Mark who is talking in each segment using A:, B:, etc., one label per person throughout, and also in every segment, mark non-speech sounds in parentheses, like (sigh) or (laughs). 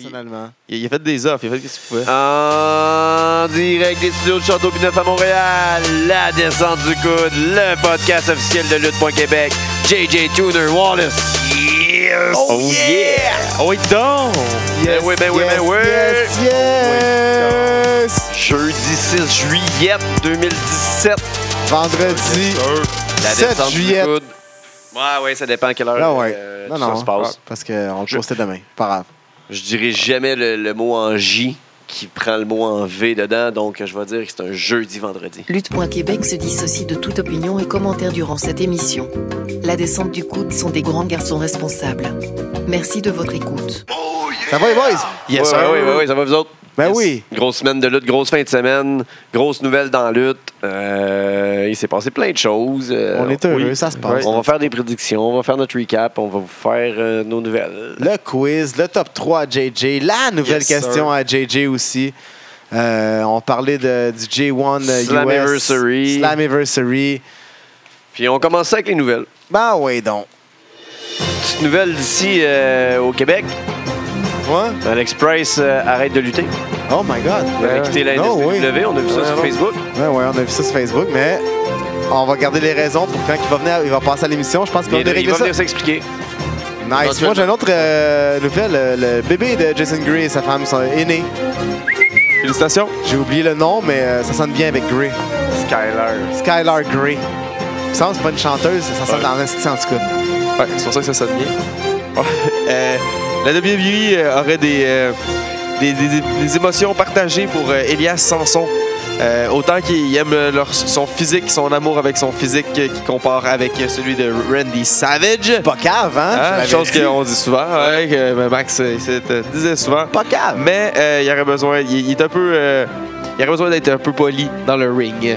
A: Personnellement.
B: Il, il a fait des offres, il a fait ce qu'il pouvait.
C: En direct des studios de Château Pinot à Montréal, la descente du coude, le podcast officiel de Lutte.Québec, JJ Tuner Wallace. Yes!
B: Oh yeah! Oh, et donc!
C: Ben oui, ben oui, ben oui!
A: Yes, yes!
C: Jeudi 6 juillet 2017,
A: Vendredi.
C: la
A: 7
C: descente
A: juillet.
C: du coude. Ouais, ouais, ça dépend à quelle heure
A: Non, Ah ouais.
C: euh,
A: non,
C: tout ça
A: non. Ah.
C: se passe.
A: Parce qu'on le postait demain. Pas grave.
C: Je dirais jamais le, le mot en J qui prend le mot en V dedans, donc je vais dire que c'est un jeudi-vendredi.
D: Lutte.Québec se dissocie de toute opinion et commentaire durant cette émission. La descente du coude sont des grands garçons responsables. Merci de votre écoute.
A: Ça va, les boys?
C: Yes,
A: Ouais,
C: sir.
A: ouais,
C: oui, oui, oui, ça va vous autres?
A: Ben
C: Yes.
A: oui.
C: Grosse semaine de lutte, grosse fin de semaine, grosse nouvelle dans la lutte. Euh, il s'est passé plein de choses. Euh,
A: On est heureux, ça se passe.
C: On va faire des prédictions, on va faire notre recap, on va vous faire euh, nos nouvelles.
A: Le quiz, le top 3 à JJ, la nouvelle
B: Yes,
A: question
B: sir.
A: à JJ aussi. Euh, on parlait de, du J1 US.
C: Slammiversary.
A: Slammiversary.
C: Puis on commence ça avec les nouvelles.
A: Ben oui, donc.
C: Petite nouvelle d'ici euh, au Québec.
A: Ouais.
C: Alex Price euh, arrête de lutter.
A: Hein? Oh my God.
C: Il a quitté la
A: Non, oui.
C: NSPW, on a vu ça
B: Ouais,
C: sur
B: non.
C: Facebook.
A: Ouais, ouais, on a vu ça sur Facebook, mais on va garder les raisons pour quand il va venir, il va passer à l'émission. Je pense
C: Il,
A: qu'on va
C: il
A: régler
C: va
A: ça.
C: venir s'expliquer.
A: Nice. Moi, j'ai une autre euh, nouvelle. Le, le bébé de Jason Gray et sa femme sont est né.
B: Félicitations.
A: J'ai oublié le nom, mais euh, ça sonne bien avec Gray.
B: Skyler.
A: Skylar Gray. Ça, c'est pas une chanteuse, ça sonne
B: Ouais.
A: dans l'instit en tout cas.
B: Ouais, c'est pour ça que ça sonne bien. Euh, la WWE euh, aurait des, euh, des, des- des émotions partagées pour euh, Elias Sanson. Euh, autant qu'il aime leur- son physique, son amour avec son physique euh, qu'il compare avec euh, celui de Randy Savage.
A: Pas cave, hein? Je
B: Hein,
A: l'avais
B: chose
A: dit.
B: qu'on dit souvent, ouais, que ben, Max euh, c'est, euh, disait souvent.
A: Pas cave.
B: Mais euh, il aurait besoin, il, il est un peu, euh, il aurait besoin d'être un peu poli dans le ring.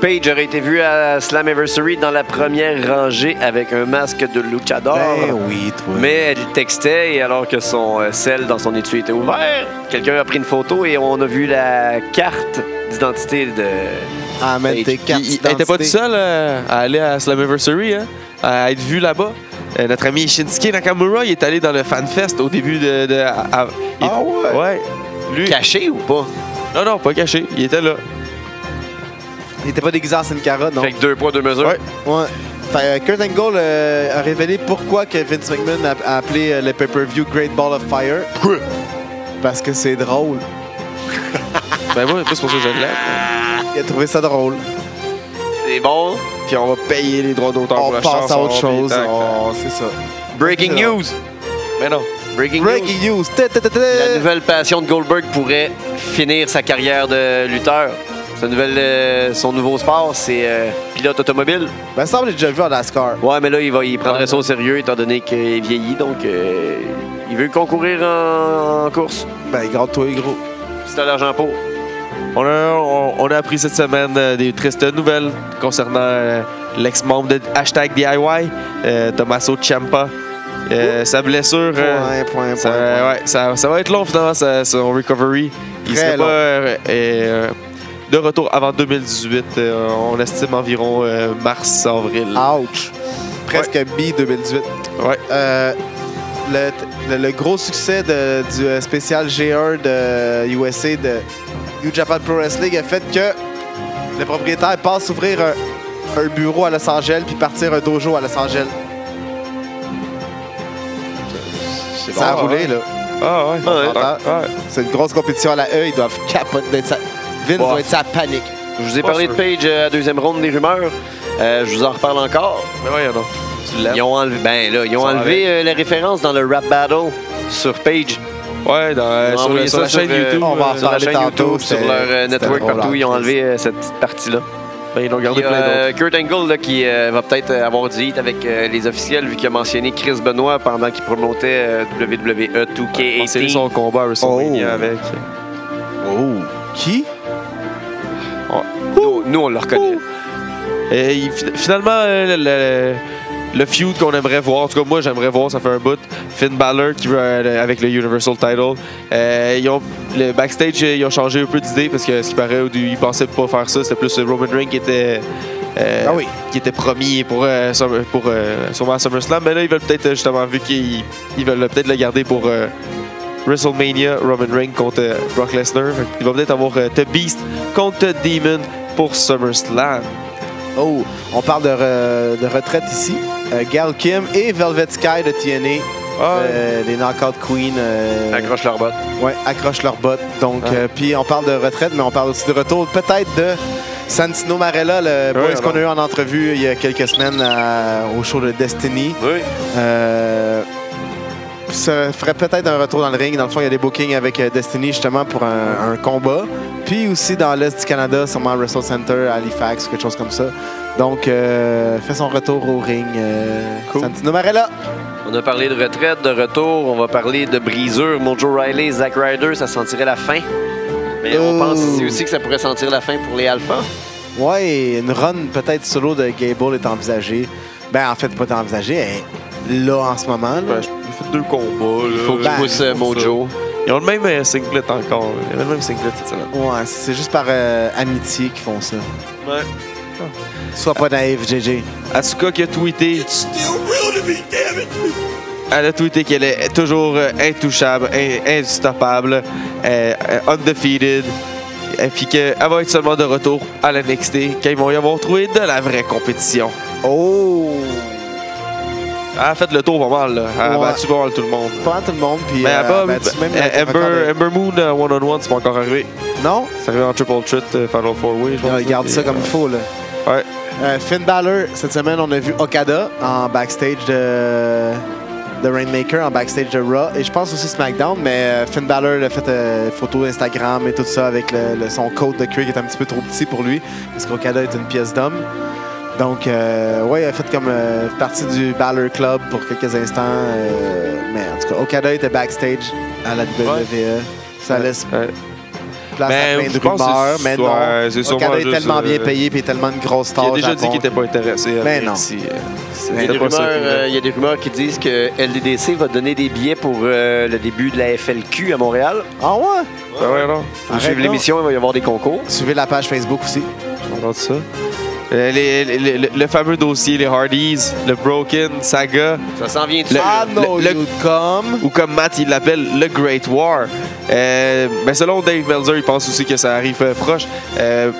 C: Page aurait été vu à Slammiversary dans la première rangée avec un masque de luchador.
A: Ben oui, toi.
C: Mais elle textait et alors que son euh, sel dans son étui était ouvert, quelqu'un a pris une photo et on a vu la carte d'identité de.
A: Ah, mais tes cartes
B: Il- il- Elle était pas toute
A: d'identité.
B: seule euh, à aller à Slammiversary, hein, à être vue là-bas. Euh, notre ami Shinsuke Nakamura, il est allé dans le FanFest au début de. de- à- à- il-
A: Ah ouais?
B: Ouais. Lui,
C: Caché ou pas?
B: non, non, pas caché. Il était là.
A: Il était pas déguisé en une carotte, non?
C: Fait que deux poids, deux mesures.
B: Ouais.
A: Ouais. Fait, euh, Kurt Angle euh, a révélé pourquoi que Vince McMahon a, a appelé euh, le pay-per-view Great Ball of Fire. Parce que c'est drôle.
B: Ben moi, c'est pour ça que je l'ai.
A: Il a trouvé ça drôle.
C: C'est bon.
B: Puis on va payer les droits d'auteur
A: On
B: pour la
A: passe à
B: chanson,
A: autre
B: hein. puis
A: chose.
B: tac, tac.
A: on- C'est ça.
C: Breaking
A: Non.
C: news.
B: Mais non.
C: Ben Breaking, news.
A: Breaking news. Ta, ta, ta, ta.
C: La nouvelle passion de Goldberg pourrait finir sa carrière de lutteur. Sa nouvelle, euh, son nouveau sport, c'est euh, pilote automobile.
A: Ben, ça, on l'a déjà vu à NASCAR.
C: Ouais, mais là, il, va, il prendrait ça au sérieux étant donné qu'il vieillit, donc euh, il veut concourir en, en course.
A: Ben, grand toi, gros.
C: C'est à l'argent pour.
B: On a, on, on a appris cette semaine euh, des tristes nouvelles concernant euh, l'ex-membre de hashtag DIY, euh, Tommaso Ciampa. Euh, sa blessure. euh,
A: Point, point,
B: Ça,
A: point, point.
B: ouais, ça, ça va être long finalement, ça- son recovery. Il
A: Très
B: serait
A: long.
B: pas euh, euh, de retour avant 2018. euh, on estime environ euh, mars-avril.
A: Ouch. Presque bi-2018.
B: Ouais.
A: Euh, le, le- le gros succès de- du euh, spécial G1 de USA de New Japan Pro Wrestling a fait que le propriétaire passe ouvrir un, un bureau à Los Angeles puis partir un dojo à Los Angeles. Ça a
B: bon,
A: roulé,
B: ouais.
A: là.
B: Ah ouais,
C: Ah ouais.
B: Ah ouais.
A: C'est une grosse compétition à la E. Ils doivent capoter. d'être sa- Vince
C: Ouais.
A: doit être sa panique.
C: Je vous ai
B: Pas
C: parlé
B: sûr.
C: de Page euh, à deuxième ronde des rumeurs. Euh, je vous en reparle encore.
B: Mais ouais, non. Tu l'aimes.
C: Ils ont enlevé, ben là, ils ont
B: Ça
C: enlevé euh, la référence dans le rap battle sur Page.
B: Ouais, dans, euh,
C: Ils ont
B: sur,
C: envoyé
B: le- sur
C: ça
B: la chaîne
C: sur, euh,
B: YouTube.
A: on va en
B: euh,
C: Sur la
A: Parler
C: chaîne
A: tantôt,
C: YouTube, sur
A: c'était-
C: leur euh,
A: c'était
C: network
A: drôle,
C: partout, ils ont
A: hein,
C: enlevé euh, cette petite partie-là.
B: ben, ils l'ont gardé
C: Puis,
B: plein d'autres.
C: euh, Kurt Angle là, qui euh, va peut-être euh, avoir du hit avec euh, les officiels vu qu'il a mentionné Chris Benoit pendant qu'il promotait euh, WWE
B: On s'est mis
C: 2K18.
B: son combat à WrestleMania
A: Oh.
B: avec.
A: Oh. Qui?
C: Nous, nous, on le reconnaît.
B: Euh, il- fi- finalement, euh, le, le- le feud qu'on aimerait voir, en tout cas moi j'aimerais voir, ça fait un bout, Finn Balor qui veut euh, avec le Universal Title. Euh, ils ont, le backstage, euh, ils ont changé un peu d'idée parce que ce qui paraît, au début, ils pensaient pas faire ça, c'était plus euh, Roman Reigns qui était... euh,
A: Ah oui.
B: qui était promis pour, euh, Summer- pour euh, sûrement à SummerSlam, mais là ils veulent peut-être euh, justement vu qu'ils ils veulent peut-être le garder pour euh, WrestleMania, Roman Reigns contre euh, Brock Lesnar. Fait qu'il va peut-être avoir euh, The Beast contre The Demon pour SummerSlam.
A: Oh, on parle de, re- de retraite ici. Euh, Gal Kim et Velvet Sky de TNA,
B: Ah,
A: euh, les Knockout Queen, euh,
C: Accroche leur botte.
A: ouais, accrochent leurs bottes. Donc,
B: Ouais.
A: euh, puis on parle de retraite, mais on parle aussi de retour peut-être de Santino Marella, le
B: Ouais,
A: boys qu'on a eu en entrevue il y a quelques semaines à- au show de Destiny.
C: Oui.
A: Euh, ça ferait peut-être un retour dans le ring. Dans le fond, il y a des bookings avec euh, Destiny justement pour un, un combat. Puis aussi dans l'Est du Canada, sûrement à Wrestle Center, à Halifax, quelque chose comme ça. Donc, euh, fait son retour au ring. euh,
B: Cool.
A: Santino Marella.
C: On a parlé de retraite, de retour. On va parler de brisure. Mojo Riley, Zack Ryder, ça sentirait la fin. Mais on
A: Oh.
C: pense ici aussi que ça pourrait sentir la fin pour les alphas.
A: Ouais, une run peut-être solo de Gable est envisagée. Ben, en fait, pas envisagée. Elle est là en ce moment. là.
B: ben, j'ai fait deux combats. Oh là.
C: Il faut qu'il
A: ben,
C: pousse euh,
B: pour ça.
C: Mojo.
B: Ils ont le même euh, singlet encore. Ils ont le même singlet cette semaine.
A: Ouais, c'est juste par euh, amitié qu'ils font ça.
B: Ouais.
A: Sois pas naïf, JJ.
B: Asuka qui a tweeté. Elle a tweeté qu'elle est toujours euh, intouchable, in- instoppable, euh, euh, undefeated. Et puis qu'elle va être seulement de retour à la NXT quand ils vont y avoir trouvé de la vraie compétition.
A: Oh!
B: Elle a fait le tour pas mal, là. Elle a
A: Ouais.
B: battu pas mal tout le monde.
A: Pas tout le monde, puis
B: Mais
A: euh,
B: elle a
A: ben,
B: pas-
A: tu- même
B: euh,
A: la-
B: Ember, Ember Moon euh, one-on-one, c'est pas encore arrivé.
A: Non,
B: C'est arrivé en triple threat euh, Final Four Way, je pense.
A: on regarde ça
B: Puis, euh,
A: comme il faut, là.
B: Ouais.
A: Euh, Finn Balor, cette semaine, on a vu Okada en backstage de, de Rainmaker, en backstage de Raw, et je pense aussi SmackDown, mais euh, Finn Balor a fait euh, photo Instagram et tout ça avec le- le- son code de cuir qui est un petit peu trop petit pour lui, parce qu'Okada est une pièce d'homme. Donc, euh, ouais, il a fait comme euh, partie du Balor Club pour quelques instants, euh, mais en tout cas, Okada était backstage à la WWE. Ça
B: Ouais.
A: laisse
B: Ouais.
A: place à
B: Ben,
A: plein
B: je
A: de
B: pense que
A: rumeurs,
B: c'est-
A: mais non.
B: ouais, c'est sûrement
A: Okada est
B: juste,
A: tellement bien
B: euh,
A: payé puis il est tellement une grosse
B: Il
A: star.
B: a déjà
A: au
B: dit
A: Japon.
B: qu'il était pas intéressé.
A: Mais
B: à
A: non.
B: NXT, euh,
C: Il y, a
B: C'était
C: des
B: pas
C: rumeurs,
B: ça.
C: euh, il y a des rumeurs qui disent que LDDC va donner des billets pour euh, le début de la FLQ à Montréal.
A: Ah ouais?
B: Ah ouais, non.
C: Faut
A: Arrête
C: suivre
A: donc.
C: l'émission, il va y avoir des concours.
A: Suivez la page Facebook aussi.
B: On regarde ça. Euh, les- les- les- le, fameux dossier, les Hardys, le Broken, Saga,
C: Ça s'en vient
B: Le-
A: ah non,
B: le-
A: you come.
B: ou comme Matt il l'appelle, le Great War. Euh, ben, selon Dave Melzer, il pense aussi que ça arrive euh, proche. Euh,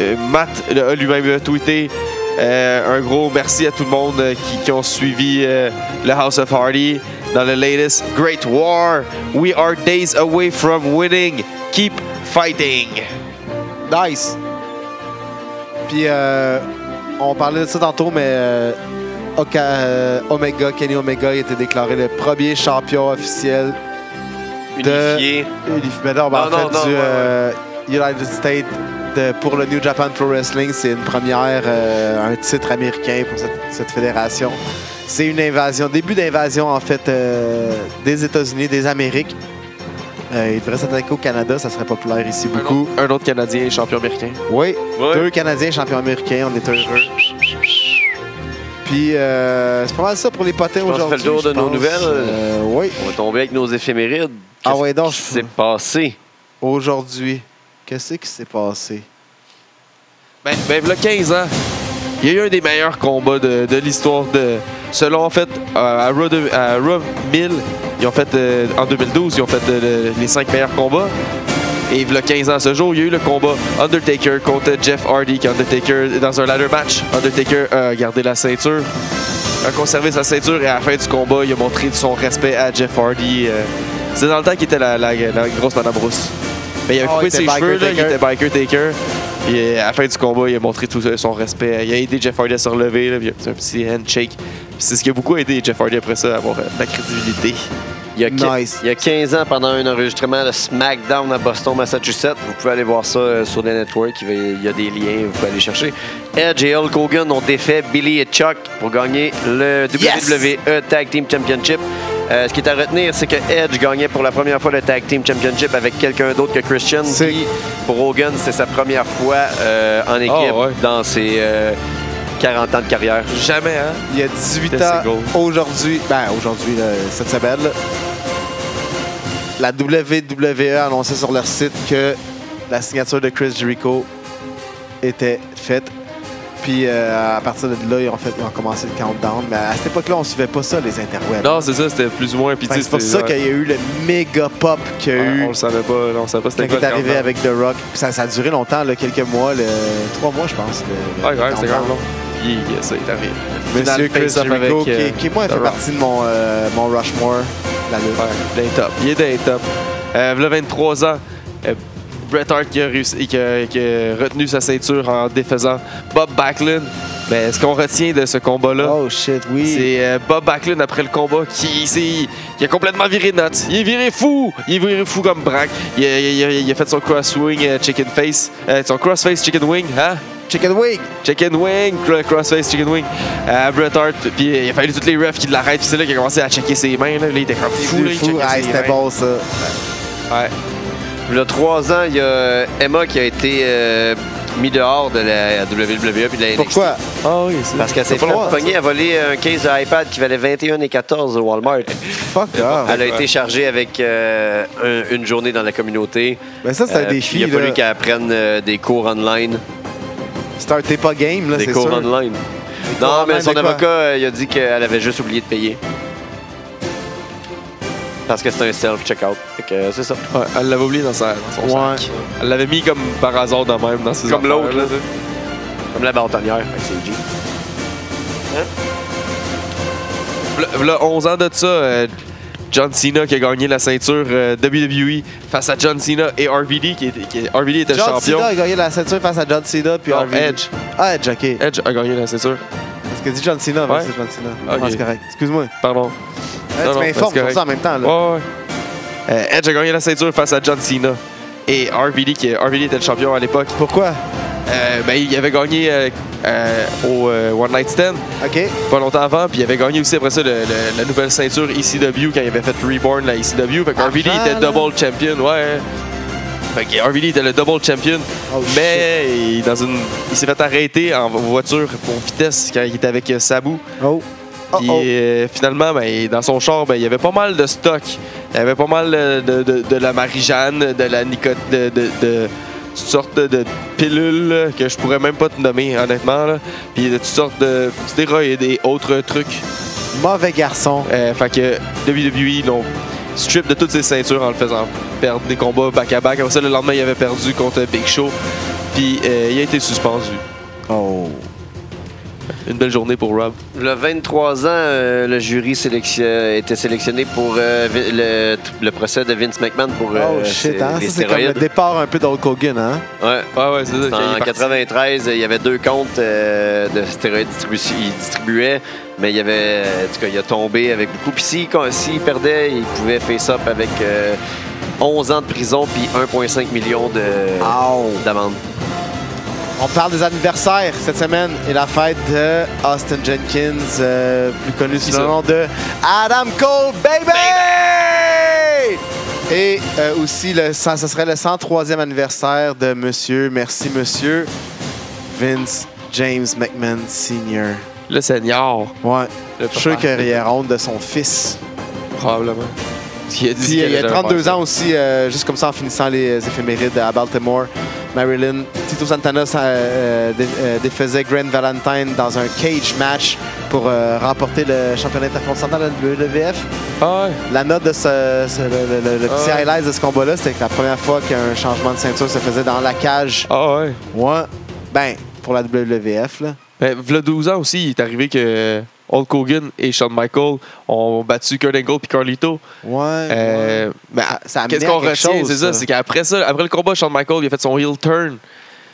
B: euh, Matt euh, lui-même a tweeté euh, un gros merci à tout le monde euh, qui, qui ont suivi euh, le House of Hardy dans le latest Great War. We are days away from winning. Keep fighting.
A: Nice. Puis, euh, on parlait de ça tantôt, mais euh, Oka- euh, Omega, Kenny Omega, il était déclaré le premier champion officiel
C: Unifié.
A: Unif- mais non, ben,
C: Non,
A: en fait,
C: non, non,
A: du
C: ouais, ouais.
A: euh, United States de- pour le New Japan Pro Wrestling, c'est une première, euh, un titre américain pour cette, cette fédération. C'est une invasion, début d'invasion en fait euh, des États-Unis, des Amériques. Euh, il devrait s'attaquer au Canada, ça serait populaire ici
C: Ah
B: Un
A: beaucoup.
B: autre, un autre Canadien champion américain.
A: Oui,
B: Ouais.
A: deux Canadiens champions américains, on est heureux. Puis euh, c'est pas mal ça pour les potins
C: pense
A: aujourd'hui.
C: qu'on fait le tour de
A: je
C: nos
A: pense.
C: nouvelles.
A: Euh, oui,
C: On va tomber avec nos éphémérides.
A: Ah
C: Qu'est-ce
A: ouais, donc,
C: qui
A: je-
C: s'est passé?
A: aujourd'hui. Qu'est-ce qui s'est passé?
B: Ben, ben v'là 15 ans, il y a eu un des meilleurs combats de, de l'histoire de. Selon en fait, euh, à Raw de- à Raw 1000, ils ont fait, euh, en 2012, ils ont fait euh, le- les 5 meilleurs combats. Et v'là 15 ans ce jour, il y a eu le combat Undertaker contre Jeff Hardy, qui Undertaker dans un ladder match. Undertaker a gardé la ceinture, a conservé sa ceinture et à la fin du combat, il a montré de son respect à Jeff Hardy. euh. C'était dans le temps qu'il était la, la- la grosse Madame Rousse. Mais il avait
A: Ah,
B: coupé
A: il était
B: ses
A: Biker
B: cheveux, là, il
A: Taker.
B: était Biker Taker. Puis, euh, à la fin du combat, il a montré tout euh, son respect. Il a aidé Jeff Hardy à se relever. Là, puis il a fait un petit handshake. Puis c'est ce qui a beaucoup aidé Jeff Hardy après ça à avoir euh, de la crédibilité.
C: Il y, a qui-
A: Nice.
C: il y a 15 ans, pendant un enregistrement de SmackDown à Boston, Massachusetts, vous pouvez aller voir ça euh, sur les networks. Il va- il y a des liens, vous pouvez aller chercher. Edge et Hulk Hogan ont défait Billy et Chuck pour gagner le
A: Yes!
C: WWE Tag Team Championship. Euh, ce qui est à retenir, c'est que Edge gagnait pour la première fois le Tag Team Championship avec quelqu'un d'autre que Christian.
A: C'est-
C: Puis pour Hogan, c'est sa première fois euh, en équipe
B: ouais.
C: dans ses euh, 40 ans de carrière.
B: Jamais, hein?
A: Il y a 18
B: Test
A: ans
B: Eagle.
A: aujourd'hui, ben aujourd'hui, là, cette semaine, là, la WWE a annoncé sur leur site que la signature de Chris Jericho était faite. Puis euh, à partir de là, ils ont, fait, ils ont commencé le countdown. Mais à cette époque-là, on suivait pas ça, les interwebs.
B: Non, c'est ça, c'était plus ou moins. Puis
A: Fait que
B: tu sais,
A: Ben, c'est pour
B: c'était-
A: ça qu'il y a eu le méga pop qu'il y a
B: Ouais,
A: eu
B: On le savait pas, non, on savait pas
A: quand
B: c'était
A: il
B: quoi
A: est
B: le
A: arrivé
B: countdown.
A: avec The Rock. Ça, ça a duré longtemps, là, quelques mois, le- trois mois, je pense. le- le
B: Ouais, ouais, c'était quand même
A: countdown.
B: long. Yeah, ça est arrivé.
A: Monsieur
B: Final
A: Chris
B: face-off
A: Jericho,
B: avec, euh,
A: qui, qui, moi,
B: The
A: fait
B: Rock.
A: partie de mon, euh, mon Rushmore, la lutte.
B: Ouais, d'un top. Il est d'un top. Euh, v'là 23 ans, euh, Bret Hart qui a, réussi, qui, a, qui a retenu sa ceinture en défaisant Bob Backlund. Mais ce qu'on retient de ce combat-là,
A: Oh shit, oui.
B: c'est euh, Bob Backlund après le combat qui, s'est- qui a complètement viré nuts. Il est viré fou! Il est viré fou comme braque. Il a, il a- il a fait son cross-wing euh, chicken face. Euh, son cross-face chicken wing, hein?
A: Chicken Wing.
B: Chicken Wing, cro- Crossface Chicken Wing, à Bret Hart, puis euh, il a fallu tous les refs qui l'arrêtent, puis c'est là qu'il a commencé à checker ses mains, là, Là, il était comme fou, là, il
A: fou.
B: checkait
A: Ah,
B: ses
A: c'était
B: mains.
A: bon, ça.
B: Ouais.
C: Il y a trois ans, il y a Emma qui a été euh, mis dehors de la WWE puis de la NXT.
A: Pourquoi?
B: Ah oui, c'est
C: Parce qu'elle s'est
A: C'est pas
C: fait
A: le droit,
C: pogner à voler un case de iPad qui valait 21 et 14 au Walmart.
A: Fuck off.
C: Elle a été chargée avec euh, un- une journée dans la communauté.
A: Mais ça, c'était
C: Euh,
A: un
C: puis
A: défi.
C: Il a fallu
A: là.
C: qu'elle apprenne euh, des cours online.
A: Startez pas game, là,
C: des
A: c'est
C: cours
A: sûr.
C: online.
A: cours
C: Non, mais
A: online
C: son
A: de quoi?
C: avocat, euh, il a dit qu'elle avait juste oublié de payer. Parce que c'est un self-checkout. Fait que, euh, C'est ça.
B: Ouais, elle l'avait oublié dans, sa, dans son
A: Ouais.
B: sac. Elle l'avait mis comme par hasard dans même dans ses
C: Comme
B: affaires,
C: l'autre, là. Comme la bâtonnière. Fait que c'est G.
B: V'là- v'là 11 ans de ça, euh, John Cena qui a gagné la ceinture euh, WWE face à John Cena et RVD, qui était, qui- RVD était le
A: John
B: champion.
A: Cena a gagné la ceinture face à John Cena, puis
B: Non,
A: Harvey.
B: Edge.
A: Ah, Edge, ok.
B: Edge a gagné la ceinture.
A: Parce que dit John Cena, mais
B: Ouais.
A: c'est John Cena.
B: Ok.
A: Ah, c'est correct. Excuse-moi.
B: Pardon.
A: Eh,
B: Non, non,
A: tu m'informes
B: c'est
A: sur ça en même temps, là.
B: Ouais, ouais. Euh, Edge a gagné la ceinture face à John Cena. Et RVD, qui RVD était le champion à l'époque,
A: Pourquoi?
B: euh, ben, il avait gagné euh, euh, au euh, One Night Stand
A: Ok.
B: pas longtemps avant, puis il avait gagné aussi après ça le- le- la nouvelle ceinture ECW quand il avait fait Reborn la ECW. Fait que RVD
A: Argent,
B: était
A: là.
B: double champion, ouais. Fait que RVD était le double champion,
A: Oh, shit.
B: mais il, dans une, il s'est fait arrêter en voiture pour vitesse quand il était avec euh, Sabu.
A: Oh. Oh,
B: Puis
A: oh.
B: euh, finalement, ben, dans son char, ben, il y avait pas mal de stock. Il y avait pas mal euh, de, de- de la marijuane, de la nicotine, de, de, de toutes sortes de, de pilules là, que je pourrais même pas te nommer, honnêtement. là. Puis de toutes sortes de stéroïdes et autres trucs.
A: Mauvais garçon.
B: Euh, fait que WWE l'ont strip de toutes ses ceintures en le faisant perdre des combats back-à-back. Après ça, le lendemain, il avait perdu contre Big Show. Puis euh, il a été suspendu.
A: Oh.
B: Une belle journée pour Rob.
C: Le 23 ans, euh, le jury sélection- était sélectionné pour euh, vi- le, le procès de Vince McMahon pour euh,
A: oh shit,
C: ses-
A: hein?
C: les
A: Ça, c'est comme le
C: stéroïdes.
A: départ un peu d'Hulk Hogan, hein?
C: Ouais.
B: Ouais, ouais, c'est ça. quand il est
C: En
B: parti.
C: 93, il y avait deux comptes euh, de stéroïdes distribu- il distribuait, mais il y avait, en tout cas, il a tombé avec beaucoup. Puis s'il quand- s'il perdait, il pouvait face up avec euh, 11 ans de prison puis 1,5 million de
A: Oh.
C: d'amende.
A: On parle des anniversaires cette semaine et la fête de Austin Jenkins, euh, plus connu sous
B: ça?
A: le nom de Adam Cole, baby! Et euh, aussi, le, cent- ce serait le 103e anniversaire de monsieur, merci monsieur, Vince James McMahon Sr.
B: Le Seigneur.
A: Ouais,
B: Le
A: je suis sûr
B: papa.
A: qu'il est honte de son fils.
B: Probablement. Il a, dit
A: Puis, euh, il y a
B: qu'elle
A: 32
B: allait
A: ans aussi, euh, juste comme ça en finissant les éphémérides à Baltimore. Maryland, Tito Santana ça, euh, dé- euh, défaisait Grand Valentine dans un cage match pour euh, remporter le championnat intercontinental de la WWF.
B: faire ça. Ah ouais.
A: La note de ce, ce- le, le- le- le petit
B: Ah.
A: highlight de ce combat-là, c'était que la première fois qu'un changement de ceinture se faisait dans la cage.
B: Ah ouais.
A: Ouais. Ben, pour la WWF, là.
B: Mais Ben, v'là 12 ans aussi, il est arrivé que euh, Hulk Hogan et Shawn Michaels ont battu Kurt Angle puis Carlito.
A: Ouais. ouais.
B: Euh, mais
A: Ça- ben, ça a
B: qu'est-ce
A: amené à
B: qu'on
A: quelque
B: retient,
A: chose,
B: c'est ça,
A: ça.
B: c'est qu'après ça, après le combat, Shawn Michaels, il a fait son heel turn.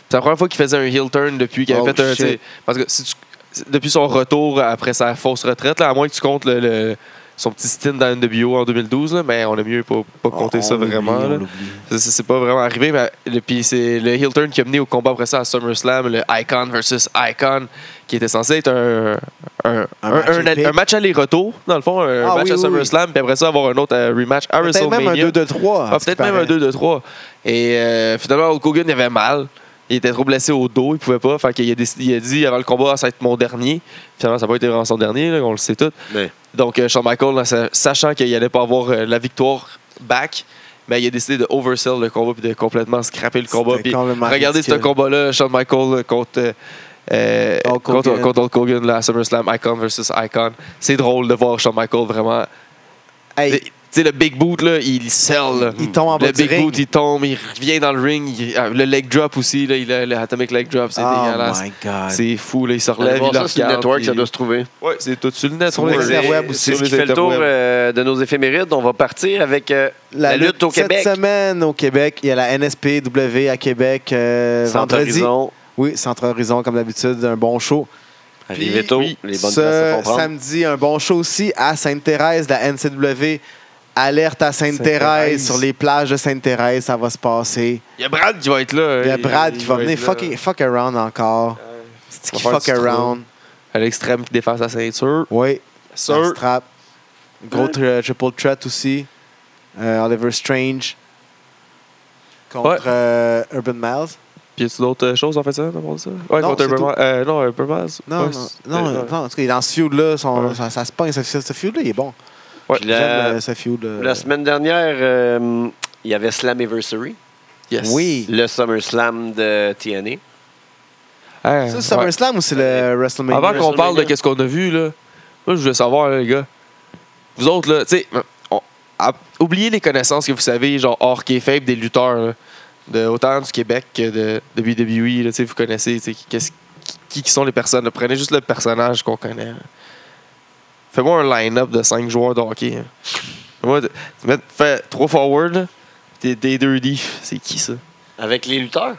B: C'est la première fois qu'il faisait un heel turn depuis qu'il avait
A: Oh,
B: fait un,
A: shit.
B: tu sais, parce que si tu- c'est- depuis son retour après sa fausse retraite, là, à moins que tu comptes le, le- son petit stint dans NWO en 2012, là, mais on a mieux pas, pas compter
A: On-
B: ça
A: on l'oublie,
B: vraiment.
A: on
B: là.
A: l'oublie.
B: Ça, ça, C'est pas vraiment arrivé, mais le- puis c'est le heel turn qui a mené au combat après ça à SummerSlam, le Icon versus Icon, qui était censé être un, un,
A: Un
B: un,
A: match
B: un-
A: épique.
B: un match aller-retour, dans le fond, un
A: Ah,
B: match
A: oui,
B: à
A: oui,
B: SummerSlam, puis après ça avoir un autre euh, rematch à
A: Peut-être
B: WrestleMania.
A: même un 2-2-3.
B: Ah, Peut-être même un 2-2-3. Et euh, finalement, Hulk Hogan, il avait mal. Il était trop blessé au dos, il pouvait pas. Fait qu'il a, décidé- il a dit avant le combat, Ah, ça va être mon dernier. Finalement, ça n'a pas été vraiment son dernier, là, on le sait tout.
C: Mais
B: Donc, euh, Shawn Michaels, là, sa- sachant qu'il n'allait pas avoir euh, la victoire back, ben, il a décidé de oversell le combat puis de complètement scraper le combat.
A: C'était
B: Puis
A: complètement
B: regardez ce
A: ridicule.
B: combat-là, Shawn Michaels euh, contre euh, euh,
A: Hulk
B: contre,
A: Hogan.
B: contre Hulk Hogan là, à SummerSlam, Icon versus Icon. C'est drôle de voir Shawn Michaels vraiment.
A: Hey,
B: Tu sais, le Big Boot, là, il sell. là.
A: Il tombe en bas
B: Le
A: du
B: Big
A: ring.
B: Boot, il tombe, il revient dans le ring. il- ah, le leg drop aussi, là, il a le Atomic leg drop, c'est
A: oh
B: dégueulasse.
A: my god.
B: C'est fou, là, il se
C: Allez
B: relève,
C: voir
B: il le
C: ça, c'est le
B: regarde,
C: network,
B: puis-
C: ça doit se trouver.
B: Ouais, c'est tout sur le net.
A: Sur les
B: ouais.
A: interwebs web aussi.
C: C'est ce
B: Sur
C: qui
B: les
C: fait le tour
B: interwebs.
C: euh, de nos éphémérides. On va partir avec euh, la, lutte, au Québec.
A: Cette semaine au Québec, il y a la NSPW à Québec euh,
C: Centre
A: vendredi.
C: Horizon,
A: Oui, Centre Horizon, comme d'habitude, un bon show.
C: arrivez tôt,
B: oui,
C: les bonnes places se
A: ce
C: font prendre.
A: samedi, un bon show aussi à Sainte-Thérèse, la NCW. Alerte à Sainte-Thérèse
B: Sainte-Thérèse.
A: sur les plages de Sainte-Thérèse, ça va se passer.
B: Il y a Brad qui va être là. euh,
A: Il y a Brad qui va venir
B: être là.
A: fuck, fuck around encore. C'est qui
B: va faire
A: fuck
B: du trou.
A: around.
B: À l'extrême qui défend sa ceinture.
A: Oui,
B: Sur-
A: ça strap. Gros tri- triple threat aussi. Euh, Oliver Strange contre
B: Ouais.
A: euh, Urban Miles.
B: Puis y a-tu d'autres euh, choses en fait ça? Non, ça? Ouais,
A: Non,
B: contre
A: c'est tout.
B: Burma. Euh, non, euh, Burma. c'est-
A: Non,
B: ouais,
A: non,
B: c'est-
A: non,
B: euh,
A: non, en tout cas, dans ce feud-là, son-
B: Ouais.
A: ça, ça se pogne. Ce, ce feud-là, il est bon.
B: Ouais.
C: Puis
A: J'aime
C: la,
A: euh, ce feud. euh,
C: la semaine dernière, euh, il y avait Slammiversary,
B: Yes.
A: Oui.
C: le SummerSlam de TNA.
A: C'est
B: Hey, Ah, ouais.
A: le SummerSlam ou c'est le WrestleMania?
B: Avant qu'on parle de
C: WrestleMania.
B: qu'est-ce qu'on a vu, là, moi, je voulais savoir, là, les gars. Vous autres, là, tu sais, on- à- oubliez les connaissances que vous savez, genre hors qui est faible des lutteurs, là, de, autant du Québec que de, de WWE, là, tu sais, vous connaissez, tu sais, qu'est-ce- qui, qui sont les personnes. là. Prenez juste le personnage qu'on connaît. là. Fais-moi un line-up de 5 joueurs de hockey. hein. Fais-moi de- tu mets- fais 3 forward, là, t'es des deux diff. C'est qui ça?
C: Avec les lutteurs?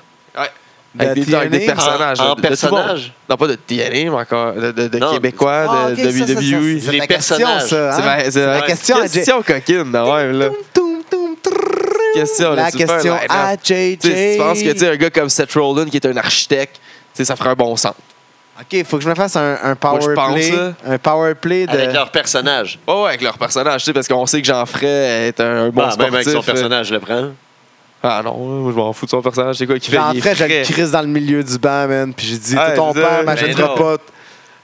A: De
B: Avec des,
A: TNA?
B: avec des personnages.
C: En-
B: là,
C: en
B: de- de tout le monde.
C: personnage?
B: Non, pas de TNA, mais encore de, de- de
C: Non.
B: Québécois,
A: Ah,
B: de,
A: ok,
B: de
A: ça, ça, ça,
B: WWE.
A: c'est
C: Les
A: ta question,
C: personnages.
A: ça, hein?
B: C'est ma- c'est
A: la
B: ma
A: question à Jay.
B: question coquine, de même, là.
A: Toum, toum, trrrr.
B: Question, là,
A: La
B: tu fais un
A: question
B: line-up.
A: à JJ.
B: Tu sais, si tu penses que tu sais, un gars comme Seth Rollins, qui est un architecte, tu sais, ça ferait un bon sens.
A: OK, faut que je me fasse un, un power
B: Moi, je pense,
A: play.
B: là.
A: Un power play de...
C: Avec leur personnage.
B: Ouais, ouais, avec leur personnage, tu sais, parce qu'on sait que Jean Fray est un, un bon
C: Bah,
B: sportif.
C: même avec son
B: euh.
A: hein.
C: personnage, je le prends.
B: Ah non, moi, je m'en fous de son personnage. C'est quoi qui fait il est
A: J'entrais, je
B: frais.
A: le crisse dans le milieu du banc, man. Puis j'ai dit,
B: Ouais,
A: tout ton
B: c'est
A: père
B: ça.
A: m'achètera
C: Ben
A: pas. t-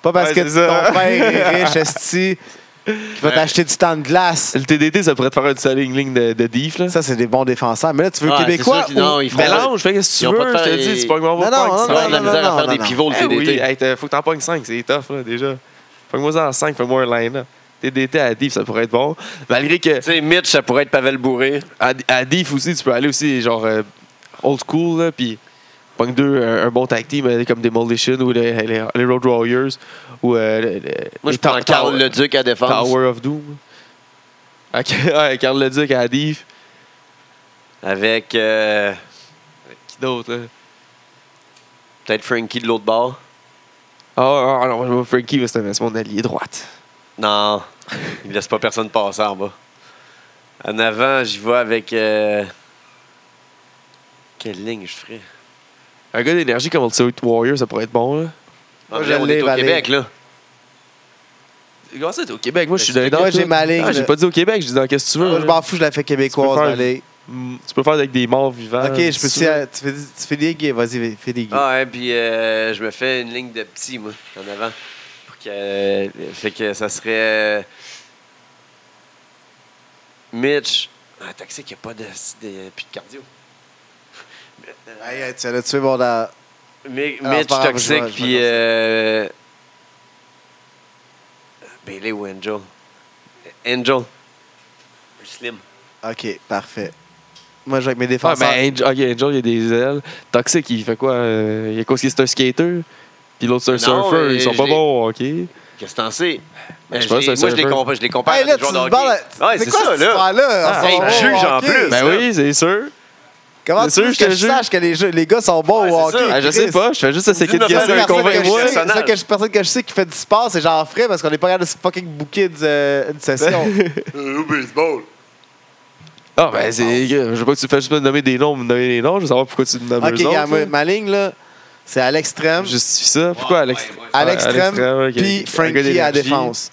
A: Pas parce
B: Ouais,
A: que
B: c'est ça.
A: ton père est riche, esti, qui va
C: Ouais.
A: t'acheter du temps de glace.
B: Le TDT, ça pourrait te faire une seule ligne de, de diff, là.
A: Ça, c'est des bons défenseurs. Mais là, tu veux
C: Ah, c'est
A: Québécois
C: sûr qu'ils- non,
A: ou-
C: ils feront-
B: Mélange, fais qu'est-ce que
C: Ils
B: tu
C: ont pas
B: veux,
C: de
B: je te
C: faire les-
B: dis, tu pognes mon
A: Non, non, non,
C: Ça va de la
A: non,
C: misère
A: non,
C: à faire
A: non,
C: des
A: non. Ah
C: pivots, le
B: Eh oui,
C: TDT.
B: hey, t'as- faut que t'en pognes 5, c'est tough là, déjà. Pognes-moi ça en 5, fais-moi un line-up. TDT à Diff, ça pourrait être bon. Malgré que
C: Tu sais, Mitch, ça pourrait être Pavel Bourré.
B: à, à Diff aussi, tu peux aller aussi genre euh, old school, là, puis pogne deux, un, un bon tag team euh, comme Demolition ou les, les, les Road Warriors ou euh, le- le-
C: Moi,
B: les
C: je prends
B: Tower-
C: Carl Le Duc à défense.
B: Tower of Doom. Ok, (laughs) ouais, Carl Le Duc à Diff.
C: Avec euh,
B: Qui d'autre, là?
C: peut-être Frankie de l'autre bord.
B: Ah ah, non, moi, Frankie, mais c'est un- c'est mon allié droite.
C: Non, il laisse pas personne passer en bas. En avant, j'y vais avec. euh, Quelle ligne je ferais
B: Un gars d'énergie comme Ultimate Warrior, ça pourrait être bon, là.
A: Moi,
C: Ah, mais
A: je
C: là, on
A: l'ai,
C: est au
A: Valérie.
C: Québec, là.
B: Comment ça, t'es au Québec? Moi, je suis dans les
A: Moi,
B: Nantes,
A: Ben, j'ai
B: là.
A: ma ligne,
B: Ah, j'ai
A: là.
B: pas dit au Québec, je dis dans qu'est-ce que tu veux.
A: Moi, je m'en fous, je la fais québécoise.
B: faire-
A: allez.
B: Mm, Tu peux faire avec des morts vivants.
A: OK, je peux
B: Si tu veux.
A: tu fais- tu fais des gays. Vas-y, fais des gays.
C: Ah, ouais, puis euh, je me fais une ligne de petits, moi, en avant. Pour que, euh, fait que ça serait. euh, Mitch. Ah, t'as que c'est qu'il n'y a pas de, de- plus de cardio.
A: Aïe, aïe, tu as tué mon... la-
C: Mi-
A: Ah,
C: Mitch
A: c'est pas grave, je
C: Toxic,
A: vais- je
C: puis.
A: vais
C: Euh... Bailey ou Angel. Angel. Slim.
A: OK, parfait. Moi, je joue avec mes
B: Ah,
A: défenseurs.
B: mais Angel, ok, Angel, il y a des ailes. Toxic, il fait quoi euh, Il y a quoi si c'est un skater Puis l'autre, c'est un
C: Non,
B: surfer.
C: mais
B: Ils sont pas
C: j'ai-
B: bons, ok
C: Qu'est-ce que t'en sais?
B: Ben, je
C: Euh,
B: pense
C: j'ai-
B: que c'est
C: moi,
B: un
C: je les
B: peu-
C: compare, je les compare
A: Hey,
C: à
A: là,
C: des
A: tu
C: joueurs de
A: te parles
C: hockey.
A: à-
C: Ouais,
A: C'est
C: c'est
A: quoi
C: ça,
A: cette
C: là.
A: histoire-là?
B: Ah,
A: On
B: hey,
A: s'en va
C: juge
A: au
C: en
A: hockey.
C: plus.
B: Ben
C: ça.
B: oui, c'est sûr.
A: Comment
B: C'est
A: tu
B: sûr,
A: veux
B: je
A: que
B: te
A: je
B: jure.
A: sache que les, jeux- les gars sont bons
C: Ouais,
A: au
C: c'est
A: hockey?
C: ça.
B: Ah, je sais
A: Chris?
B: pas, je fais juste essayer de
C: Dis-nous
A: La seule
C: Personne
B: guesser,
A: personne que je
B: convainc-moi.
A: sais-
C: personnage.
A: la seule que je- personne que je sais qui fait du sport, c'est Jean-Fray, parce qu'on n'est pas capable de se fucking booker d'une euh, d'une
B: (laughs)
A: session.
C: Au baseball.
B: Ah, ben, c'est. Je veux pas que tu fasses juste me nommer des noms, me nommer des noms. Je veux savoir pourquoi tu me nommes
A: OK,
B: eux autres,
A: gars,
B: là.
A: ma, ma ligne, là, c'est à l'extrême,
B: Justifie ça. Pourquoi Alex
C: ouais, ouais.
A: à
B: Ouais,
A: l'extrême,
B: ouais, qui-
A: puis
B: un gars
A: Frankie à la
B: d'énergie.
A: défense.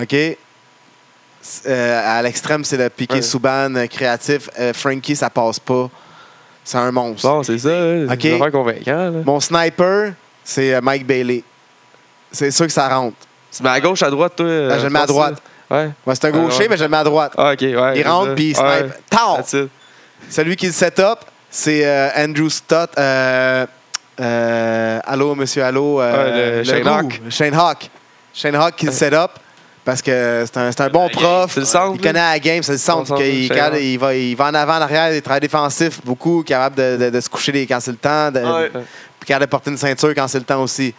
A: OK? C'est- euh, à l'extrême, c'est le piqué
B: Ouais.
A: Souban euh, créatif. Euh, Frankie, ça passe pas. C'est un monstre.
B: Bon, c'est ça. là.
A: Ok.
B: C'est vraiment convaincant. là.
A: Mon sniper, c'est euh, Mike Bailey. C'est sûr que ça rentre.
B: Tu mets à gauche, à droite, toi.
A: Ah, je le mets à
B: pense,
A: droite.
B: là. Ouais.
A: Moi, c'est un
B: Ouais,
A: gaucher,
B: ouais.
A: mais je le mets à droite.
B: Ah, ok, ouais. Ah,
A: Il rentre, puis il snipe. Oh! Tao!
B: That's it.
A: Celui qui le set up, c'est euh, Andrew Stott. euh, Euh, allô, monsieur Allô. euh,
B: Ah, le
A: le
B: Shane
A: roux,
B: Hawk.
A: Shane Hawk. Shane Hawk qui le set up parce que c'est un, c'est un bon prof.
B: C'est le centre,
A: Il
B: là.
A: connaît la game, c'est le centre.
B: Bon centre,
A: qu'il-
B: Shane
A: quand
B: Hawk.
A: il, va, il va en avant, en arrière, il travaille défensif beaucoup, capable de, de- de se coucher les- quand c'est le temps, de,
C: Ouais.
A: puis capable de porter une ceinture quand c'est le temps aussi.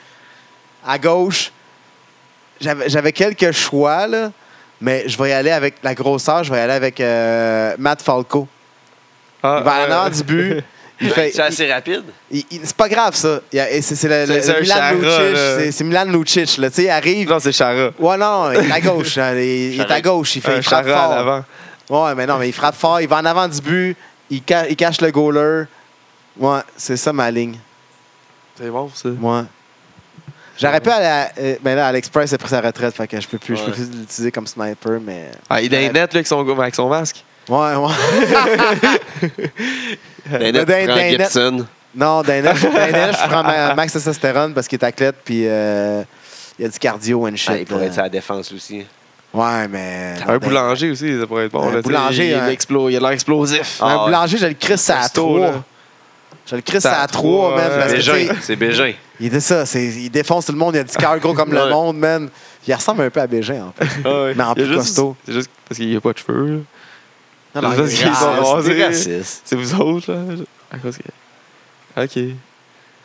A: À gauche, j'avais j'avais quelques choix, là, mais je vais y aller avec la grosseur, je vais y aller avec euh, Matt Falco.
B: Ah,
A: Il va en
B: euh, Ben,
A: avant du
B: (laughs)
A: but. Il fait,
C: C'est assez rapide.
A: il- il- c'est pas grave, ça. Il y a- et C'est c'est le- le-
B: C'est un
A: le Milan
B: Chara,
A: Lucic.
B: là.
A: c'est- C'est Milan Lucic. là. Tu sais, il arrive.
B: Non, c'est Chara.
A: Ouais, non, il est à gauche. hein. Il, il est à gauche. Il, fait,
B: Un
A: il frappe
B: Chara à
A: fort.
B: l'avant.
A: Ouais, mais non, mais il frappe fort. Il va en avant du but. Il, ca- il cache le goaler. Ouais, c'est ça ma ligne.
B: C'est bon, ça.
A: Moi. J'aurais pu aller à. euh, Mais là, Alex Price a pris sa retraite. Fait que je peux plus, je peux
C: Ouais.
A: plus l'utiliser comme sniper, mais.
B: Ah, il est net, là, avec son, avec son masque.
A: Ouais, ouais.
C: Dainet
A: Dain-
C: prend
A: Dainet.
C: Ben, Gibson.
A: Non, Dainet, Dainet, je prends ma- Max Testosterone parce qu'il est athlète, puis euh, il y a du cardio and shit.
C: Ah, il pourrait
A: là.
C: être à la défense aussi.
A: Ah, Ouais, mais.
B: Un boulanger aussi, ça pourrait être bon.
A: Un
B: là, tu sais,
A: boulanger,
B: il, il
A: hein.
B: explo- il a l'air explosif.
A: Un
C: Ah,
A: boulanger, je le crisse à
B: Costaud,
A: 3.
B: là.
A: Je le crisse
B: C'est à
A: à 3,
B: trois,
A: man.
C: euh,
B: ouais.
A: Parce que, tu sais,
C: Bégin, c'est Bégin.
A: il était ça. c'est- Il défonce tout le monde. Il a du cœur gros comme le
C: Ouais.
A: monde, man. Il ressemble un peu à Bégin, en fait. Mais en
B: Ah, Il y a
A: plus
B: juste-
A: costaud.
B: C'est juste parce qu'il n'y a pas de cheveux. là.
A: Non, non,
B: Je
A: il
B: sais
A: est
B: qu'ils sont
A: raciste.
B: rases. rasé.
C: C'est raciste.
B: C'est vous autres, là. je- À cause que... Ok.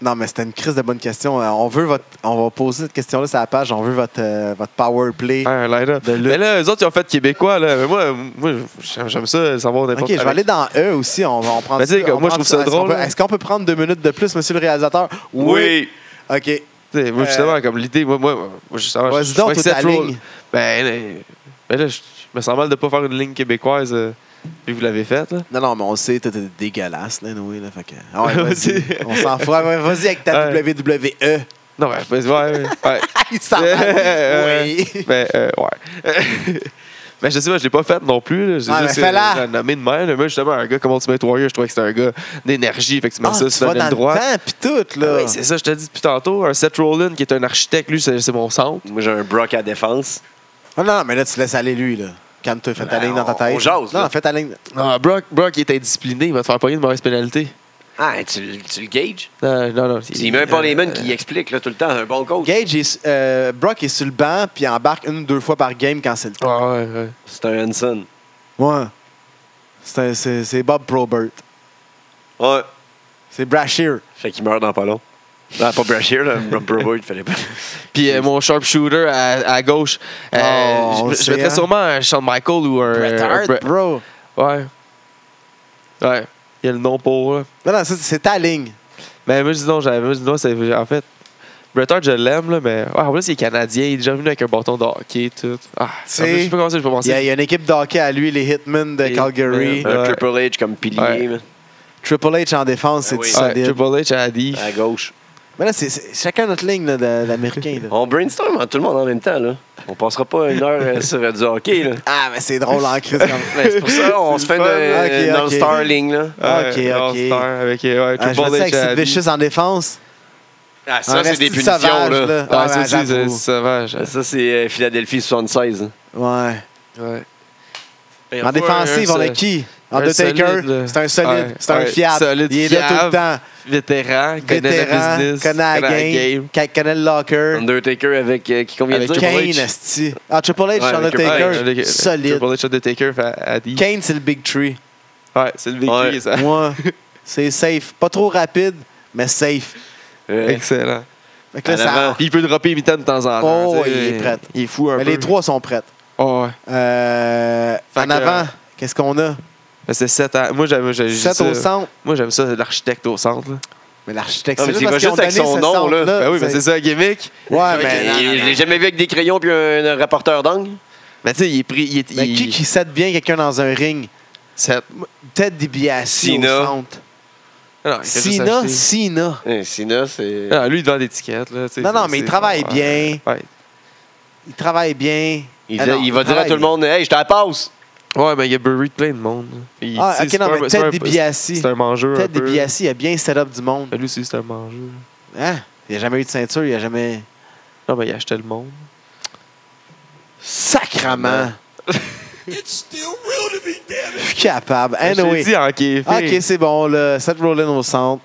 A: Non, mais c'était une crise de bonne question. Euh, On veut votre. On va poser cette question-là sur la page. On veut votre, euh, votre power play.
B: Ah, un line-up.
A: De lutte.
B: Mais là, eux autres, ils ont fait québécois, là. Mais moi, moi j'aime j'aime ça, savoir n'importe
A: Ok, je vais aller dans E aussi. On va en prendre.
B: Mais tu sais que
A: on
B: moi,
A: prend
B: je trouve ça
A: Est-ce qu'on
B: drôle, hein?
A: peut-
B: là.
A: Est-ce qu'on peut prendre deux minutes de plus, monsieur le réalisateur
C: Oui.
A: Ok.
B: T'sais, moi,
A: Euh,
B: justement, comme l'idée, moi, moi, moi justement,
A: Vas-y donc,
B: trouvais que
A: toi, ta
B: Seth Roll-
A: ligne.
B: Ben, là, ben là, je, je me sens mal de pas faire une ligne québécoise, euh, puis vous l'avez faite, là.
A: Non, non, mais on le sait, t'es t'es dégueulasse, là, Noé. Là, fait que... Ah ouais, vas-y.
B: (laughs) Vas-y.
A: on s'en fout. Ah Ouais, Vas-y avec ta E.
B: Ouais.
A: (laughs) WWE.
B: Non, ben, ben, ouais, ouais. (laughs) ouais.
A: Il s'en va.
B: (laughs) Euh,
A: Oui.
B: Ben, euh, ouais. (laughs) Mais je sais pas, je l'ai pas faite non plus. là. J'ai
A: Ah,
B: juste
A: mais fais-la.
B: euh, j'ai nommé de même. là. Moi, justement, un gars comme Ultimate Warrior, je trouvais que c'était un gars d'énergie. Fait que tu mets
A: Ah,
B: ça
A: tu
B: sur
A: vas
B: la ligne
A: dans
B: droite.
A: le temps, pis tout, là.
B: Ah oui, c'est ça, je te dis depuis tantôt. Un Seth Rollin, qui est un architecte, lui, c'est c'est mon centre.
C: Moi, j'ai un Brock à défense.
A: Ah, non, non, mais là, tu laisses aller lui, là. Calme-toi, fais ta
C: Ben,
A: ligne dans ta
C: on-
A: tête.
C: on jase,
A: Non,
C: là.
A: fais ta ligne.
B: Ah, Brock, Brock, il est indiscipliné. Il va te faire pogner une mauvaise pénalité.
C: Ah, tu, tu le gages?
B: Non, non, non.
C: C'est même pas les mêmes qui expliquent là, tout le temps. Un bon coach.
A: Gage, est, euh, Brock est sur le banc, puis il embarque une ou deux fois par game quand c'est le temps.
B: Ouais, ouais, ouais.
C: C'est un Hanson.
A: Ouais. C'est un- C'est c'est Bob Probert.
C: Ouais.
A: C'est Brashear.
C: Fait qu'il meurt dans pas long. Non, pas Brashear, là. Rob Bravo, il fallait (laughs) pas.
B: Puis euh, mon sharpshooter à, à gauche. euh,
A: Oh, on le
B: je- je
A: sait,
B: mettrais
A: hein.
B: sûrement un Shawn Michael ou un.
A: Bret
B: un
A: Hart,
B: Euh, Bret-
A: bro.
B: Ouais. Ouais. Il y a le nom pour. là.
A: Non, non, ça, c'est ta ligne.
B: Mais moi, dis donc, j'avais- moi, dis donc, c'est- en fait, Bret Hart, je l'aime, là, mais. Ouais, en plus, il est canadien. Il est déjà venu avec un bâton de hockey, tout. Ah, en
A: sais,
B: plus, je sais pas comment ça, je peux
A: Il y, a, il
B: penser.
A: y a une équipe d'hockey à lui, les Hitmen de
B: Et- Euh,
A: Calgary.
B: Ouais.
C: Un Triple H comme pilier,
B: Ouais.
C: man,
A: Triple H en défense, c'est
C: Ah oui.
A: du
B: Ouais,
A: solide.
B: Triple H à Adi.
C: à gauche.
A: Mais là, c'est- c'est chacun notre ligne là, de- d'Américain. là.
C: On
B: (laughs)
C: brainstorm hein, tout le monde en même temps, là. On passera pas une heure euh, sur euh, du hockey, là.
A: Ah, mais c'est drôle en crise. Comme...
C: Mais c'est pour (laughs) ça, on se fait une,
B: fun,
A: hein?
C: euh,
A: Ok,
C: une
A: ok.
C: All-Starling, là.
A: Ah, Ok,
B: Ouais,
A: ok.
B: All-Star Avec, euh, ouais,
A: Ah, je me
B: Triple
A: dis
B: H
A: avec
B: à
A: cette
B: Adi.
A: vicious en défense.
C: Ah,
A: Un
C: ça, c'est
A: esti
C: des
A: de
C: punitions,
A: sauvage,
C: là.
A: là.
B: Ah,
A: Ouais,
B: ça aussi, c'est
A: j'avoue.
B: sauvage.
C: Ça, c'est euh, Philadelphie 76. hein.
A: Ouais.
B: Ouais.
A: En défensive, on a qui? Undertaker,
B: solide, là.
A: c'est un solide,
B: Ouais,
A: c'est un
B: ouais,
A: fiable.
B: solide,
A: il est là tout le
B: fiable,
A: temps.
B: Vétéran, connaît
A: Vétéran,
B: le business,
A: connaît la game, ca- connaît le locker.
C: Undertaker avec euh, qui convient de
B: Avec
C: dire?
A: Kane,
B: H.
A: esti. Ah, Triple H,
C: Ouais, avec Triple
A: Undertaker,
B: Ouais, Undertaker.
A: solide.
B: Triple H Undertaker fait Adi.
A: Kane, c'est le big tree.
B: Ouais, c'est le vécu,
C: Ouais.
B: ça.
A: Moi, c'est safe. Pas trop rapide, mais safe.
C: Ouais.
B: Excellent.
A: Fait que là,
C: En
A: ça-
C: avant.
B: Puis il peut dropper imitant de temps en temps.
A: Oh,
B: tu sais.
A: il est prêt.
B: Il est fou un
A: mais
B: peu.
A: les trois sont prêtes.
B: Oh, ouais.
A: Euh,
B: Fait
A: en
B: que-
A: avant, qu'est-ce qu'on a?
B: Mais c'est 7 à... Moi, j'aime j'ai- j'ai
A: 7
B: ça.
A: au centre.
B: Moi, j'aime ça, l'architecte au centre. là.
A: Mais l'architecte,
C: Non, mais il va
A: parce
C: juste
A: qu'ils ont
C: avec
A: donné
C: son
A: ce
C: nom, là.
A: centre-là.
B: Ben oui, mais c'est ça, la gimmick.
A: Ouais,
C: Avec,
A: mais.
C: euh, je l'ai jamais vu avec des crayons puis un, un rapporteur d'angle.
B: Mais tu sais, il est pris. Il est,
A: Mais
B: il-
A: qui qui set bien quelqu'un dans un ring?
B: Sept.
A: Ted DiBiase au
C: Cena.
A: centre.
B: Ah non, il fait juste
A: Sina,
B: acheter.
A: Sina.
C: Hein, Sina, c'est.
B: Ah, lui, il vend des tickets. Là, tu sais,
A: Non, non,
B: c'est-
A: mais il
B: c'est-
A: travaille
B: ouais.
A: bien.
B: Ouais.
A: Il travaille bien.
C: Il,
A: Ah
C: dit-
A: non,
C: il va dire à
A: travaille
C: tout le monde Hey, je te la passe!
B: Ouais, mais il a buried plein de monde. là. Il-
A: Ah,
B: tu sais,
A: ok,
B: c'est
A: non,
B: pas un-
A: mais
B: c'est pas
A: Ted
B: un-
A: DiBiase.
B: C'est un mangeur.
A: Ted
B: un peu.
A: DiBiase, il a bien set-up du monde.
B: Mais Lui aussi, c'est un mangeur.
A: Hein? Il a jamais eu de ceinture, il a jamais.
B: Non, mais Ah, ben, il achetait le monde.
A: Sacrement! Je suis capable.
B: Je l'ai
A: Anyway.
B: dit en kiffé.
A: hein,
B: Ah,
A: Ok, c'est bon, là. Seth Rollins au centre.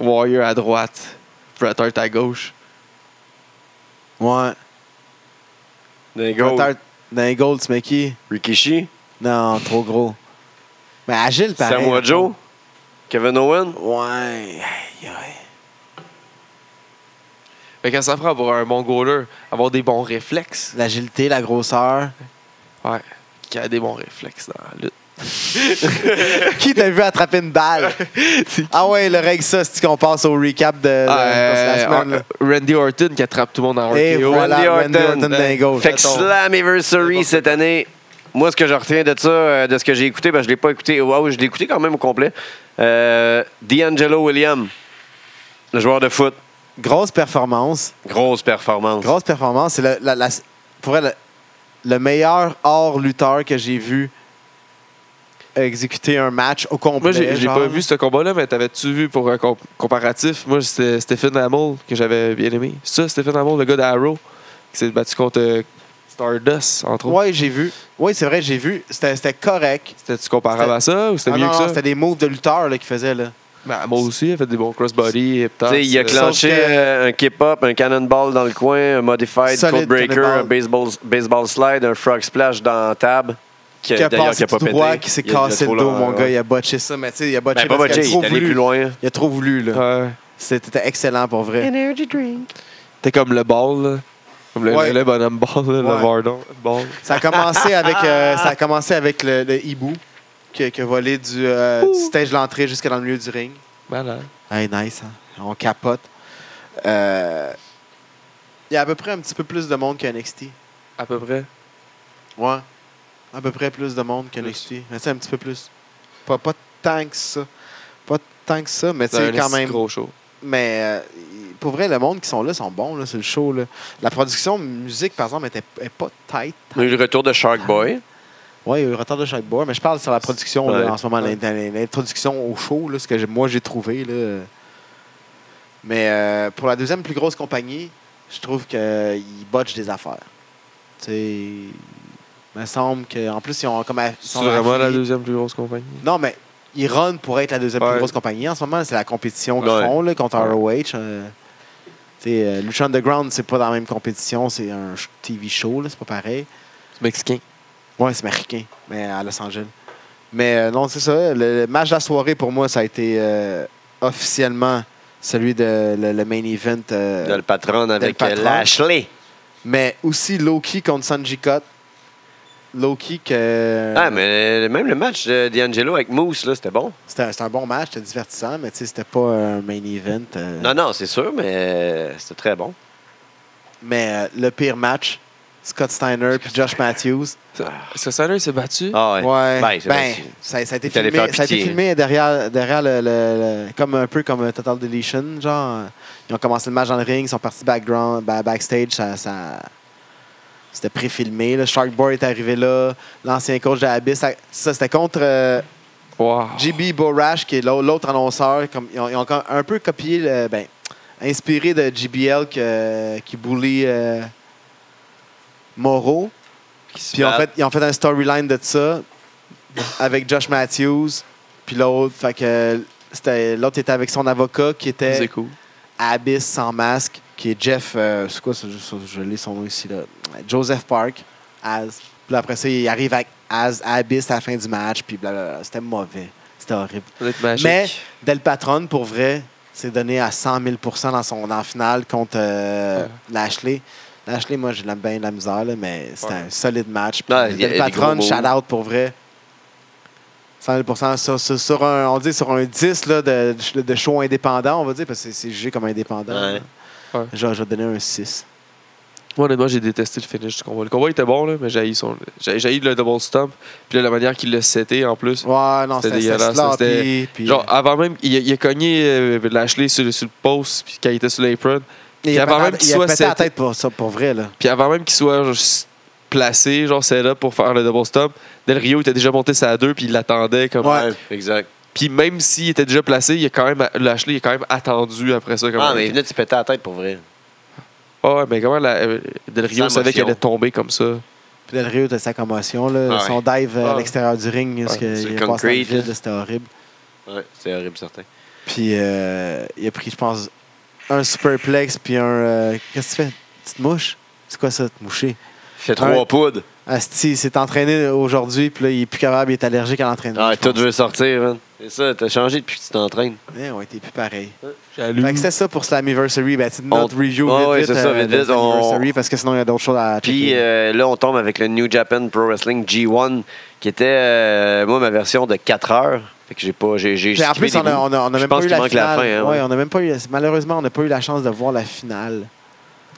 B: Warrior à droite, Bret Hart à gauche.
A: Ouais.
C: D'un
A: Gold. D'un Gold, tu mets qui?
C: Rikishi,
A: Non, trop gros. Mais agile, pareil.
C: Samoa Joe, Kevin Owen.
A: Ouais. Aïe, aïe.
B: Fait que ça prend pour un bon goaler, avoir des bons réflexes.
A: L'agilité, la (laughs) grosseur.
B: Ouais. Qui a des bons réflexes dans la lutte.
A: qui t'a vu attraper une (laughs) balle? ah ouais, le règle ça, c'est qu'on passe au recap de, de- de la
B: Euh,
A: semaine. là. Eh,
B: Ar- Randy Orton qui attrape tout le monde en RKO.
A: Et voilà, Randy
C: Randy
A: Orton,
C: Orton.
A: d'un Gold.
C: Fait que Slammiversary cette année, moi, ce que je retiens de ça, euh, de ce que j'ai écouté, parce que je l'ai pas écouté. Waouh, je l'ai écouté quand même au complet. Euh, D'Angelo William, le joueur de foot.
A: Grosse performance.
C: Grosse performance.
A: Grosse performance. C'est le- la- la- pour vrai, le, le meilleur hors lutteur que j'ai vu exécuter un match au complet.
B: Moi, j'ai j'ai
A: Ben, genre.
B: pas vu ce combat-là, mais t'avais-tu vu pour un comp- comparatif? Moi, c'était Stephen Hamill que j'avais bien aimé. C'est ça, Stephen Hamill, le gars d'Arrow, qui s'est battu contre euh, Stardust, entre autres.
A: Ouais, j'ai vu. Oui, c'est vrai, j'ai vu. C'était c'était correct.
B: C'était-tu comparable
A: C'était-
B: à ça ou c'était
A: Ah
B: mieux
A: non,
B: que
A: non,
B: ça?
A: c'était des moves de lutteur là, qu'il faisait. Là.
B: Ben, Hamill aussi, il a fait des bons crossbody et
C: Tu sais, il a
A: Sauf
C: clenché
A: que-
C: euh, un kick-up, un cannonball dans le coin, un modified
A: Solide
C: code breaker,
A: cannonball.
C: un baseball, baseball slide, un frog splash dans la table. Qui,
A: Qui a
C: d'ailleurs,
A: passé
C: qui a pas
A: tout
C: pété.
A: droit, qui s'est
C: Il a- il a
A: cassé
C: trop
A: le dos,
C: lent,
A: mon
C: ouais.
A: gars. Il a botché ça, mais tu sais, il a botché
C: Ben, pas
A: parce qu'il
C: botché,
A: a
C: il
A: trop
C: est allé
A: voulu.
C: plus loin. Ah.
A: Il a trop voulu, là.
B: Ouais.
A: C'était excellent pour vrai.
B: T'es comme le ball, là. Comme le,
A: Ouais.
B: le bonhomme ball, là,
A: Ouais.
B: le Vardon ball.
A: Ça a commencé avec, euh, ça a commencé avec le, le hibou qui, qui a volé du, euh, du stage de l'entrée jusqu'à dans le milieu du ring.
B: Malade.
A: Hey, nice, hein? on capote. Euh, Il y a à peu près un petit peu plus de monde qu'à NXT.
B: À peu près.
A: Ouais. À peu près plus de monde qu'à
B: Plus.
A: NXT. Mais c'est un petit peu plus. Pas, pas tant que ça. Pas tant que ça, mais c'est
B: un
A: quand
B: esti
A: même.
B: gros show.
A: Mais euh, pour vrai, le monde qui sont là sont bons, là, c'est le show. Là. La production musique, par exemple, était, est pas tight.
C: Il y a eu le retour de Shark Boy.
A: Oui, il y a eu retard de chaque bois, mais je parle sur la production là,
C: Ouais.
A: en ce moment, l'int- l'introduction au show, là, ce que j'ai- moi j'ai trouvé. là. Mais euh, pour la deuxième plus grosse compagnie, je trouve qu'ils botchent des affaires. Tu sais, il me semble qu'en plus, ils ont comme. à-
B: C'est
A: sont
B: vraiment la
A: affiliés-
B: deuxième plus grosse compagnie.
A: Non, mais ils run pour être la deuxième plus
B: Ouais.
A: grosse compagnie. En ce moment, c'est la compétition qu'ils
C: Ouais.
A: font là, contre
B: Ouais.
A: ROH. euh, tu sais, euh, Lucha Underground, c'est pas dans la même compétition, c'est un sh- TV show, là, c'est pas pareil.
B: C'est mexicain.
A: Ouais, c'est américain, mais à Los Angeles. Mais euh, non, c'est ça. Le, le match de la soirée, pour moi, ça a été euh, officiellement celui de le, le main event. euh,
C: De le patron avec
A: patron.
C: euh, Lashley.
A: mais aussi Loki contre Sanji Cott. Loki, que.
C: Ah, mais euh, même le match de D'Angelo avec Moose, là, c'était bon.
A: C'était un- c'était un bon match, c'était divertissant, mais tu sais, c'était pas un main event. euh.
C: Non, non, c'est sûr, mais euh, c'était très bon.
A: Mais euh, le pire match, Scott Steiner puis Josh Matthews.
B: Est-ce que Sanders s'est battu?
C: Ah ouais.
A: Ouais.
C: Ben, c'est
A: Ben,
C: vrai,
A: ça, ça a été
C: Il fallait
A: filmé,
C: faire
A: ça a été
C: pitié.
A: filmé derrière, derrière le, le- le- comme un peu comme Total Deletion, genre euh, ils ont commencé le match dans le ring, ils sont partis background, ba- backstage, ça, ça- c'était préfilmé. Le Sharkboy est arrivé là, l'ancien coach de Abyss, ça, ça, c'était contre euh,
B: Wow.
A: JB Borash qui est l'au- l'autre annonceur, comme ils ont, ils ont comme un peu copié, le- ben, inspiré de JBL que- qui bully euh, Moreau.
C: c'est-
A: Puis en
B: Bah.
A: fait, ils ont fait un storyline de ça avec Josh Matthews. Puis l'autre, fait que c'était l'autre était avec son avocat qui
B: C'est
A: était
B: cool.
A: Abyss sans masque, qui est Jeff. euh, c'est quoi ça, je, ça, je lis son nom ici là. Joseph Park, As. Puis là, après ça, il arrive avec As Abyss à la fin du match. Puis blablabla. C'était mauvais. C'était horrible.
B: Ça doit être magique.
A: Mais Del Patron, pour vrai, s'est donné à 100 000 dans son en finale contre euh,
B: Ouais.
A: Lashley. Lashley, moi, j'ai de la- bien de la misère, là, mais c'était
B: Ouais.
A: un solide match. Puis
C: Ouais, il y a- il
A: Del
C: y a des gros
A: Patron,
C: moves.
A: shout-out pour vrai. 100 000 sur, sur- sur un, on dit sur un 10 là, de, de show indépendant, on va dire, parce que c'est- c'est jugé comme indépendant.
C: Ouais.
A: là.
B: Ouais.
A: Genre, je vais donner un 6.
B: Moi, honnêtement, j'ai détesté le finish du combat. Le combat était bon, là, mais j'ai haï son... j'ai j'ai haï le double stomp. Puis là, la manière qu'il l'a seté en plus.
A: Ouais, non,
B: C'était
A: c'était
B: dégueulasse,
A: sloppy,
B: c'était-
A: puis-
B: Genre, avant même, il a, il a cogné euh, Lashley sur, le- sur le post, puis quand il était sur l'apron.
A: il,
B: il
A: a
B: avait
A: pété-
B: même qu'il
A: il a
B: soit
A: pété la
B: seté.
A: tête pour, ça, pour vrai. Là.
B: Puis avant même qu'il soit genre, s- placé, genre, c'est là pour faire le double stomp, Del Rio était déjà monté sa 2, puis il l'attendait. Comme...
A: Ouais.
C: Ouais, exact.
B: Puis même s'il était déjà placé, il a quand même, Lashley il a quand même attendu après ça. Comme
C: Ah, mais il venait de se péter la tête pour vrai.
B: Ah ouais, mais comment la, euh, Del Rio
C: Sans
B: savait qu'elle
C: émotion.
B: allait tomber comme ça?
A: Puis Del Rio était sa commotion, là,
C: Ah ouais.
A: son dive euh, à
B: Ah.
A: l'extérieur du ring, parce
B: Ouais,
A: qu'il
C: sur le
A: est passé dans le
C: concrete,
A: vide,
C: là.
A: c'était horrible.
C: Ouais, c'est horrible, certain.
A: Puis euh, il a pris, je pense, un superplex, puis un. euh, Qu'est-ce que tu fais? Petite mouche? C'est quoi ça, te moucher?
C: Fait trois poudres.
A: Asti, il s'est entraîné aujourd'hui, puis là, il est plus capable, il est allergique à l'entraînement.
C: Ah, tout veut sortir, man. C'est ça, t'as changé depuis que tu t'entraînes.
A: Eh ouais, t'es plus pareil.
B: Jaloux.
A: Fait que c'était ça pour Slammiversary. Ben, tu notre
C: On-
A: review
C: Ah
A: vite,
C: ouais,
A: vite,
C: c'est ça, vite,
A: de
C: vite, on-
A: Slammiversary, parce que sinon, il y a d'autres choses à
C: Puis
A: checker.
C: euh, là, on tombe avec le New Japan Pro Wrestling G1, qui était, euh, moi, ma version de 4 heures. Fait que j'ai pas. J'ai, j'ai
A: Puis en
C: skippé
A: plus,
C: des
A: on a,
C: bouts.
A: on a- on a
C: Je
A: même
C: pense
A: pas eu
C: qu'il
A: la
C: manque la
A: finale.
C: fin, hein,
A: ouais,
C: ouais.
A: on a même pas eu, malheureusement, on n'a pas eu la chance de voir la finale.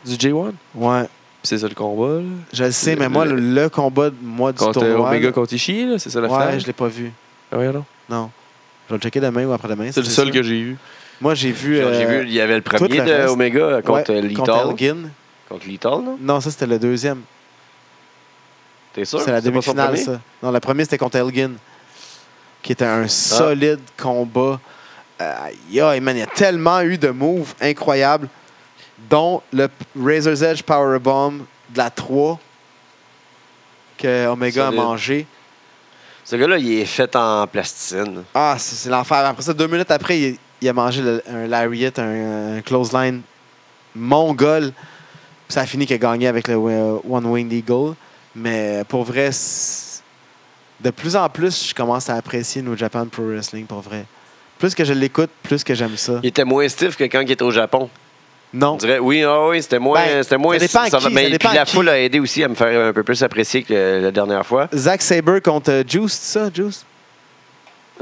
B: Du J1.
A: Ouais,
B: C'est ça le combat, là.
A: je le sais,
B: Le-
A: mais moi, le,
B: le-
A: le combat de moi du
B: Contre
A: tournoi.
B: Omega
A: là,
B: contre Ishii, là, c'est ça la
A: ouais,
B: finale?
A: je l'ai pas vu.
B: Ah ouais, non.
A: Non. Je vais le checker demain ou après-demain.
B: C'est le seul
A: sûr.
B: que j'ai eu.
A: Moi, j'ai vu.
C: Genre, J'ai
A: euh,
C: vu, il y avait le
A: tout
C: premier
A: le
C: de
A: reste.
C: Omega contre euh,
A: ouais,
C: Lethal.
A: Contre Elgin.
C: Contre Lethal, non?
A: Non, ça, c'était le deuxième.
C: T'es sûr?
A: C'est la
C: pas son
A: demi-finale,
C: premier?
A: ça. Non, la première, c'était contre Elgin, qui était un solide combat. Euh, aïe, man, il y a tellement eu de moves incroyables, dont le p- Razor's Edge Powerbomb de la 3 que Omega
C: Solide.
A: a mangé.
C: Ce gars-là, il est fait en plasticine.
A: Ah, c'est c'est l'enfer. Après ça, deux minutes après, il, il a mangé le- un lariat, un, un clothesline mongol. Puis ça a fini qu'il a gagné avec le euh, One Winged Eagle. Mais euh, pour vrai, c'est- de plus en plus, je commence à apprécier nos Japan Pro Wrestling, pour vrai. Plus que je l'écoute, plus que j'aime ça.
C: Il était moins stiff que quand il était au Japon. On
A: Non.
C: dirait, oui, ah oui, c'était moins.
A: Ben,
C: c'était moins
A: ça dépend
C: stiff,
A: à qui,
C: mais
A: ça dépend
C: puis la
A: à qui.
C: foule a aidé aussi à me faire un peu plus apprécier que euh, la dernière fois.
A: Zack Saber contre euh, Juice, c'est ça, Juice?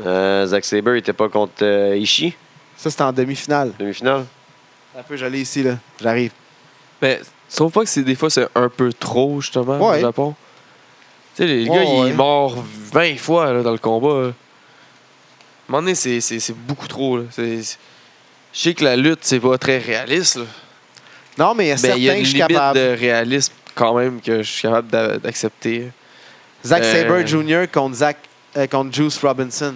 C: Euh, Zack Saber n'était pas contre euh, Ishii,
A: Ça, c'était en demi-finale.
C: demi-finale.
A: Un peu, j'allais ici, là. J'arrive.
B: Mais Ben, sauf pas que c'est des fois c'est un peu trop justement
A: Ouais.
B: au Japon. Tu sais, les
A: Ouais,
B: gars, il
A: ouais.
B: est mort 20 fois là, dans le combat. là. À un moment donné, c'est- c'est c'est beaucoup trop. là. C'est- c'est- Je sais que la lutte, c'est pas très réaliste. là.
A: Non, mais il y a
B: Mais
A: certains
B: Ben, il y a
A: que
B: une
A: je suis
B: limite
A: capable.
B: de réalisme quand même que je suis capable d'a- d'accepter.
A: Zack
B: Euh,
A: Sabre Jr. contre, Zack, euh, contre Juice Robinson.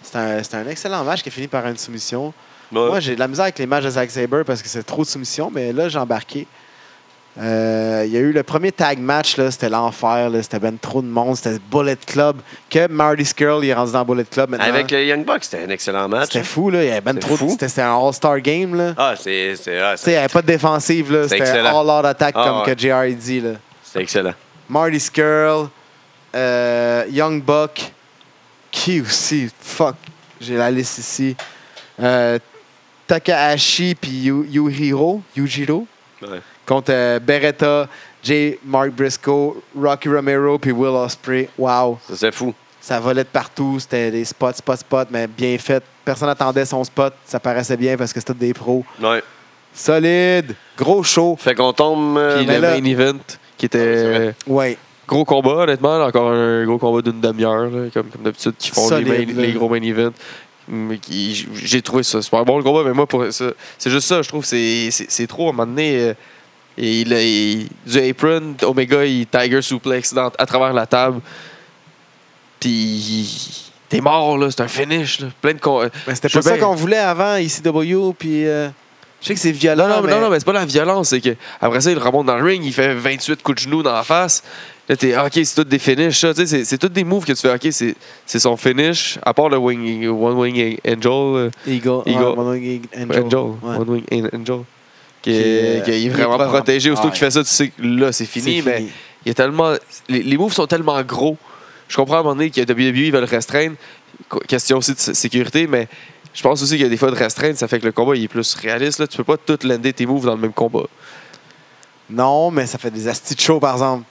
A: C'est un, c'est un excellent match qui a fini par une soumission. Moi, j'ai de la misère avec les matchs de Zack Sabre parce que c'est trop de soumissions, mais là, j'ai embarqué. Euh, Il y a eu le premier tag match, là, c'était l'enfer, là, c'était ben trop de monde, c'était Bullet Club. Que Marty Skrull il est rendu dans Bullet Club maintenant.
C: Avec le Young Bucks, c'était un excellent match.
A: C'était fou, là. Il y avait ben
C: C'était
A: trop de-
C: fou.
A: C'était c'était un All-Star game, là.
C: Ah, c'est c'est- ah,
A: Tu sais, il n'y avait pas de défensive, là.
C: C'est
A: C'était
C: excellent.
A: all-out attack
C: Ah,
A: comme
C: ouais.
A: que JR il dit, là.
C: c'est excellent.
A: Marty Skrull, euh, Young Buck, qui aussi, fuck, j'ai la liste ici. Euh, Takahashi puis Yu- Yuhiro, Yujiro,
C: Ouais.
A: contre euh, Beretta, J. Mark Briscoe, Rocky Romero puis Will Ospreay. Wow,
C: Ça, C'est fou.
A: ça volait de partout, c'était des spots, spots, spots, mais bien fait. Personne n'attendait son spot, ça paraissait bien parce que c'était des pros.
C: Ouais.
A: Solide, gros show.
C: Fait qu'on tombe. euh,
B: Puis
A: mais
B: le
A: là-
B: main event qui était
C: Ah, c'est
B: euh,
C: vrai.
A: Ouais,
B: gros combat, honnêtement, là, encore un gros combat d'une demi-heure, là, comme, comme d'habitude, qui font les,
A: Solide,
B: main-
A: là.
B: les gros main events. Mais qui- J'ai trouvé ça super bon le combat, mais moi, pour ça, c'est juste ça, je trouve, c'est- c'est c'est trop à un moment donné. euh, et il, a- il- du apron, Omega, il Tiger Suplex dans- à travers la table. Puis, il- t'es mort, là, c'est un finish. là. plein de con-
A: mais c'était
B: Je
A: pas
B: veux
A: ça
B: bien-
A: qu'on voulait avant, ICW, puis euh, je sais que c'est violent.
B: Non, non, mais...
A: mais-
B: non, non, mais c'est pas la violence. C'est que après ça, il remonte dans le ring, il fait 28 coups de genoux dans la face. Là, t'es ah, OK, c'est tout des finishes. ça. Tu sais, C'est c'est tout des moves que tu fais. OK, c'est c'est son finish. À part le wing, One Wing Angel. euh,
A: Eagle.
B: Eagle.
A: ouais, Mono Eagle- Angel.
B: Angel.
A: Ouais.
B: One Wing An- Angel. Qui
A: Qui,
B: est,
A: euh,
B: qui est
A: il est
B: vraiment
A: propre.
B: protégé. Aussitôt
A: Ouais.
B: qu'il fait ça, tu sais que là, c'est
A: C'est
B: fini, mais il y a tellement. Les, les moves sont tellement gros. Je comprends à un moment donné que WWE ils veulent restreindre. Qu- Question aussi de s- sécurité, mais je pense aussi qu'il y a des fois de restreindre, ça fait que le combat il est plus réaliste. Là. Tu peux pas tout lander tes moves dans le même combat.
A: Non, mais ça fait des astis de show, par exemple.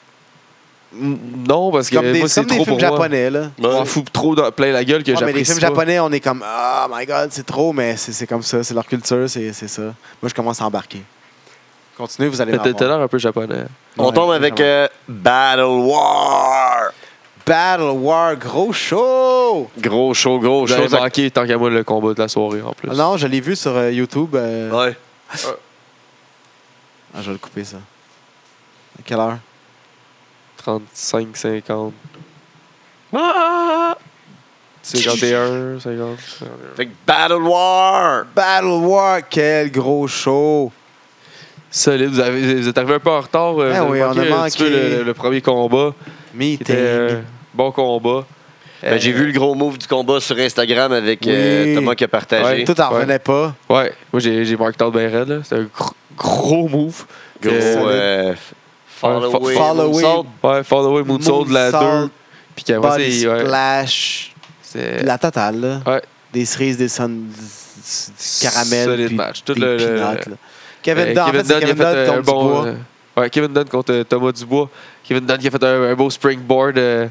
B: M- Mm, Non, parce que
A: Comme des,
B: moi,
A: comme
B: c'est
A: des
B: trop
A: films
B: pour moi.
A: japonais, là.
B: On m'en fout trop dans, plein la gueule que
A: Ouais, mais les
B: j'apprécie
A: films
B: pas.
A: japonais, on est comme Oh my god, c'est trop, mais c'est c'est comme ça, c'est leur culture, c'est c'est ça. Moi, je commence à embarquer. Continuez, vous allez
B: Mais t'as-
A: m'avoir.
B: t'as l'air un peu japonais.
C: On
A: Ouais,
C: tombe avec
A: vraiment.
C: euh, Battle War.
A: Battle War, gros show!
C: Gros show, gros show.
B: J'avais
C: Ça-
B: manqué tant qu'à moi le combat de la soirée en plus.
A: Ah non, je l'ai vu sur euh, YouTube. euh,
C: Ouais.
A: ah, je vais le couper, ça. À quelle heure?
B: 35, 50,
C: Ah!
B: 51, 50. 51.
C: Fait que Battle
B: Euh,
C: War.
A: Battle War, quel gros show!
B: Solide, vous, avez, vous êtes arrivé un peu en retard. euh,
A: Ah
B: vous
A: oui,
B: avez
A: on a
B: un petit peu
A: manqué.
B: le, le premier combat. qui
A: Meeting.
B: était, euh, bon euh, combat.
C: Ben, J'ai vu le gros move du combat sur Instagram avec euh,
A: Oui.
C: Thomas qui a partagé.
B: Ouais,
A: Tout en
B: Ouais.
A: revenait pas.
B: Ouais, moi j'ai j'ai marqué out bien ben raide, là. C'était un gr- gros move.
C: gros
B: Euh,
C: euh,
B: Ouais, fo-
C: follow-away.
A: follow-away.
C: moonsault.
B: Ouais, Followaway, Moonsault de la
A: Moonsault,
B: 2. Puis qu'après,
A: Body
B: c'est. Ouais,
A: splash.
B: c'est-
A: puis La totale, là.
B: Ouais.
A: Des cerises, des sun... du caramel.
B: Solide
A: puis
B: match. Tout
A: des
B: le- le-
A: peanuts, là.
B: Euh,
A: Kevin Dunn, en fait, c'est
B: Dunn, il a
A: Kevin Dunn
B: fait euh, un
A: contre
B: bon,
A: Dubois.
B: euh, ouais, Kevin Dunn contre euh, Thomas Dubois. Kevin Dunn qui a fait un, un beau springboard, euh,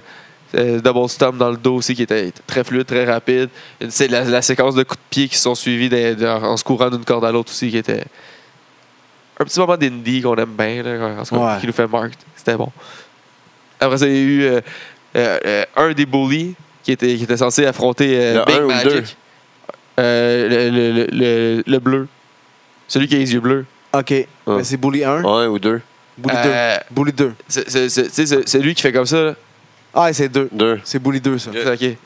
B: euh, double stomp dans le dos aussi, qui était très fluide, très rapide. Une sé- la, la séquence de coups de pied qui se sont suivis des- de- en se courant d'une corde à l'autre aussi, qui était un petit moment d'indie qu'on aime bien, là, en ce moment,
A: Ouais.
B: qui nous fait marque. C'était bon. Après ça, il y a eu euh, euh, euh, un des bullies qui était, qui était censé affronter euh,
C: Le
B: Big
C: un ou
B: Magic.
C: deux?
B: Euh, le- le- le- le- le bleu. Celui qui a les yeux bleus.
A: OK.
C: Ouais.
A: Mais c'est Bully 1,
C: Un ou deux.
A: Bully 2.
B: Euh,
A: Bully 2.
B: c'est- c'est- c'est- tu sais, c'est- c'est lui qui fait comme ça. là.
A: Ah, c'est 2.
C: Deux.
A: C'est Bully 2, ça.
B: C'est ok.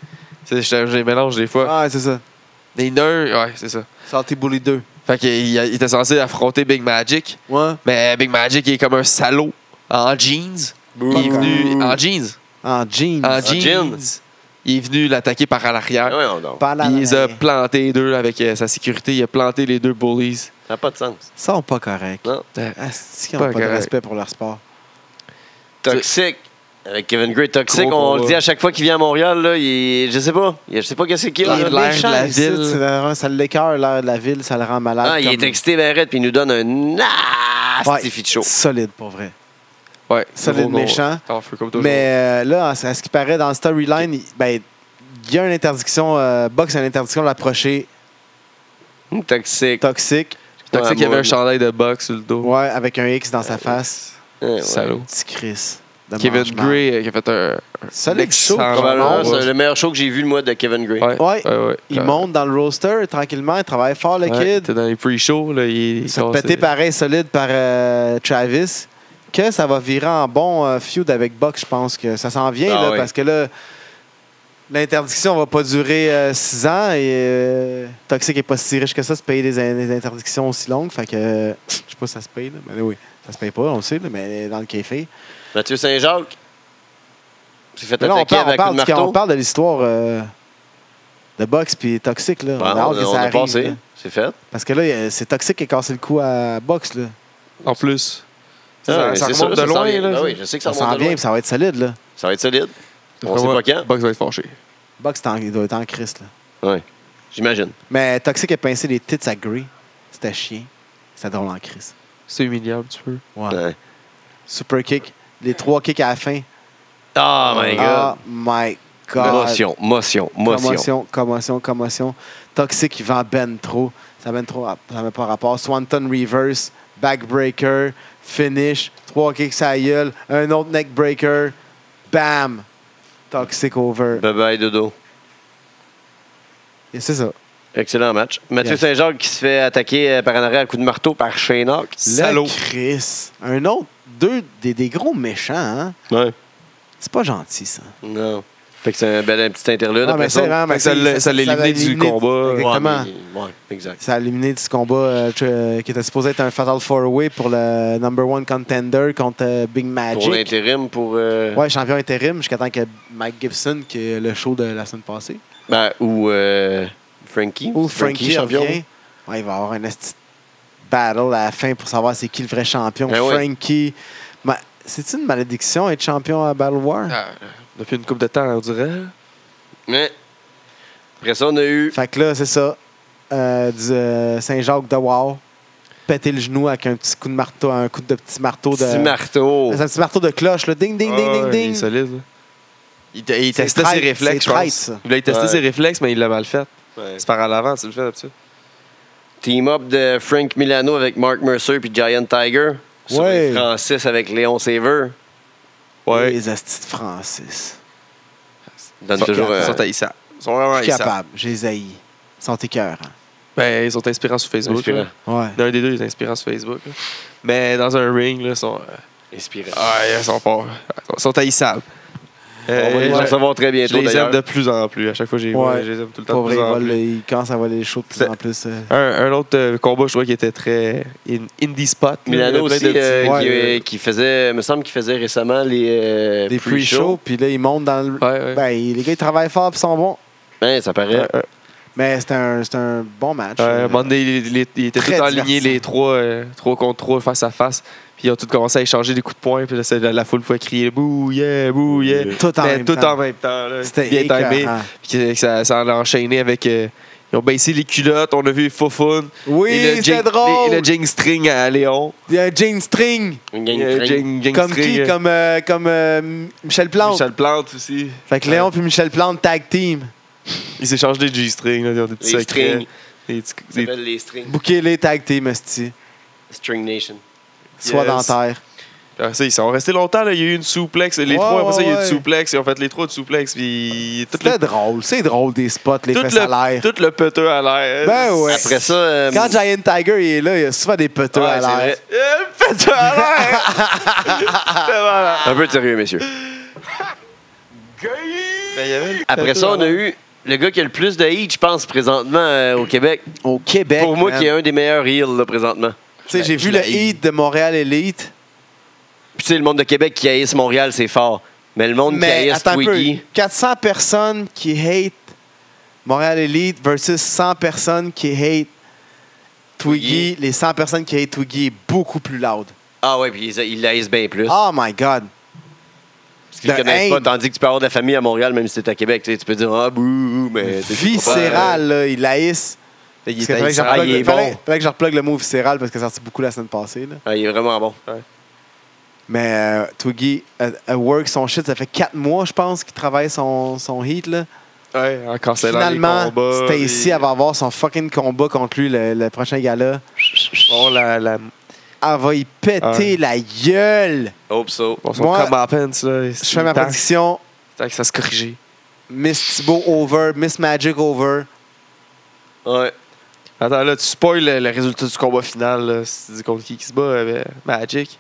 B: C'est- Je je les mélange des fois.
A: Ah, c'est ça.
B: Les nerfs, ouais, c'est ça.
A: Santé Bully 2.
B: Fait qu'il il a- il était censé affronter Big Magic,
A: Ouais.
B: mais euh, Big Magic il est comme un salaud en jeans. Il est venu en jeans.
A: En jeans.
B: En
A: En
B: jeans.
C: jeans.
B: Il est venu l'attaquer par à
C: Ah,
B: l'arrière.
C: ouais, non, non.
A: Pas
B: Puis Il les a plantés deux avec euh, sa sécurité. Il a planté les deux bullies.
C: Ça n'a pas de sens.
A: sont pas corrects. Euh,
C: Non.
A: Asti, qu'ils ont
B: Pas
A: pas, de
B: correct.
A: respect pour leur sport.
C: Toxic. Avec Kevin Gray, Toxic,
B: Gros
C: on
B: combat.
C: le dit à chaque fois qu'il vient à Montréal, là, il, je sais pas. Il- je sais pas qu'est-ce qu'il
B: Il
C: a.
B: est
C: là.
B: de Ah, l'air
A: méchant,
B: de la
A: ici,
B: ville.
A: c'est vraiment- Ça l'écœure, l'air de la ville, ça le rend malade.
C: Ah, il est
A: comme-
C: excité, Barrette, puis il nous donne un
A: Ouais,
C: nasty fit show.
A: Solide, pour vrai.
B: Ouais.
A: Solide
B: Gros, gros.
A: méchant.
B: T'en fais comme toujours.
A: Mais euh, là, à ce qui paraît, dans le storyline, il ben, il y a une interdiction, euh, Box a une interdiction de l'approcher
C: Toxic.
A: toxique,
B: Fait que c'est
C: Ouais,
B: qu'il y avait
C: moi,
B: un chandail de boxe sur le dos.
A: ouais, avec un X dans sa face.
C: Ouais, ouais.
B: Salaud.
A: Petit Chris. de
B: Euh, Kevin
A: mange-marde.
B: Gray euh, qui a fait un.
A: Solide show.
B: excellent
A: vraiment.
C: Probablement,
B: ouais.
C: c'est le meilleur show que j'ai vu, moi, de Kevin Gray.
B: Ouais.
A: Ouais. Il
B: Ouais.
A: monte dans le roster tranquillement, il travaille fort, le
B: euh, Ouais,
A: kid.
B: T'es dans les pre-shows, là. Il,
A: Il se fait péter pareil solide par euh, Travis. Que ça va virer en bon euh, feud avec Buck, je pense que ça s'en vient,
C: Ah
A: là,
C: oui.
A: parce que là, l'interdiction va pas durer euh, six ans et euh, Toxic est pas si riche que ça, se payer des, in- des interdictions aussi longues. Fait que, euh, je sais pas si ça se paye, là, mais oui, ça se paye pas, on le sait, là, mais dans le café.
C: Mathieu Saint-Jacques s'est fait
A: Mais là, on
C: attaquer
A: parle, on
C: avec un coup
A: parle
C: de
A: du- on
C: marteau.
A: parle de l'histoire euh, de Box puis Toxic, là. on a
C: Bon,
A: hâte que ça
C: a
A: arrive,
C: passé.
A: là.
C: C'est fait.
A: Parce que là, euh, c'est Toxic qui a cassé le coup à Box, là.
B: En plus.
C: Ah,
B: Ça,
C: mais
B: ça
C: c'est
B: remonte
C: sûr,
B: de
C: ça s'en
B: loin,
C: vient.
B: là.
C: Ah
B: ça.
C: oui, je sais que ça,
A: Ça s'en
C: remonte de
A: vient,
C: loin.
A: puis ça va être solide, là.
C: Ça va être solide. On sait
B: Ouais,
C: pas quand.
B: Bucks va être fâché.
A: Box t'en- il doit être en crise. Là.
C: J'imagine.
A: Mais Toxic a pincé les tits à Grey. C'était chien. C'était drôle en crise.
B: C'est humiliant un petit peu.
A: Ouais.
C: Ouais.
A: Super kick. Les trois kicks à la fin.
C: Oh my God.
A: Oh my God.
C: Motion, motion, motion.
A: Commotion, commotion, commotion. Toxic, il vend ben trop. Ça mène trop, à- ça mène pas rapport. Swanton reverse, backbreaker, finish, trois kicks à la gueule, un autre neckbreaker, bam, toxic over.
C: Bye bye, Dodo.
A: Et c'est ça.
C: Excellent match. Mathieu
A: Yes.
C: Saint-Jacques qui se fait attaquer euh, par un arrêt à coup de marteau par Shane Hawk.
B: Salaud.
A: Le Chris. Un autre, deux, des, des gros méchants, hein?
C: Ouais.
A: C'est pas gentil, ça.
C: Non. Fait que c'est un bel un petit interlude
A: Ah,
C: après
A: mais
C: ça.
A: c'est vraiment-
B: Fait que ça
A: c'est-
B: l'a- ça l'a éliminé du combat.
C: Ouais,
A: Exactement.
C: mais- ouais, exact.
A: Ça a éliminé du combat euh, tr- euh, qui était supposé être un Fatal Four Way pour le number one contender contre euh, Big
C: Pour
A: Magic.
C: l'intérim, pour. euh,
A: Ouais, champion intérim jusqu'à temps que Mike Gibson, qui est le show de la semaine passée,
C: ben, ou euh, Frankie.
A: ou Frankie
C: champion.
A: revient. Ouais, il va avoir un esti de battle à la fin pour savoir c'est qui le vrai champion.
C: Ben ouais.
A: Frankie. Ma- C'est-tu une malédiction être champion à Battle War?
B: Ah, depuis une coupe de temps, on dirait.
C: Mais après ça, on a eu.
A: Fait que là, c'est ça. Euh, du euh, Saint-Jacques de Wow. Péter le genou avec un petit coup de marteau, un coup de petit marteau de.
C: Petit marteau.
A: C'est un petit marteau de cloche, là. Ding, ding, ding,
B: Ah,
A: ding,
B: Il est
A: ding.
B: solide. là. Il, te- il
A: C'est
B: testait ses
A: tight,
B: réflexes,
A: c'est
B: je
A: tight,
B: pense.
A: ça.
B: Il voulait tester
C: Ouais.
B: ses réflexes, mais il l'a mal fait.
C: Ouais.
B: C'est par à l'avant, tu le fais là-dessus.
C: Team-up de Frank Milano avec Mark Mercer puis Giant Tiger. Sur
A: Ouais.
C: les Francis avec Léon Saver.
B: Ouais.
A: Les astis de Francis.
C: Donne
B: Ils sont-
C: toujours. euh,
B: Ils sont haïssants. Ils sont vraiment
A: Je suis
B: haïssants.
A: capable. Je les haïs. Ils sont écœurants.
B: Ben, ils sont inspirants sur Facebook.
C: Inspirant.
B: là.
A: Ouais.
B: L'un des deux il est inspirant sur Facebook. là. Mais dans un ring, là, ils sont. euh,
C: Inspirant.
B: Ah, ils sont forts. Ils sont haïssables. Euh,
C: On va les
B: je-
C: recevoir très
B: je
C: bientôt
B: les aime
C: d'ailleurs.
B: de plus en plus. À chaque fois, j'ai
A: Ouais.
B: je les aime tout le temps
A: Pour vrai,
B: de plus
A: il,
B: en
A: vole,
B: plus.
A: il commence à voler les shows de plus
B: C'est-
A: en plus. euh.
B: Un, un autre euh, combat, je trouvais qui était très in- indie spot. là. Il y avait
C: Milano
B: plein
C: aussi,
B: de petits-
C: euh,
A: Ouais.
C: qui, euh, qui faisait, me semble qu'il faisait récemment les, euh,
A: Des pre-shows, puis là, ils montent dans le.
B: Ouais, ouais.
A: Ben, les gars, ils travaillent fort, puis ils sont bons.
C: Ben, ça paraît.
B: Ouais, ouais.
A: Mais c'est un, c'est un bon match.
B: Euh, Ouais, à un
A: Euh,
B: moment donné, ils, ils- ils étaient
A: Très
B: tous alignés,
A: divertissant.
B: les trois, euh, trois contre trois, face à face. Puis ils ont tous commencé à échanger des coups de poing. Puis là, c'est- la, la foule pouvait crier Bouh, yeah, bouh, yeah.
A: tout en
B: Mais
A: même
B: tout
A: temps.
B: en même temps. là.
A: C'était
B: bien timé.
A: écœurant.
B: Puis que ça, ça en a enchaîné avec. euh, ils ont baissé les culottes, on a vu Fofun.
A: Oui,
B: jing-
A: c'était drôle.
B: Et le Jing String à Léon.
A: Il y a Jane String.
C: Une
B: Et
C: gang
B: le
C: de cringe.
B: Jing- Jing
A: Comme
B: String,
A: qui
B: euh,
A: Comme, euh, comme euh, Michel Plante.
B: Michel Plante aussi.
A: Fait que Léon puis Michel Plante tag team.
B: Ils s'échangent des G-strings, là, ils ont des petits
C: Les
B: secrets.
C: strings.
B: Des petits-
C: Ça
B: des-
C: s'appelle les String.
A: Bouquez-les tag team, Esti.
C: String Nation.
A: Soit
B: Yes.
A: dans terre.
B: Après Ah, ça, ils sont restés longtemps, là. il y a eu une souplex. Les
A: Ouais,
B: trois, après ça, il y a eu
A: ouais.
B: une souplex. Ils ont fait les trois de souplex. Puis toutes les-
A: C'était drôle. C'est drôle des spots, les
B: tout
A: fesses à
B: le,
A: l'air.
B: tout le peteux à l'air.
A: Ben ouais.
B: (laughs)
C: Après ça. euh,
A: Quand Giant Tiger il est là, il y a souvent des peteux
C: ouais,
A: à
C: c'est
A: l'air.
C: vrai.
B: Euh, le peteux à l'air!
A: (laughs)
B: C'est malade.
C: Un peu de sérieux, messieurs.
B: Ben, il y avait le
C: Après
B: peteux
C: ça,
B: à
C: on a
B: l'air.
C: eu le gars qui a le plus de hit, je pense, présentement euh, au Québec.
A: Au Québec.
C: Pour moi,
A: man.
C: qui est un Ben, des meilleurs heels, là, présentement.
A: Tu sais, j'ai
B: je
A: vu
B: la
A: le
B: haïs.
A: hit de Montréal Elite.
C: Puis, tu sais, le monde de Québec qui haïsse Montréal, c'est fort. Mais le monde
A: Mais
C: qui haïsse
A: attends un peu.
C: Twiggy.
A: 400 personnes qui hate Montréal Elite versus 100 personnes qui hate Twiggy. Les 100 personnes qui hate Twiggy est beaucoup plus loud.
C: Ah ouais, puis ils- ils l'haïssent bien plus.
A: Oh my God.
C: parce qu'ils
A: de
C: le connaissent
A: haine.
C: pas, tandis que tu peux avoir de la famille à Montréal, même si t'es à Québec. Tu sais, tu peux dire, ah, bouh, mais. tu sais, tu comprends.
A: Viscéral, là, il haïssent.
B: Il
A: Parce
B: était
A: que fallait que je
B: extra-
C: Ah, il euh, est
A: replugue- fallait
C: bon.
A: fallait que je replugue le mot viscéral parce que ça sorti beaucoup la semaine passée. là.
C: Ah, il est vraiment bon.
A: Mais euh, Twiggy, elle elle work son shit, ça fait 4 mois, je pense, qu'il travaille son, son hit. Là.
B: Ouais, en cancellant les
A: Finalement,
B: combats,
A: Stacy,
B: les-
A: elle va avoir son fucking combat contre lui le, le prochain gala.
B: Bon, la, la...
A: Elle va y péter
B: Ouais.
A: la gueule.
C: Hope so.
B: Bon, son
A: Moi,
B: come up hands, là.
A: Je fais ma prédiction.
B: que ça se corriger.
A: Miss Thibault over, Miss Magic over.
C: Ouais.
B: Attends, là, tu spoil le, le résultat du combat final. Là, si tu dis contre qui qui se bat, euh, Magic.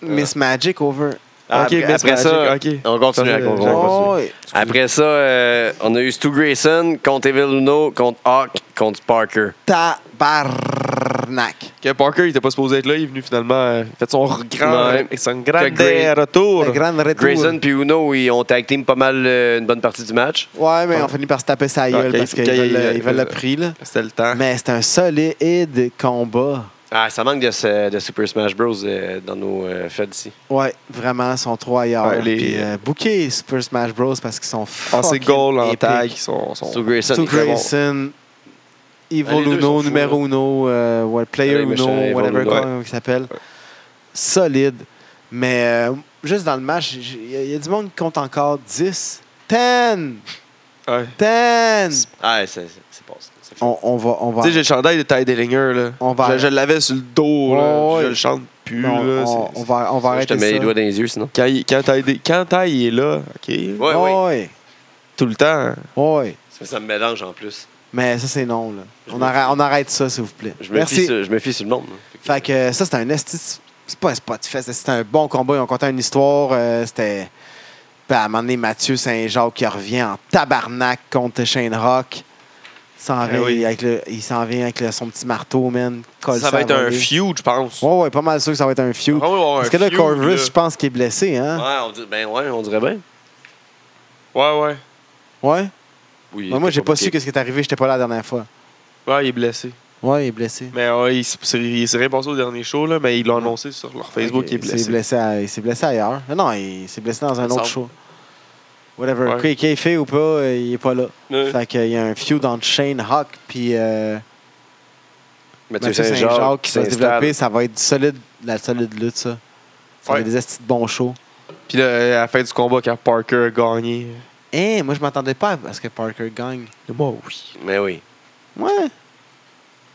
A: Miss Magic over.
B: ok,
C: après-
B: Miss
C: après ça,
B: Magic, ok.
C: on continue à
B: Sorry,
C: comprendre.
B: ben, j'ai
C: On continue.
A: Ouais.
C: Après ça, euh, on a eu Stu Grayson contre Evil Uno, contre Hawk, contre Parker.
A: Tabarnak.
B: Que Parker, il était pas supposé être là, il est venu finalement. euh, il a fait son grand,
C: Ouais.
B: son grand
C: Que Gray-
B: retour.
A: Le grand retour.
C: Grayson puis Uno, ils ont tag team pas mal euh, une bonne partie du match.
A: Ouais, mais on finit par se taper sa gueule
B: Ok,
A: parce qu'ils
B: ok,
A: veulent, le-
B: ok. Ah.
A: ils veulent le prix. Là.
B: C'était le temps.
A: Mais c'est un solide combat.
C: Ah, ça manque de, ce- de Super Smash Bros euh, dans nos euh, fêtes ici.
A: Ouais, vraiment, ils sont trois ailleurs.
B: Ouais, les-
A: Puis euh, booker Super Smash Bros. parce qu'ils sont
B: En
A: fucking
B: ses goals, Ah, en
A: épiques.
B: tag, ils sont. sont-
C: Stu Grayson,
A: Stu
C: il était bon.
A: Grayson,
C: Ah, les
A: Evil
C: deux sont
A: Uno,
C: fous,
A: numéro Uno, euh, ouais, Player
C: Allez, méchant,
A: Uno,
C: Evil
A: whatever
C: Uno.
A: comment il s'appelle. Solide. Mais euh, juste dans le match, j'ai- il y, a- il y a du monde qui compte encore 10. 10!
B: Ouais.
A: 10!
C: Ah, ouais, c'est c'est passé. C'est fini.
A: On, on va. On va
B: Tu sais, j'ai le chandail de Ty Dillinger, là.
A: On va-
B: Je, je l'avais sur le dos, là.
A: Ouais.
B: Je le chante plus,
A: on,
B: là.
A: on-
B: c'est-
A: on va, on va
C: Je te
A: arrêter
C: mets les
A: ça.
C: doigts dans les yeux sinon.
B: Quand, il- quand, Ty, Di- quand Ty, il est là, OK,
C: Ouais, oui.
A: Ouais,
B: tout le temps,
A: ouais.
C: Ça, ça me mélange en plus.
A: Mais ça, c'est non. Là.
C: Je
A: On,
C: me-
A: arrête, on arrête ça, s'il vous plaît.
C: Je me, fie
A: Merci.
C: sur, je me fie sur le monde. hein. Fait que-
A: Fait que euh, ça, c'était un esti. C'est pas un spot fest, c'était un bon combat. Ils ont conté une histoire. euh, c'était. Puis à un moment donné, Mathieu Saint-Jacques qui revient en tabarnak contre Shane Rock. Il s'en
B: Eh
A: vient
B: oui.
A: avec, le- il s'en vient avec le- son petit marteau, man. Colle
B: ça va
A: à
B: être un
A: voler.
B: feud, je pense.
A: Ouais, ouais, pas mal sûr que ça va être un feud.
B: Vraiment, il va y avoir
A: Parce
B: un
A: que là,
B: feud,
A: Corvus,
B: là.
A: je pense qu'il est blessé, hein?
C: Ouais, on dit- ben ouais, on dirait bien.
B: Ouais, ouais.
A: Ouais?
C: Oui,
A: Ouais, Ben, moi, j'ai pas su
C: compliqué.
A: ce qui est arrivé, j'étais pas là la dernière fois.
B: Ouais, il est blessé.
A: Ouais, il est blessé.
B: Mais ouais, il s- c'est- il s'est rien passé au dernier show, là, mais ils l'ont annoncé sur leur Facebook
A: Ok,
B: qu'il est
A: Il
B: blessé.
A: s'est blessé, à- il s'est blessé ailleurs. Non, non, il s'est blessé dans un autre
B: semble.
A: show. Whatever.
B: Ouais.
A: Qu'il qu'il ait fait ou pas, euh, il est pas là.
C: Ouais.
A: Fait qu'il y a un feud entre Shane Hawk puis
B: Ben,
A: euh,
C: Mathieu
A: Mathieu
C: Saint-Jacques
A: Saint-Jacques qui va se
C: s'installe.
A: développer. Ça va être du solide, la solide lutte, ça. Ça va
B: Ouais.
A: être des estis de bons shows.
B: Puis là, à la fin du combat, quand Parker a gagné.
A: Hein, moi, je m'attendais pas à ce que Parker gagne.
B: Moi, oui.
C: Mais Ben oui.
A: Ouais.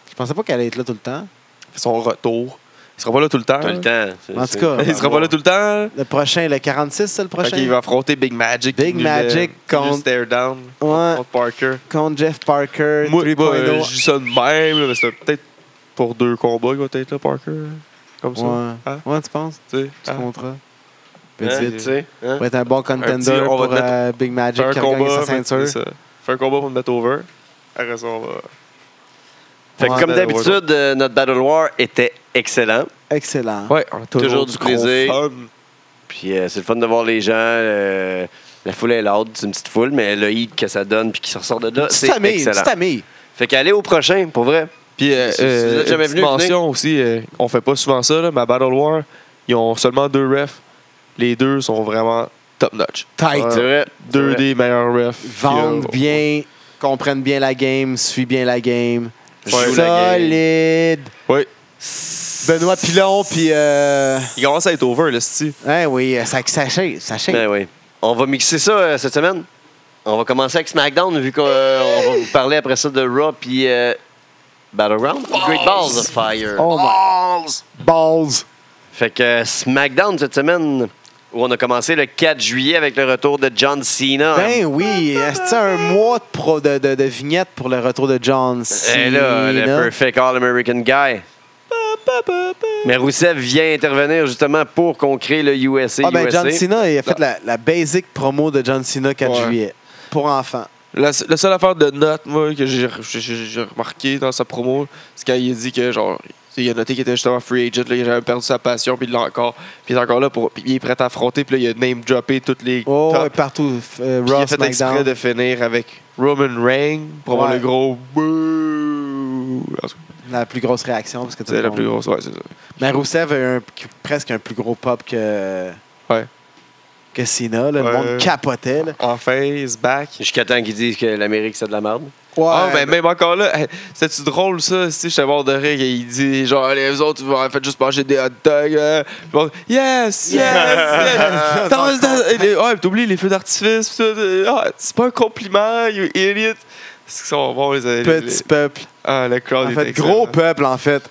A: Je pensais pas qu'elle allait être là tout le temps.
B: Il fait son retour. Il sera pas là tout le temps.
C: T'as
B: là.
C: le temps. C'est-
A: En tout
C: c'est-
A: cas.
B: (laughs) Il sera pas là tout le temps.
A: Le prochain, le 46, c'est le
B: Fait
A: prochain?
B: qu'il va affronter Big Magic.
A: Big
B: qui lui,
A: Magic
B: qui lui
A: contre-
B: Stare Down
A: Ouais.
B: contre Parker.
A: Contre Jeff Parker,
B: Moi, bah, euh,
A: 3.0.
B: je dis ça de même, là, mais c'est peut-être pour deux combats qu'il va être là, Parker. là. Comme ça.
A: Ouais.
B: Hein?
A: ouais, tu penses?
B: Tu sais,
A: Tu
B: hein?
A: contrat. Petit.
C: Tu sais, hein?
A: va être un bon contender
B: Un petit, on va
A: pour
B: te mettre-
A: euh, Big Magic
B: Fais un
A: qui a gagné
B: combat.
A: sa
B: fait- c'est
A: ceinture.
B: ça. Fais un combat pour me mettre over. Après ça, on va.
C: Fait que
A: Ouais,
C: comme
B: Battle War.
C: d'habitude, euh, notre Battle War était excellent.
A: Excellent.
B: Ouais, on a
C: Toujours du
B: gros
C: plaisir.
B: fun.
C: Puis euh, c'est le fun de voir les gens. euh, la foule est lourde, c'est une petite foule, mais le hit que ça donne puis qui se ressort de là, c'est
A: C'est famille,
C: excellent.
A: c'est famille.
C: Fait qu'allez au prochain, pour vrai.
B: Puis, euh,
C: Si vous êtes
B: euh,
C: jamais
B: petite
C: venu, venez.
B: mention aussi, euh, on fait pas souvent ça, là, mais à Battle War, ils ont seulement deux refs. Les deux sont vraiment top-notch.
A: Tight.
C: C'est vrai. c'est
B: Deux
C: vrai.
B: des meilleurs refs.
A: Vendent
B: qu'il y a.
A: bien, comprennent bien la game, suivent bien la game.
C: Joue la game.
A: Solide.
B: Ouais.
A: Benoît Pilon, puis. Euh...
B: Il commence à être over, le style.
A: hein, oui, euh, ça, ça shake, ça shake.
C: Ben oui. On va mixer ça euh, cette semaine. On va commencer avec SmackDown, vu qu'on euh, on va vous parler après ça de Raw puis euh, Battleground. Great Balls of Fire.
A: Oh my. Balls.
C: Fait que euh, SmackDown cette semaine, où on a commencé le 4 juillet avec le retour de John Cena.
A: Ben oui, c'est un mois de, pro, de, de, de vignettes pour le retour de John Cena.
C: Et Eh là, le perfect All-American guy. Mais Rousseff vient intervenir justement pour qu'on crée le USA.
A: Ah ben
C: USA.
A: John Cena, il a fait la, la basic promo de John Cena 4
B: Ouais.
A: juillet pour enfants.
B: La, se- la seule affaire de note, moi, que j'ai j'ai- j'ai- j'ai remarqué dans sa promo, c'est quand il a dit que, genre, tu sais, il a noté qu'il était justement free agent, là, il a jamais perdu sa passion, puis il l'a encore. Puis il est encore là, pour, puis il est prêt à affronter, puis là, il a name-droppé toutes les
A: Oh,
B: top.
A: ouais, partout. Euh,
B: Puis il
A: Raw,
B: a fait exprès
A: SmackDown.
B: de finir avec Roman Reigns pour avoir
A: Ouais.
B: le gros bouh. En tout cas,
A: La plus grosse réaction. parce que tout
B: C'est
A: le
B: la
A: monde-
B: plus grosse, ouais, c'est ça.
A: Mais Rousseff a eu un- presque un plus gros pop que.
B: Ouais.
A: Que Cena, là.
B: Ouais.
A: Le monde capotait, là.
B: En face, back.
C: Jusqu'à temps qu'ils disent que l'Amérique c'est de la merde.
B: Ah,
A: Ouais,
B: mais même encore là, hey, c'était-tu drôle ça? Si j'étais mort de rire, il dit genre, allez, vous autres, vous faites juste manger des hot dogs. euh. Bon, yes, yes,
A: (laughs)
B: yes. Dans- dans- et les- ouais, t'oublies les feux d'artifice, pis tout, euh, ah, c'est pas un compliment, you idiot. C'est qu'ils sont bons, les, les-
A: Petit peuple.
B: Ah, le crowd
A: En
B: est
A: fait,
B: excellent.
A: gros peuple, en fait.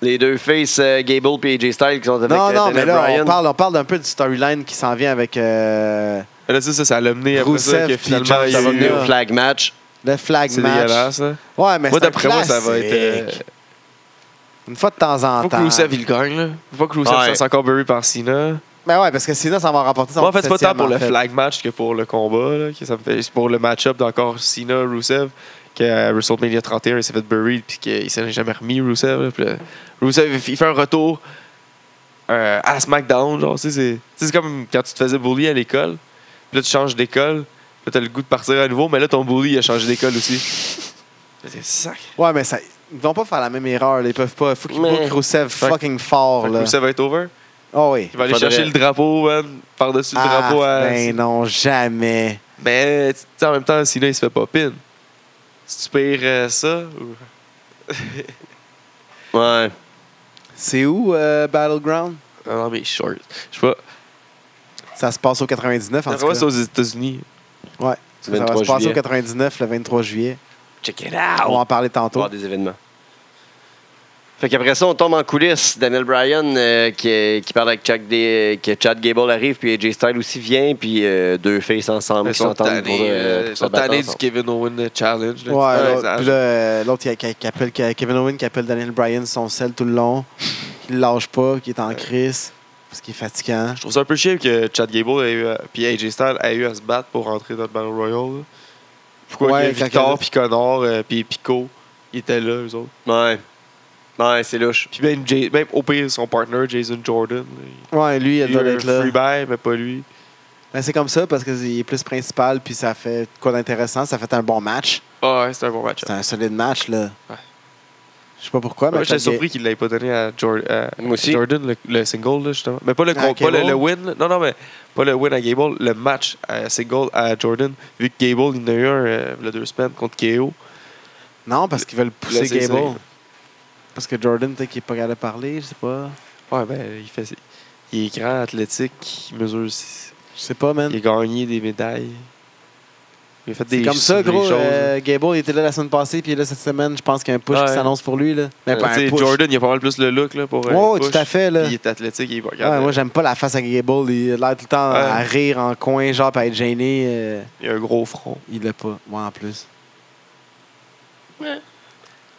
C: Les deux faces, euh, Gable et AJ Styles qui sont avec
A: non, non,
C: euh, Daniel
A: mais là,
C: Bryan.
A: on parle, on parle d'un peu du storyline qui s'en vient avec euh,
B: Là, ça, ça, ça l'a mené après ça
A: Rousseff
B: que
A: pis
B: finalement,
A: John
B: il y
C: Ça
B: a
C: va
B: eu.
C: venir au flag match.
A: le flag
B: C'est
A: match.
B: dégueulasse, hein. là.
A: Ouais, mais
B: Moi,
A: Ben, c'est un
B: d'après moi, ça va être.
A: classique.
B: euh,
A: Une fois de temps en
B: Faut que
A: temps.
B: Rousseff, il gagne, là. Faut pas que Rousseff
C: Ouais.
B: se fasse encore bury par Cena.
A: Mais Ben ouais, parce que sinon, ça va rapporter son
B: Moi, en fait, c'est pas tant
A: septième,
B: pour
A: en
B: le
A: fait.
B: flag match que pour le combat. Là, que ça me fait, c'est pour le match-up d'encore Cena, Rusev, qu'à WrestleMania 31, il s'est fait buried puis qu'il s'en est jamais remis, Rusev. là, puis là, Rusev, il fait un retour euh, à SmackDown. Genre, tu sais, c'est, tu sais, c'est comme quand tu te faisais bully à l'école. Puis là, tu changes d'école. Puis là, t'as le goût de partir à nouveau, mais là, ton bully, il a changé d'école
A: (laughs)
B: aussi. C'est sac.
A: Ouais, mais ça, ils vont pas faire la même erreur. là, Ils peuvent pas. Faut qu'ils
C: Mais-
A: bookent Rousseff
B: Fait-
A: fucking fort.
B: Fait que
A: Là.
B: Rusev va être over.
A: Oh oui.
B: Il va aller
C: Faudrait-
B: chercher le drapeau, man, par-dessus le
A: Ah,
B: drapeau à.
A: ben non, jamais.
B: Mais tu sais, en même temps, Sina, il se fait pas pin. Si tu pires euh, ça, ou-
C: Ouais.
A: C'est où euh, Battleground?
B: Ah non, mais short. Je sais pas.
A: Ça se passe au 99 en tout
B: Vraiment, c'est
A: cas.
B: aux États-Unis.
A: Ouais. Ça va se
C: 23
A: passer au
C: juillet.
A: 99 le 23 juillet.
C: Check it
B: Ah
A: On va
C: out.
A: en parler tantôt.
C: Voir des événements. Fait qu'après ça, on tombe en coulisses. Daniel Bryan euh, qui, qui parle avec Chuck D, euh, que Chad Gable arrive, puis AJ Styles aussi vient, puis euh, deux faces ensemble
B: Ils
C: qui
B: sont
C: s'entendent pour,
B: tannés,
C: euh,
B: euh,
C: pour
B: ils
C: se
B: sont
C: battre
B: tannés du
C: ensemble.
B: Kevin Owen Challenge.
A: Ouais,
B: là,
A: l'autre-
B: tu sais, ça-
A: puis là, euh, l'autre, qui, qui- qui appelle qui- Kevin Owen qui appelle Daniel Bryan son sel tout le long. Il le lâche pas, qui est en crise. Parce qu'il est fatigant.
B: Je trouve ça un peu chier que Chad Gable a eu, à- puis AJ Styles a eu à se battre pour rentrer dans le Battle Royale. là. Pourquoi
A: Ouais,
B: que Victor,
A: exactement.
B: puis Connor, euh, puis Pico, ils étaient là, eux autres.
C: Ouais. Ouais, c'est louche.
B: Puis même, Jay- même au pire, son partner, Jason Jordan. là,
A: Ouais, lui, il
B: il a
A: doit
B: eu un
A: être là.
B: free buy, mais pas lui.
A: Ben, c'est comme ça parce qu'il est plus principal, puis ça fait quoi d'intéressant. Ça fait un bon match.
B: Ah ouais, c'était un bon match.
A: C'est un solide match, là.
B: Ouais.
A: Je sais pas pourquoi, mais
B: Moi, j'étais
A: Chad Ga-
B: surpris qu'il ne l'ait pas donné à, Jor- à
C: Moi aussi.
B: Jordan, le, le single, là, justement. Mais pas, le,
A: À
B: con- pas le,
A: Gable?
B: le win. là. Non, non, mais pas le win à Gable, le match à single à Jordan, vu que Gable, il en a eu un euh, il y a deux semaines contre KO.
A: Non, parce qu'ils veulent pousser
B: Laissez ça,
A: Gable.
B: là.
A: Parce que Jordan, peut-être qu'il est pas capable de parler, je sais pas.
B: Ouais, ben, il, fait, il est grand, athlétique, il mesure. six-
A: Je sais pas, man.
B: Il a gagné des médailles. Il a fait
A: C'est
B: des
A: comme ça,
B: des
A: gros.
B: choses, hein.
A: euh, Gable, il était là la semaine passée, puis là, cette semaine, je pense qu'il y a un push
B: Ouais.
A: qui s'annonce pour lui, là. Mais
B: là.
A: pas
B: Tu
A: un
B: sais,
A: push.
B: Jordan, il a pas mal plus le look là, pour. euh,
A: Ouais, ouais,
B: push.
A: tout à fait, là.
B: Il est athlétique, il est
A: Ouais,
B: regarde,
A: moi, j'aime pas la face à Gable. Il a l'air tout le temps à
B: Ouais.
A: rire en coin, genre, puis à être gêné. euh,
B: Il a un gros front.
A: il l'a pas, moi, en plus.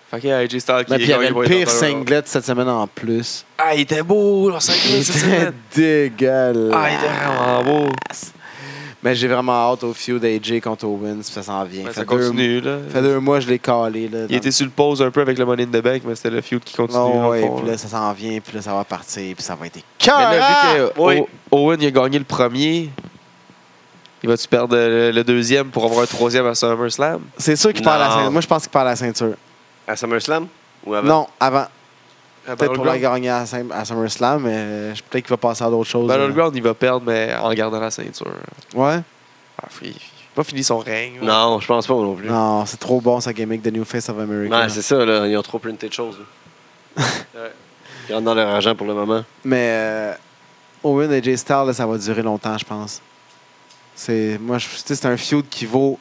B: Fait que AJ Styles qui
A: Mais puis il y avait le pire
B: qui va être dans un-
A: singlet cette semaine en plus.
B: Ah, il était beau, leur
A: Il
B: singlet, cette
A: était
B: semaine. Ah, il était
A: dégueulasse.
B: vraiment beau.
A: Mais j'ai vraiment hâte au feud d'AJ contre Owens, puis ça s'en vient.
B: Ben,
A: fait
B: ça
A: deux-
B: continue, là.
A: Ça fait deux mois je l'ai calé. Là,
B: Il était sur le pause un peu avec le Money in the Bank, mais c'était le feud qui continue. dans
A: Non,
B: le
A: ouais,
B: fond,
A: puis
B: là.
A: là, ça s'en vient, puis là, ça va partir, puis ça va être
B: Mais là, vu
A: écœurant!
B: que O- Owen il a gagné le premier, il va-tu perdre le, le deuxième pour avoir un troisième à SummerSlam?
A: C'est sûr qu'il perd la
C: Non.
A: ceinture. Moi, je pense qu'il perd la ceinture.
C: À SummerSlam? Ou avant?
A: Non, avant.
B: À
A: Peut-être pour la
B: Ah, ben. Battleground?
A: gagner à, Sim- à SummerSlam, mais je- peut-être qu'il va passer à d'autres choses. là.
B: Battleground, il va perdre, mais en gardant la ceinture.
A: Ouais?
B: Ah, il il a pas fini son règne. là.
C: Non, je pense pas non plus.
A: Non, c'est trop bon, sa gimmick de New Face of America.
C: Ouais, c'est ça, là. Ils ont trop printé de choses. là. Ouais. Ils rentrent dans leur argent pour le moment.
A: Mais euh, Owen et Jay Styles, là, ça va durer longtemps, je pense. C'est moi, je, tu sais, c'est un feud qui vaut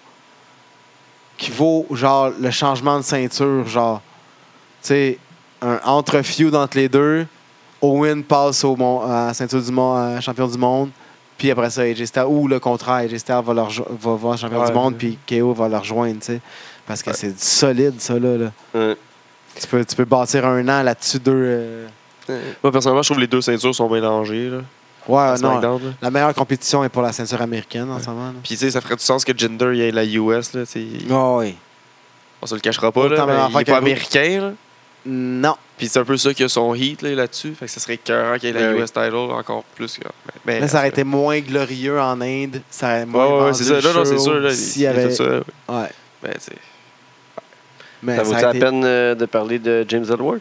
A: qui vaut genre le changement de ceinture, genre tu sais un entre feud entre les deux. Owen passe au mon- à la ceinture du monde, à champion du monde. Puis après ça, AJ Styles, ou le contraire, AJ Styles va, leur jo- va voir champion
B: Ouais,
A: du monde,
B: puis-
A: puis KO va le rejoindre, tu sais. Parce que c'est solide, ça, là. là.
C: Ouais.
A: Tu, peux, tu peux bâtir un an là-dessus, deux... euh,
B: Moi, personnellement, je trouve que les deux ceintures sont mélangées. Là, à
A: Ouais, Ah, non,
B: SmackDown, là.
A: La meilleure compétition est pour la ceinture américaine en ce moment.
B: Puis, tu sais, ça ferait du sens que Jinder il ait la US. Là, tu sais.
A: oh oui.
B: On se le cachera pas, là,
A: Autant
B: mais
A: meilleur
B: il est
A: que
B: pas
A: Raw.
B: américain. Là.
A: Non.
B: Puis c'est un peu ça qui a son heat là, là-dessus. Fait que ça serait écœurant qu'il y ait la
C: Ouais, oui.
B: US title encore plus. que- Mais,
A: Ben Là, ça aurait été moins glorieux en Inde. Ça aurait
B: Ouais,
A: moins
B: ouais, ouais,
A: vendu
B: c'est ça.
A: le
B: Non, non, c'est
A: show
B: sûr. Là,
A: s'il
B: il-
A: y
B: il fait
A: avait...
B: ça, ouais.
A: Ouais.
B: Mais, tu sais,
A: Mais Ben,
C: ça
A: ça
C: vaut
A: aurait
C: la
A: été-
C: peine euh, de parler de James Edward?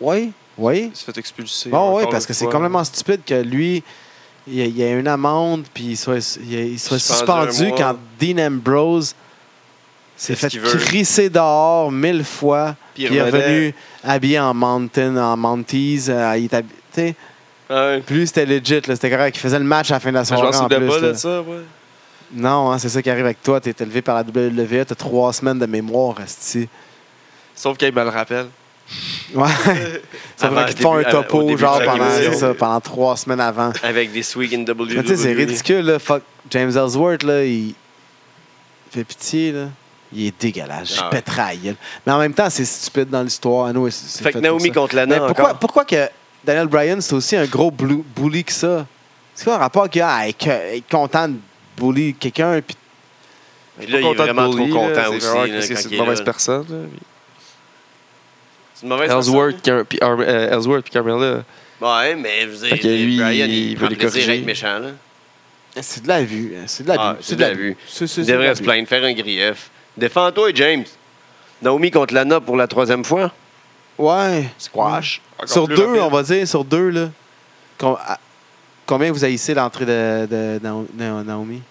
A: Oui, oui.
B: il se fait expulser.
A: Bon, oui,
B: encore
A: parce
B: une
A: que c'est
B: fois.
A: complètement stupide que lui, il y a- il y a une amende, puis il soit, il y a- il soit
C: Suspendu
A: suspendu
C: un mois.
A: quand Dean Ambrose s'est
C: ce
A: fait
C: qu'il veut.
A: crisser dehors mille fois.
B: Puis il
A: Puis il est
B: revenait-
A: revenu habillé en mountain, en mounties. euh, il est hab- tu sais,
C: Ah Ouais.
A: Plus c'était legit, là, c'était correct. Il faisait le match à la fin de la
B: Mais Ben, Je
A: soirée.
B: m'en
A: en
B: souvenais
A: plus,
B: pas
A: là.
B: de ça, ouais.
A: Non, hein, c'est ça qui arrive avec toi. T'es élevé par la WWE, t'as trois semaines de mémoire, Asti.
B: Sauf qu'il me le rappelle.
C: (laughs)
A: Ouais. ça
C: Avant
A: vrai
C: le
A: qu'ils te font un
C: début- au
A: topo,
C: début
A: genre,
C: de chaque
A: pendant,
C: émission.
A: c'est ça, pendant trois semaines avant.
C: Avec des swigs in E. WWE.
A: Mais tu sais, c'est ridicule, là. Fuck, James Ellsworth, là, il fait pitié, là. Il est dégueulasse. Je
C: Ah ouais.
A: pèterais la gueule. Mais en même temps, c'est stupide dans l'histoire. Anyway, c'est- c'est
C: Fait que
A: pour
C: Naomi
A: ça.
C: contre
A: Mais
C: Lana
A: pourquoi,
C: encore.
A: pourquoi que Daniel Bryan, c'est aussi un gros blou- bully que ça? C'est quoi le rapport qu'il y a à être euh, être content de bully quelqu'un? puis-
C: Puis là, il est vraiment trop content aussi. là,
B: Parce que
C: quand
B: c'est
C: il est
B: une mauvaise
C: là.
B: personne. là.
C: C'est une mauvaise
B: Ellsworth, Car- puis Ar- euh, Ellsworth puis Carmella.
C: personne. Ouais, mais je veux
B: Fait
C: dire,
B: que lui,
C: Brian, il,
B: il veut
C: prend
B: les
C: plaisir à
B: corriger.
C: être méchant. Là.
A: C'est de la vue. hein, C'est de la
C: Ah,
A: vue.
C: c'est de la vue.
A: C'est- c'est-
C: Il
A: c'est de la
C: devrait se
A: vue.
C: plaindre, faire un grief. Défends-toi, James. Naomi contre Lana pour la troisième fois.
A: Ouais.
C: Squash.
B: Encore
A: Sur
B: plus
A: deux,
B: rapide.
A: on va dire, sur deux, là. Com- à- Combien vous haïssez l'entrée de, de Nao- Na- Naomi?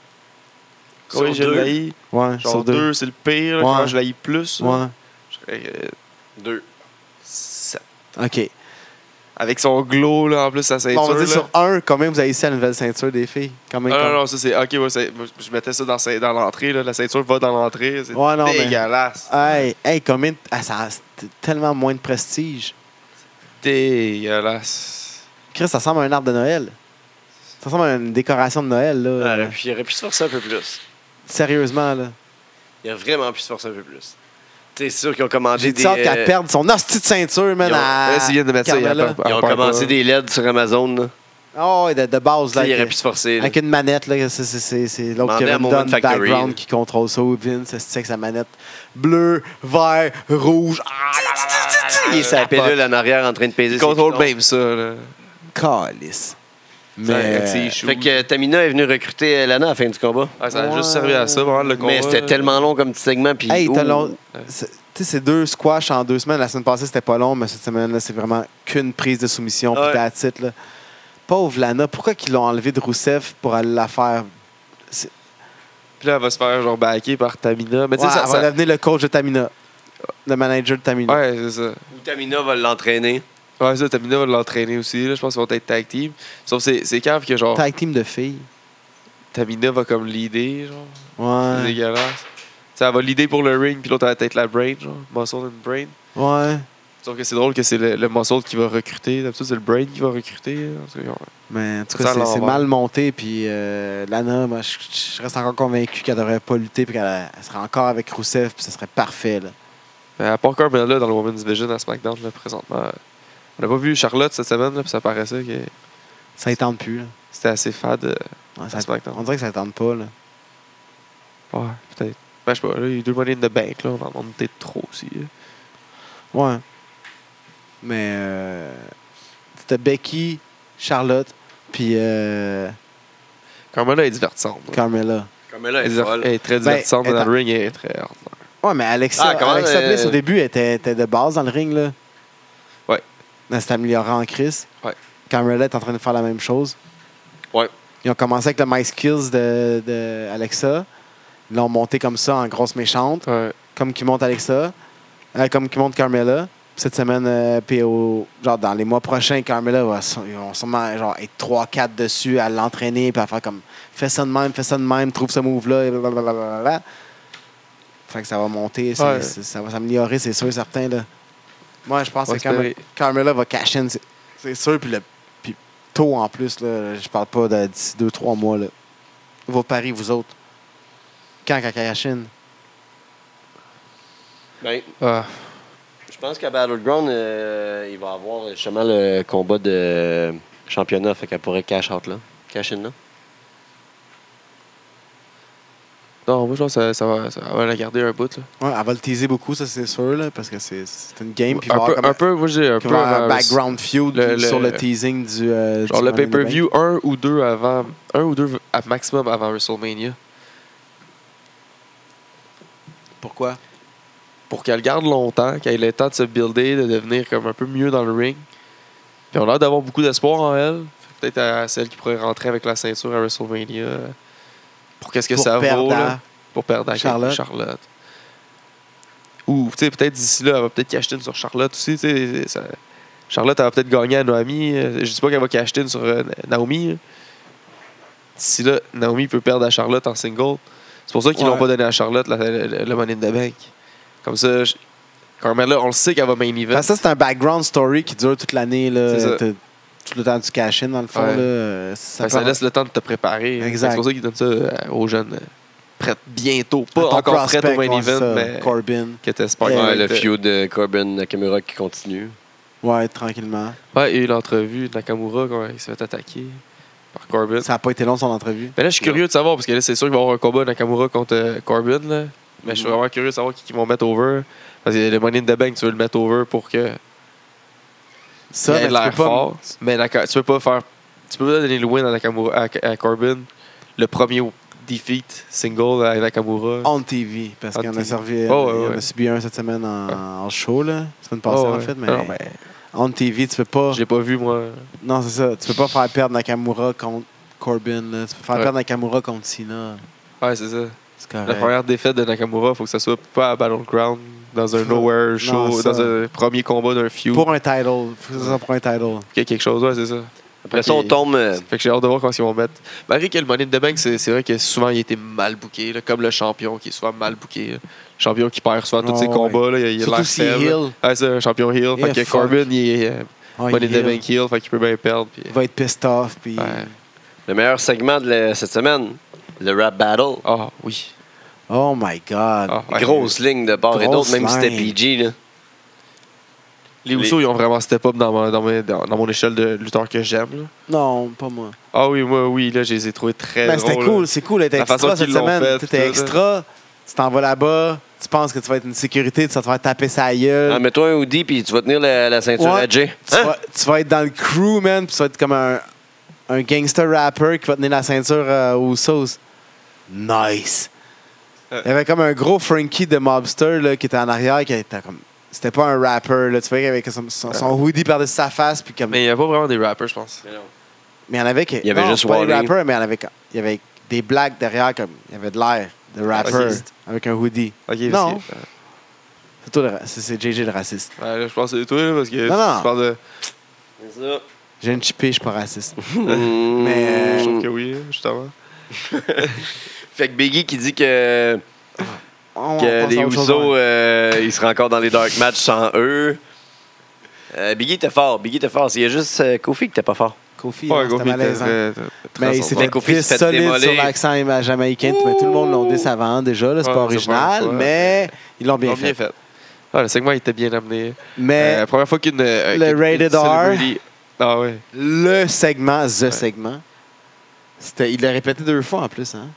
B: Combien
C: Sur
B: je
C: deux.
B: l'ai
A: Ouais,
B: Genre
A: sur deux.
B: deux, c'est le pire. là, Quand
A: Ouais.
B: je l'ai plus, là,
A: Ouais.
B: je dirais, euh,
C: Deux.
B: sept.
A: OK.
B: Avec son glow, là, en plus, sa ceinture.
A: Bon, on va dire
B: là.
A: sur un, combien vous haïssez la nouvelle ceinture des filles? Combien,
B: Ah, non,
A: combien-
B: non, ça c'est. Ok, ouais, c'est- moi, je mettais ça dans, ce- dans l'entrée, là. La ceinture va dans l'entrée. C'est
A: Ouais, non, mais-
B: dégueulasse.
A: Hey, hey, combien... de- Ah, ça a t- tellement moins de prestige.
B: Dégueulasse.
A: Chris, ça ressemble à un arbre de Noël. Ça ressemble à une décoration de Noël, là.
C: Ouais, Ah, puis il aurait pu se forcer un peu plus.
A: Sérieusement, là.
C: Il aurait vraiment pu se forcer un peu plus. T'es sûr qu'ils ont commandé
A: J'ai
C: des.
A: dit hâte
C: euh,
A: qu'elle perde son hostie de ceinture, man,
C: Ils ont-
A: à
B: Là, s'il vient de mettre ça, il y a
A: Carmella.
B: pas-
C: Ils ont
B: pas-
C: commencé
B: pas-
C: des LED sur Amazon. Là.
A: Ah ouais, de, de base, là.
C: il aurait
A: que-
C: pu se forcer. là.
A: Avec une manette, là, c'est- c'est- c'est c'est l'autre qui
C: Demandez à
A: a
C: Moment
A: donne
C: Factory,
A: background
C: là.
A: qui contrôle ça. ou Vince, c'est avec sa manette bleue, vert, rouge. Ah, là, là, là, là, là, là.
C: Il est sa pellule en arrière en train de peser.
B: Il
C: ses
B: contrôle
C: boutons.
B: même ça, là.
A: Calice. Mais
B: avec ses
A: euh,
B: choux.
C: Fait que Tamina est venue recruter euh, Lana à la fin du combat.
B: Ah, ça a
A: Ouais.
B: juste servi à ça, vraiment, le combat.
C: mais c'était tellement long comme petit segment. Puis,
A: hey, t'as
C: ouh.
A: long- c'est- Tu sais, c'est deux squash en deux semaines. La semaine passée, c'était pas long, mais cette semaine-là, c'est vraiment qu'une prise de soumission.
C: Ouais.
A: Puis that's it, là. Pauvre Lana, pourquoi qu'ils l'ont enlevé de Rousseff pour aller la faire.
B: Puis là, elle va se faire, genre, backer par Tamina. Mais tu
A: Ouais,
B: sais, ça.
A: elle va
B: ça-
A: devenir le coach de Tamina. Le manager de Tamina.
B: Ouais, c'est ça.
C: Ou Tamina va l'entraîner.
B: Ouais, ça, Tamina va l'entraîner aussi, là. Je pense qu'ils vont être tag team. Sauf que c'est- c'est cave que, genre,
A: Tag team de filles.
B: Tamina va comme l'idée, genre. C'est
A: Ouais.
B: dégueulasse. Tu sais, elle va l'idée pour le ring, puis l'autre, elle va être la brain, genre. Muscle and brain.
A: Ouais.
B: Sauf que c'est drôle que c'est le, le muscle qui va recruter. D'habitude, c'est le brain qui va recruter. En tout cas, on-
A: Mais en tout
B: Ça
A: cas, c'est-
B: l'envers.
A: c'est mal monté. Puis euh, Lana, moi, je, je reste encore convaincu qu'elle devrait pas lutter. Puis qu'elle elle serait encore avec Rousseff. Puis ce serait parfait. Là.
B: Mais à part Carmella dans le Women's Division à SmackDown, là, présentement, euh, on n'a pas vu Charlotte cette semaine, là, puis ça paraissait que
A: Ça ne tente plus. là.
B: c'était assez fade euh,
A: Ouais,
B: à
A: ça-
B: SmackDown.
A: on dirait que ça ne tente pas. Là.
B: Ouais, peut-être. Ben, je sais pas, là, il y a eu deux Money in the Bank, là, on en demande peut-être trop aussi. là.
A: Ouais. Mais euh, c'était Becky, Charlotte, puis euh,
B: Carmella est divertissante. là.
A: Carmella.
C: Comme là,
B: Elle est diver- elle est très
A: Ben,
B: divertissante mais dans
A: attends.
B: le ring, elle est très ordinaire.
A: Ouais, mais Alexa,
C: Ah, comment,
A: Alexa
C: euh,
A: Bliss, au début, était, était de base dans le ring. Là.
B: Ouais.
A: Mais c'est amélioré en crise.
B: Ouais.
A: Carmella est en train de faire la même chose.
C: Ouais.
A: Ils ont commencé avec le My Skills de, de Alexa. Ils l'ont monté comme ça, en grosse méchante.
B: Ouais.
A: comme qui monte Alexa, euh, comme qui monte Carmela. Cette semaine, euh, puis au- genre dans les mois prochains, Carmela va s- ils vont sûrement genre, être 3-4 dessus, à l'entraîner, puis à faire comme fais ça de même, fais ça de même, trouve ce move-là, et blablabla. Fait que ça va monter, c'est-
B: Ouais.
A: c'est- ça va s'améliorer, c'est sûr et certain. Là. Moi, je pense
B: On va
A: que Carme-
B: espérer.
A: Carmela va cash in, c'est- c'est sûr, puis le- puis tôt en plus, là, je parle pas de d'ici 2-3 mois. Là. Vos paris, vous autres. Quand, quand, cash in?
C: Ben,
B: Ah,
C: je pense qu'à Battleground, euh, il va avoir justement le combat de championnat. Fait qu'elle pourrait cash out là. Cash in là.
B: Non, moi, je pense que ça, ça va, ça va la garder un bout. Là.
A: Ouais, elle va le teaser beaucoup, ça c'est sûr, là, parce que c'est c'est une game. Puis il va
B: Un,
A: avoir
B: peu,
A: comme
B: un peu, moi, j'ai un peu.
A: il va avoir un
B: euh,
A: background feud
B: le- le-
A: sur le teasing du. euh,
B: Genre
A: du
B: le
A: Money in the
B: pay-per-view, un ou deux avant. Un ou deux à maximum avant WrestleMania.
A: Bank. Pourquoi
B: Pour qu'elle garde longtemps, qu'elle ait le temps de se builder, de devenir comme un peu mieux dans le ring. Puis on a l'air d'avoir beaucoup d'espoir en elle. Fait que Peut-être à celle qui pourrait rentrer avec la ceinture à WrestleMania. euh, Pour qu'est-ce que
A: Pour
B: ça
A: perdre hein.
B: vaut. là.
A: à-
B: pour perdre à
A: Charlotte.
B: Charlotte. Charlotte. Ou, tu sais, peut-être d'ici là, elle va peut-être cacher une sur Charlotte aussi. tu sais, ça- Charlotte, elle va peut-être gagner à Naomi. Euh, Je dis pas qu'elle va cacher une sur euh, Naomi. hein. D'ici là, Naomi peut perdre à Charlotte en single. C'est pour ça qu'ils
A: Ouais.
B: l'ont pas donné à Charlotte la- la- la- le Money in the Bank. Comme ça, je- Carmella, on le sait qu'elle va main event.
A: Parce que ça, c'est un background story qui dure toute l'année, là.
B: C'est ça.
A: t'as- Tout le temps du cash-in, dans le fond,
B: Ouais.
A: là. euh, Ça,
B: Fait que ça
A: peut-
B: laisse le temps de te préparer.
A: Exact.
B: C'est pour ça qu'ils donnent ça euh, aux jeunes euh, prêtes bientôt. Pas
A: ton
B: encore prêtes au
A: prospect,
B: main
A: ouais, c'est
B: event,
A: ça,
B: mais
A: Corbin.
B: que t'espères
A: Ouais,
B: qu'ils vont
C: le
B: être-
C: feud de Corbin Nakamura qui continue.
A: Ouais, tranquillement.
B: Ouais, et l'entrevue de Nakamura quand il s'est fait attaquer par Corbin.
A: Ça n'a pas été long, son entrevue.
B: Mais là, je suis curieux de savoir, parce que là, c'est sûr qu'il va y avoir un combat de Nakamura contre euh, Corbin. Là. Mais
A: Mm.
B: je suis vraiment curieux de savoir qui, qui vont mettre over. Parce que le Money in the Bank, tu veux le mettre over pour que
A: Ça,
B: il ait
A: mais tu
B: l'air
A: peux pas-
B: fort. Mais Naka- tu peux pas faire. Tu peux pas donner le win à, Nakamura, à, à Corbin. Le premier defeat single à Nakamura.
A: On TV, parce
B: On
A: qu'il y en a
B: TV.
A: servi.
B: Oh, ouais,
A: il y en a
B: ouais.
A: subi un cette semaine en,
B: Ouais.
A: en show, là. Semaine passée,
B: Oh,
A: en
B: ouais.
A: fait. Mais,
B: Non, mais
A: On TV, tu peux pas.
B: je l'ai pas vu, moi.
A: Non, c'est ça. Tu peux pas faire perdre Nakamura contre Corbin. là. Tu peux faire
B: Ouais.
A: perdre Nakamura contre Cena.
B: Ouais, c'est ça.
A: C'est
B: La
A: correct.
B: première défaite de Nakamura, faut que ça soit pas à Battleground, dans un
A: Faut-
B: nowhere show,
A: ça-
B: dans un premier combat d'un feud.
A: Pour un title. Faut que ça soit pour un title.
B: Il y a quelque chose, ouais, c'est ça.
C: Après ça, on
B: Ok.
C: tombe. euh,
B: Fait que j'ai hâte de voir comment ils vont mettre. Malgré que le Money in the Bank, c'est c'est vrai que souvent il était mal booké, là, comme le champion qui est souvent mal booké. là. Le champion qui perd souvent tous
A: Ah
B: ses
A: ouais.
B: combats, là, il a- il a
A: Surtout
B: l'air
A: s'il est
B: faible.
A: heel.
B: Ouais, c'est un champion heel.
A: Yeah,
B: fait que
A: fuck.
B: Corbin, il est euh,
A: Ah,
B: Money in
A: il
B: the
A: est
B: Bank heel, fait qu'il peut bien perdre. puis-
A: Il va être pissed off. Puis...
B: Ouais.
C: Le meilleur segment de la- cette semaine, le rap battle.
B: Ah oui.
A: Oh my God.
B: Ah, ouais.
C: Grosse ligne de part et
A: Grosse
C: d'autre, même si c'était
A: ligne.
C: PG. Là.
B: Les Usos, ils ont vraiment step up dans, ma- dans, mes- dans- dans mon échelle de lutteur que j'aime. là.
A: Non, pas moi.
B: Ah oui, moi, oui, là, je les ai trouvés très
A: Mais
B: drôles.
A: Ben, c'était cool. C'est cool d'être
B: La
A: extra
B: façon
A: cette
B: qu'ils l'ont
A: semaine.
B: fait,
A: Tu T'es
B: tout,
A: extra. Tu t'en vas là-bas. Tu penses que tu vas être une sécurité. Tu vas te faire taper sa gueule.
C: Ah, Mets-toi un hoodie puis tu vas tenir la, la ceinture
A: Euh. Ouais.
C: à Jay.
A: tu,
C: Hein?
A: vas, tu vas être dans le crew, man. Puis tu vas être comme un, un gangster rapper qui va tenir la ceinture euh, aux sauces. Nice.
B: Ouais.
A: Il y avait comme un gros Frankie de mobster là, qui était en arrière. qui était comme C'était pas un rapper. Là. Tu vois qu'il avait son, son- son
C: Euh.
A: hoodie par-dessus sa face. Puis comme,
B: Mais
A: mais
B: il n'y a pas vraiment des rappers, je pense.
A: il y en avait qui.
C: y avait
A: non,
C: juste
A: c'est pas des
C: Wally.
A: rappers, mais il y en avait, comme- il y avait des blagues derrière. comme Il y avait de l'air de rapper
B: Ah, Raciste.
A: avec un hoodie.
B: Ok,
A: Non.
B: parce que-
A: C'est toi le ra- C'est c'est JJ le raciste.
B: Ouais, là, je pense que c'est toi, là, parce que
A: Non, non.
B: tu parles de.
C: C'est ça. Hmm.
A: J'ai une chipée, je suis pas
C: (laughs)
A: raciste.
B: Je
A: Euh, Mais- euh,
B: trouve que oui, justement.
C: Fait que Biggie qui dit que,
A: On- on
C: que
A: passe
C: les
A: à autre chose,
C: Usos,
A: ouais.
C: euh, ils seraient encore dans les dark matchs sans eux. Euh, Biggie était fort, Biggie était fort. Il y a juste euh, Kofi qui était pas fort.
A: Kofi,
B: Ouais,
A: hein, c'était
B: Goffy,
A: malaisant.
B: t'as- t'as- t'as
A: Mais il
B: raison.
A: s'est
C: Mais
A: fait
C: Kofi
A: pisse
C: s'est fait
A: solide
C: démolir.
A: sur l'accent euh, jamaïcain. Mais tout le monde l'a dit ça avant déjà. là, C'est
B: Ouais,
A: pas
B: c'est pas
A: original,
B: vrai, ouais.
A: mais ils l'ont bien
B: Ils l'ont
A: fait.
B: fait. Ah, le segment était bien amené.
A: Mais
B: Euh, la première fois qu'une. euh,
A: le
B: qu'une
A: rated R.
B: celebrity- Ah ouais.
A: le segment, The segment, c'était, il l'a répété deux fois en plus. Hein?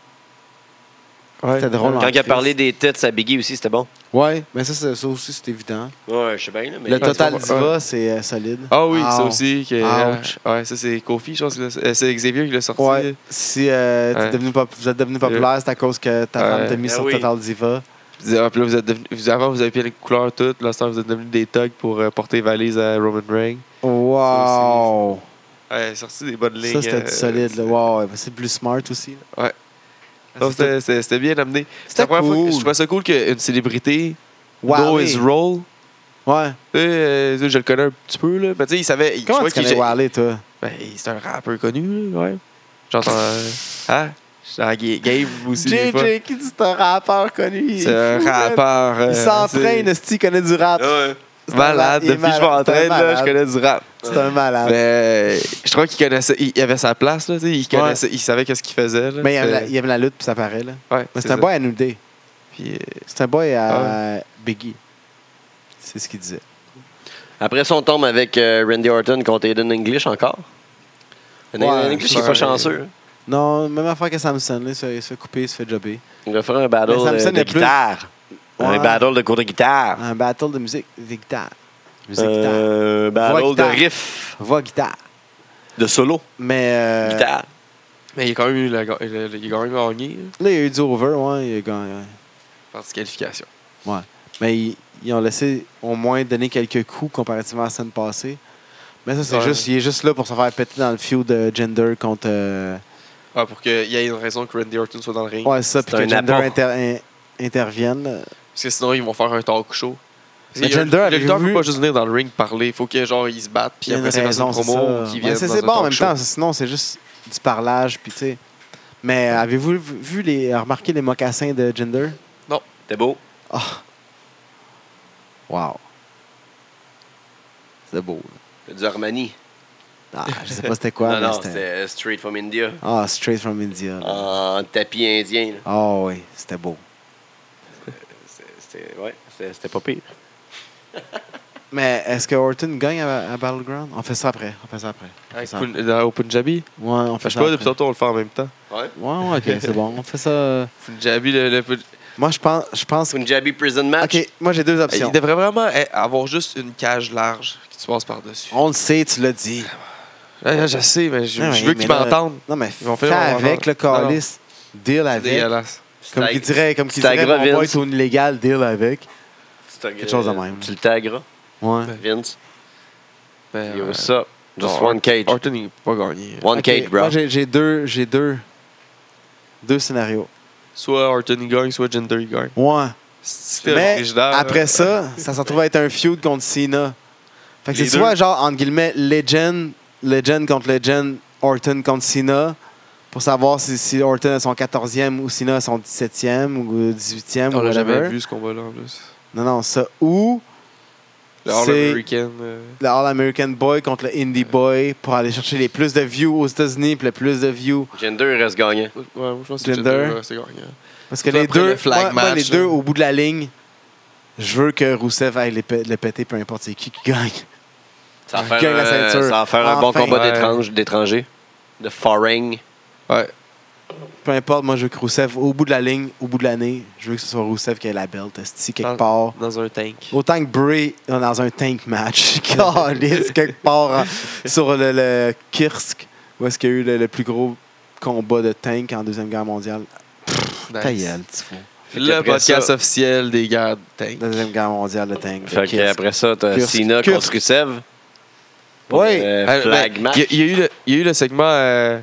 B: Ouais.
A: C'était drôle. en
C: Quand il a
A: crise.
C: parlé des têtes à Biggie aussi, c'était bon.
A: Ouais, mais ça, c'est- ça aussi, c'est évident.
C: Ouais, je sais bien, là, mais.
A: le
B: Ah,
A: Total
B: c'est bon.
A: Diva, c'est euh, solide.
B: Ah oui, ça
A: Ow.
B: aussi. Que,
A: Ouch.
B: euh, ouais, ça c'est Kofi, je pense. que le- euh, C'est Xavier qui l'a sorti.
A: Ouais. Si euh, t'es
B: Ouais.
A: devenu pop- vous êtes devenu populaire, c'est à cause que ta femme
B: Ouais.
A: t'a mis
C: Ben
A: sur
C: oui.
A: Total Diva.
B: Puis, disait, ah, puis là, vous êtes devenu- vous- avant, vous avez pris les couleurs toutes. Là, maintenant, vous êtes devenus des thugs pour euh, porter valise à Roman Reigns.
A: Wow!
B: Ouais, sorti des bonnes lignes.
A: Ça, c'était
B: euh,
A: du solide. là. Wow, ouais, ben, c'est plus smart aussi. là.
B: Ouais. Non,
A: C'était
B: C'était c'était- c'était bien amené. C'est
A: c'était
B: la première fois que je
A: cool.
B: trouvais ça cool qu'une célébrité
A: Wally.
B: know his role.
A: Ouais.
B: Euh, euh, je le connais un petit peu, là. Mais tu sais, il savait. il- je
A: Comment
B: trouvais
A: tu connais
B: qu'il-
A: Wally, toi?
B: Ben, c'est un rappeur connu, là, ouais. J'entends. euh, hein? Je suis dans la ga- game aussi. des fois.
A: JJ qui dit c'est un rappeur connu. il est
B: C'est un
A: fou, man.
B: rappeur. euh,
A: Il s'entraîne,
B: c'est
A: esti, il connaît du rap.
C: Ouais.
A: C'est un malade,
B: Malade.
A: il est
B: Depuis que je
A: malade, c'est un
B: m'entraîne, là, je
A: malade.
B: connais du rap.
A: C'est un malade.
B: Mais euh, je crois qu'il connaissait. Il il avait sa place, là. tu sais, Il, connaissait, il savait qu'est-ce qu'il faisait. Là,
A: Mais il aime, la,
B: C'était-
A: il aime la lutte, puis ça paraît. Là.
B: Ouais,
A: Mais c'est
B: ça. Ah
A: un boy à NUD.
B: Puis, euh,
A: C'est un boy à Biggie. C'est ce qu'il disait.
C: Après ça, on tombe avec euh, Randy Orton contre Aiden English encore. Aiden
A: Ouais,
C: English, il est
B: ça,
C: pas
B: euh,
C: chanceux. hein.
A: Non, même affaire que Samson, là, il se fait- il se fait couper, il se fait jobber.
C: Il va faire un battle
A: Mais Samson
C: euh, de
A: est plus-
C: guitare.
A: Ouais.
C: Un battle de cours de guitare.
A: Un battle de musique, des guitares. Musique guitare.
C: Euh,
A: Voix
C: battle de
A: guitare.
C: riff,
A: Voix guitare.
C: de solo.
A: Mais euh,
C: Guitare.
B: mais il a quand même eu la ga- le- le- il a quand même gagné là,
A: là, il y a eu du over, ouais, il a gagné. ouais.
B: par disqualification.
A: Mais ils, ils ont laissé au moins donner quelques coups comparativement à la semaine passée. Mais ça, c'est
B: Ouais.
A: juste, il est juste là pour se faire péter dans le feud de Gender contre. euh,
B: Ah, pour qu'il y ait une raison que Randy Orton soit dans le ring.
A: ouais, c'est ça, puis
C: C'est
A: que
C: un
A: Gender
C: apport.
A: inter- in- intervienne. là.
B: Parce que sinon, ils vont faire un talk show.
A: Mais
B: Il y a-
A: Jinder,
B: le
A: avez-vous
B: lutteur peut
A: vu-
B: pas juste venir dans le ring parler. Il faut que genre ils se battent
A: Il
B: puis
A: y a une
B: après c'est
A: raison,
B: une
A: c'est
B: promo
A: ça.
B: qui
A: Ouais,
B: viennent.
A: c'est-
B: dans
A: c'est
B: un
A: bon en
B: talk
A: même
B: show.
A: temps, sinon c'est juste du parlage, puis tu sais. Mais avez-vous vu- vu les, remarqué les mocassins de Gender?
C: C'était beau.
A: Ah! Wow! C'est beau.
C: C'était du Armani.
A: là. Ah, je sais pas c'était quoi,
C: (laughs) non,
A: mais
C: non,
A: c'était.
C: c'était Ah. Straight from India.
A: Ah, straight from India. là.
C: En tapis indien. là.
A: Ah oui, c'était beau.
C: C'était- C'était ouais, c'était- c'était pas pire.
A: Mais est-ce que Orton gagne à, à Battleground? On fait ça après. On fait ça après. On fait
B: Avec
A: ça
B: Pun- dans- au Punjabi.
A: Ouais, on
B: Enfin,
A: fait
B: je sais
A: ça.
B: pas,
A: après.
B: depuis tantôt, on le fait en même temps.
C: Ouais.
A: Ouais, ouais, ok, c'est bon. On fait ça. euh,
B: Punjabi, le, le Pun-
A: Moi, je pense, je pense.
C: Punjabi Prison Match.
A: Ok, moi j'ai deux
B: il
A: options.
B: devrait vraiment eh, avoir juste une cage large qui tu passes par-dessus.
A: On le sait, tu l'as dit.
B: Ouais, je sais, mais je,
A: Non,
B: je
A: mais-
B: veux qu'ils
A: mais là-
B: m'entendent.
A: Non, mais
B: Ils vont faire
A: fais
B: leur
A: avec le
B: affaire. Non, non.
A: calice. Deal
B: C'est
A: avec.
B: dégueulasse.
A: Comme
C: Tag-
A: il dirait, comme qu'il
C: Tag
A: dirait, mon boy,
C: Vince.
A: c'est une illégale, deal avec.
C: Tu tag-
A: quelque chose de même.
C: Tu le tagras,
A: Ouais.
C: Vince.
B: Ben,
C: Yo,
B: ouais.
C: what's up? Just
B: Bon,
C: one cage.
B: Orton, il n'a pas gagné.
C: One
A: Ok,
C: cage, bro.
A: Moi, j'ai j'ai deux, j'ai deux, deux scénarios.
B: Soit Orton, il gagne, soit Jinder, il gagne.
A: Ouais.
B: C'est
A: Mais
B: original,
A: après
B: là.
A: ça, ça se retrouve à être un feud contre Cena. Fait que
B: Les
A: c'est
B: deux.
A: soit genre, entre guillemets, Legend, Legend contre Legend, Orton contre Cena, pour savoir si, si Orton est son 14e ou Cena est son 17e ou 18e
B: On
A: ou
B: l'a jamais
A: whatever.
B: vu, ce combat-là, en plus.
A: Non, non, ça. Ou
B: Le All
A: C'est-
B: American. euh,
A: le All-American Boy contre le Indie Boy pour aller chercher les plus de views aux États-Unis puis le plus de views
C: Gender reste gagnant.
B: Ouais, moi, je pense que c'est
A: Jinder.
B: Jinder, ouais, c'est gagnant.
A: Parce que
B: Toi,
A: les
B: après
A: deux,
B: le flag
A: moi- moi,
B: match,
A: les
B: là.
A: deux au bout de la ligne, je veux que Rousseff aille le, pe- le péter, peu importe c'est qui qui gagne.
C: Ça
A: Il
C: va faire,
A: gagne la
C: un-
A: ceinture.
C: ça va faire un bon
A: Enfin.
C: combat
B: Ouais.
C: d'étrange- d'étrangers. De foreign.
B: Ouais.
A: Peu importe, moi je veux que Rousseff, au bout de la ligne, au bout de l'année, je veux que ce soit Rousseff qui ait la belt, esti, quelque
B: Dans-
A: part.
B: Dans un tank.
A: Autant que Bray est dans un tank match, (laughs) calisse, quelque part en- sur le, le Kirsk, où est-ce qu'il y a eu le, le plus gros combat de tank en Deuxième Guerre mondiale.
B: Nice.
A: Ta gueule, petit fou.
B: Le
C: Après
B: podcast
C: ça-
B: officiel des gars de tank.
A: Deuxième Guerre mondiale, le tank.
C: Fait
A: Kirsk.
C: qu'après ça, t'as
A: Kursk.
C: Cena
A: Kursk.
C: contre Rusev. Pour
A: Ouais.
C: le euh,
B: Ah,
C: Flag
B: ben,
C: match.
B: Il y a- il y, a eu le- il y a eu le segment. euh,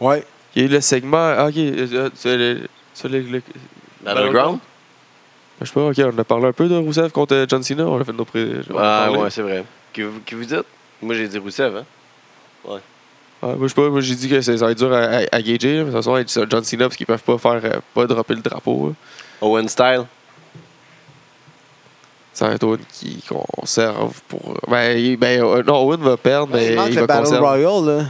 A: Ouais.
B: Il y a eu le segment. Ah, ok. euh, c'est le- c'est le- le-
C: Battleground?
B: ben, Je sais pas, ok, on a parlé un peu de Rousseff contre euh, John Cena. On a fait nos pré. on en a
C: Ah
B: parlé.
C: ouais, c'est vrai. Que vous, que vous dites? Moi, j'ai dit Rusev, hein?
B: Ouais, moi, je sais pas, moi j'ai dit que c'est- ça va être dur à, à, à gager, là, mais de toute façon, avec John Cena, parce qu'ils peuvent pas faire, euh, pas dropper le drapeau. hein. là.
C: Owen Style.
B: Ça va être Owen qui conserve pour. Ben, il- ben, euh, non, Owen va perdre, mais
A: il manque
B: il
A: le
B: va
A: Battle
B: conserver.
A: Royale, là.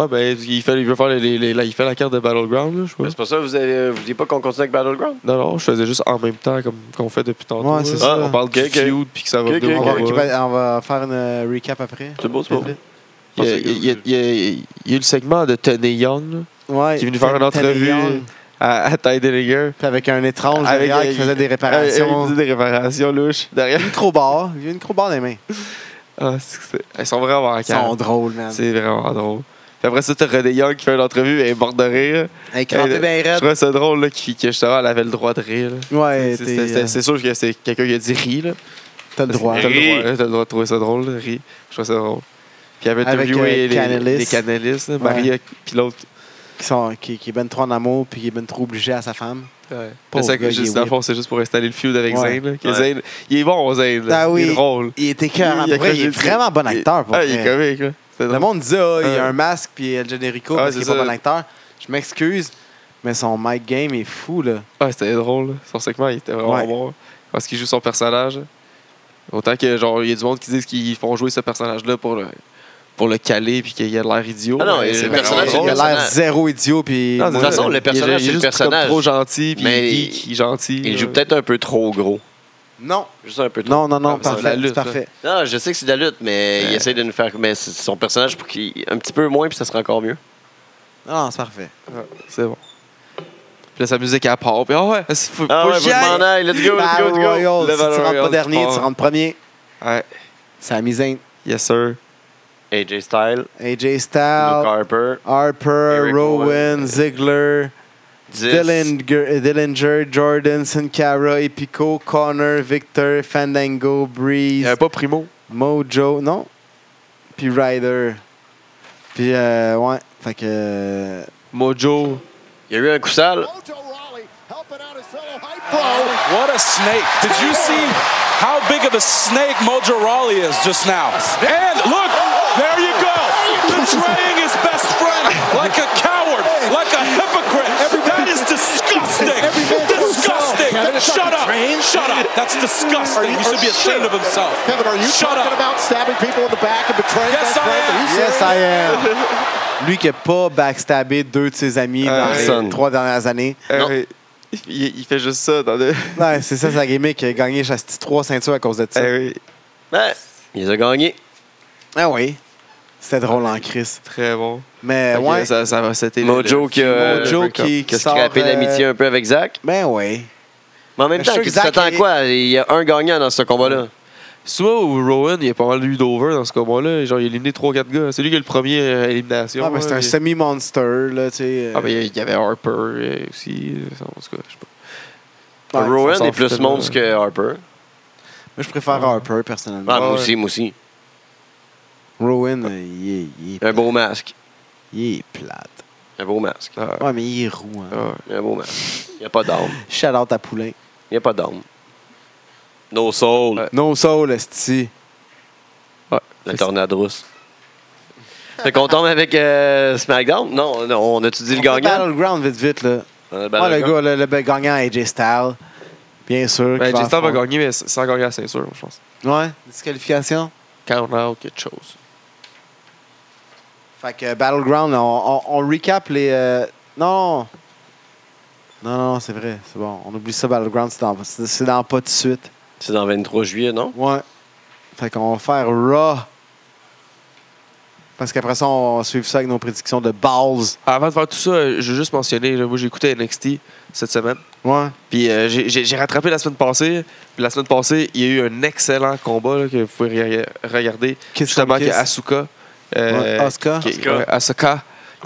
B: Ouais, ben, il, fait, il veut faire les, les- les- là, il fait la carte de Battleground, là, je sais pas.
C: Mais C'est pour ça que vous ne vous dites pas qu'on continue avec Battleground?
B: Non, non, je faisais juste en même temps comme qu'on fait depuis tantôt.
A: Ouais, c'est
B: là. Ah,
A: ça.
B: On parle
C: Ok,
B: du
C: ok.
B: feud puis que ça va
C: Ok,
B: venir
C: ok,
B: en
A: On va,
B: bas.
A: qui va- on va faire une euh, recap après.
C: C'est beau, c'est beau.
B: Il y a- il y a- il y a- il y a eu le segment de Tony Young là,
A: Ouais.
B: Qui est venu faire une
A: Tony
B: entrevue.
A: Young,
B: à, à Ty Dillinger.
A: puis avec un étrange
B: Avec,
A: derrière
B: euh,
A: qui faisait des
B: Ah, (laughs) il
A: réparations.
B: dit des réparations louches derrière.
A: Une crowbar. Il y a une crowbar dans les mains.
B: Ah, c'est- c'est- elles sont vraiment
A: Ils sont
B: calmes.
A: drôles, man.
B: C'est vraiment drôle. Puis après ça, t'as René Young qui fait une entrevue et elle est morte de rire.
A: Avec crampé
B: Elle-
A: bien ben
B: Je
A: raide.
B: trouvais ça drôle là, qui- que justement elle avait le droit de rire. là.
A: Ouais, t'es,
B: C'est- c'est-
A: euh,
B: C'est c'est sûr que c'est quelqu'un qui a dit rire. là.
A: t'as le droit.
B: T'as le
C: Ri.
B: droit, là, t'as le droit de trouver ça drôle, là, ri. Je trouve ça drôle. Puis il avait
A: Avec,
B: interviewé
A: euh,
B: les,
A: Canalis.
B: les Canalis, là, Maria, puis l'autre.
A: Qui, sont, qui, qui est ben trop en amour puis qui est ben trop obligé à sa femme.
B: Mais ça,
A: Pauvre gars, il est
B: juste, dans le
A: weird.
B: fond, c'est juste pour installer le feud avec
A: Ouais.
B: Zayn. là, que
C: Ouais.
B: Zayn- Il est bon, Zayn. là.
A: Ah
B: Il
A: oui.
B: est drôle.
A: Il était cœur.
B: Il a
A: Il, il est
B: craché-
A: vraiment bon acteur. Pour
B: Ah, il est
A: vrai.
B: comique. là. C'est
A: Le
B: drôle.
A: monde dit, ah, il y a
B: Ouais.
A: un masque puis El Generico
B: Ah,
A: parce
B: c'est
A: qu'il est pas
B: ça.
A: bon acteur. Je m'excuse, mais son mic game est fou, là.
B: Ouais, Ah, c'était drôle. là. Son segment, il était vraiment
A: Ouais.
B: bon. Parce qu'il joue son personnage. Autant que, genre, il y a du monde qui disent qu'ils font jouer ce personnage-là pour le, pour le caler puis qu'il a l'air idiot.
C: Ah non,
B: mais
C: et
B: c'est
C: le
B: vraiment
C: personnage,
B: drôle.
A: Il a l'air
C: personnage.
A: zéro idiot puis. euh,
B: Non,
A: Ouais.
B: c'est
C: toute façon,
B: ça.
C: le
B: Il est
C: personnage,
B: juste
C: c'est le
B: comme
C: personnage.
B: trop gentil puis
C: Mais
B: geek, il est gentil.
C: Il joue
B: là.
C: peut-être un peu trop gros.
A: non,
C: Juste un peu trop.
A: non, non, non,
B: Ah, mais c'est de la
A: parfait,
B: lutte,
A: parfait.
C: Non, je sais que c'est de la lutte, mais il
B: Ouais.
C: essaie de nous faire. Mais c'est son personnage pour qu'il. Un petit peu moins, puis ça sera encore mieux.
A: Non, non, c'est parfait.
B: C'est bon. Puis là, sa musique à part. Puis, ah ouais, c'est faut,
C: Ah
B: faut
C: ouais,
B: que
C: vous
B: j'y aille. Bah,
C: demandez, let's go, let's go,
A: Battle
C: let's go.
A: Royale,
B: Le
A: si tu
B: Battle
A: rentres pas
B: Royale,
A: dernier,
B: fort.
A: tu rentres premier.
B: Ouais,
A: C'est la misaine.
B: yes, sir.
C: AJ Styles,
A: AJ
B: Ah.
C: Luke
A: Styles,
C: Harper,
A: Harper,
C: Eric
A: Rowan,
C: Rowan,
A: Ziggler,
C: Dylan.
A: Dillinger, Dillinger, Jordan, Sin Cara, Epico, Connor, Victor, Fandango,
B: Il
A: Breeze.
B: n'y avait pas Primo.
A: Mojo, non. Puis Ryder. Puis, euh, ouais. Fait que. euh,
B: Mojo.
C: Il y a eu un coup sale.
E: What a snake. Did you see how big of a snake Mojo Rawley is just now? And look, there you go. Betraying his best friend like a coward, like a hypocrite. That is disgusting. Disgusting. Shut up. Shut up. That's disgusting. He should be ashamed of himself.
F: Kevin, are you
E: Shut
F: talking
E: up.
F: about stabbing people in the back and betraying
E: Yes,
F: best
E: I
F: friends?
E: am.
F: Are you
A: Yes,
F: serious?
A: I am. Lui qui a pas backstabé deux de ses amis dans
C: Personne.
A: les trois dernières années.
C: Non.
B: Euh, il, il fait juste ça dans
C: (laughs)
B: le.
A: Ouais, c'est ça sa gimmick. Il a gagné sa petite trois ceintures à cause de ça.
B: Eh oui,
C: Ouais. Il a gagné.
A: Ah oui. C'était drôle en crise.
B: très bon.
A: Mais
C: Eh
B: Fait que
A: ouais.
B: ça, ça va, c'était le-
C: Mojo
B: le-
C: qui a-
A: Mojo qui, qui
C: Qu'est-ce
A: sort.
C: qu'il a appelé
A: euh,
C: l'amitié un peu avec Zach?
A: Ben ouais.
C: Mais en même
A: Mais je
C: temps,
A: suis
C: tu
A: sûr que Zach
C: t'attends à
A: est-
C: quoi? Il y a un gagnant dans ce combat-là.
B: Soit ou Rowan, il a pas mal eu d'over dans ce combat-là. Genre, il a éliminé 3-4 gars. C'est lui qui a le premier euh, élimination.
A: Ah, mais c'est
B: là.
A: un semi-monster, là, tu sais.
B: Ah, mais il y avait Harper euh, aussi. euh, En tout cas, je sais pas.
A: Ouais.
B: ça
C: Rowan
B: s'en
C: est
B: fout
C: plus
B: tellement.
C: monstre que Harper.
A: Moi, je préfère Harper,
C: Ah,
A: personnellement.
C: moi
B: ouais.
C: aussi, moi aussi.
A: Rowan, euh, il est, il est-
C: Un beau masque.
A: il est plate.
C: Un beau masque.
B: Ah,
A: Ouais, mais il est roux, hein.
B: ah.
C: Un beau masque. Il n'y a pas d'âme.
A: Shout out à Poulain.
C: Il n'y a pas d'âme. No soul.
B: Ouais.
A: No soul, esti.
C: Le tornade rousse. Fait qu'on tombe avec euh, SmackDown? Non, non, on a-tu dit le
A: On fait
C: gagnant? Ben,
A: Battleground, vite, vite, là.
C: On a
A: Ah, le
C: Battleground.
A: gars, le, le be- gagnant AJ Styles. Bien sûr.
B: Ben,
A: qui
B: Jay Starr va
A: affronter-
B: gagner, mais sans gagner la ceinture, je pense.
A: Ouais, disqualification.
B: Count out, quelque chose.
A: Fait que euh, Battleground, on, on, on recap les. euh, Non! Non, non, c'est vrai, c'est bon. On oublie ça, Battleground, c'est dans, c'est c'est dans pas tout de suite.
C: C'est dans le 23 juillet, non?
A: Ouais. Fait qu'on va faire Raw. Parce qu'après ça, on va suivre ça avec nos prédictions de Balls.
B: Avant de faire tout ça, euh, je veux juste mentionner, là, moi j'ai écouté NXT cette semaine.
A: Ouais.
B: Puis euh, j'ai- j'ai j'ai rattrapé la semaine passée. Puis la semaine passée, il y a eu un excellent combat là, que vous pouvez re- regarder.
A: Kiss
B: Justement,
A: contre
B: que
A: kiss.
B: Asuka. euh,
A: Ouais, Asuka.
B: qui-
C: Asuka.
B: ouais, Asuka, qui a,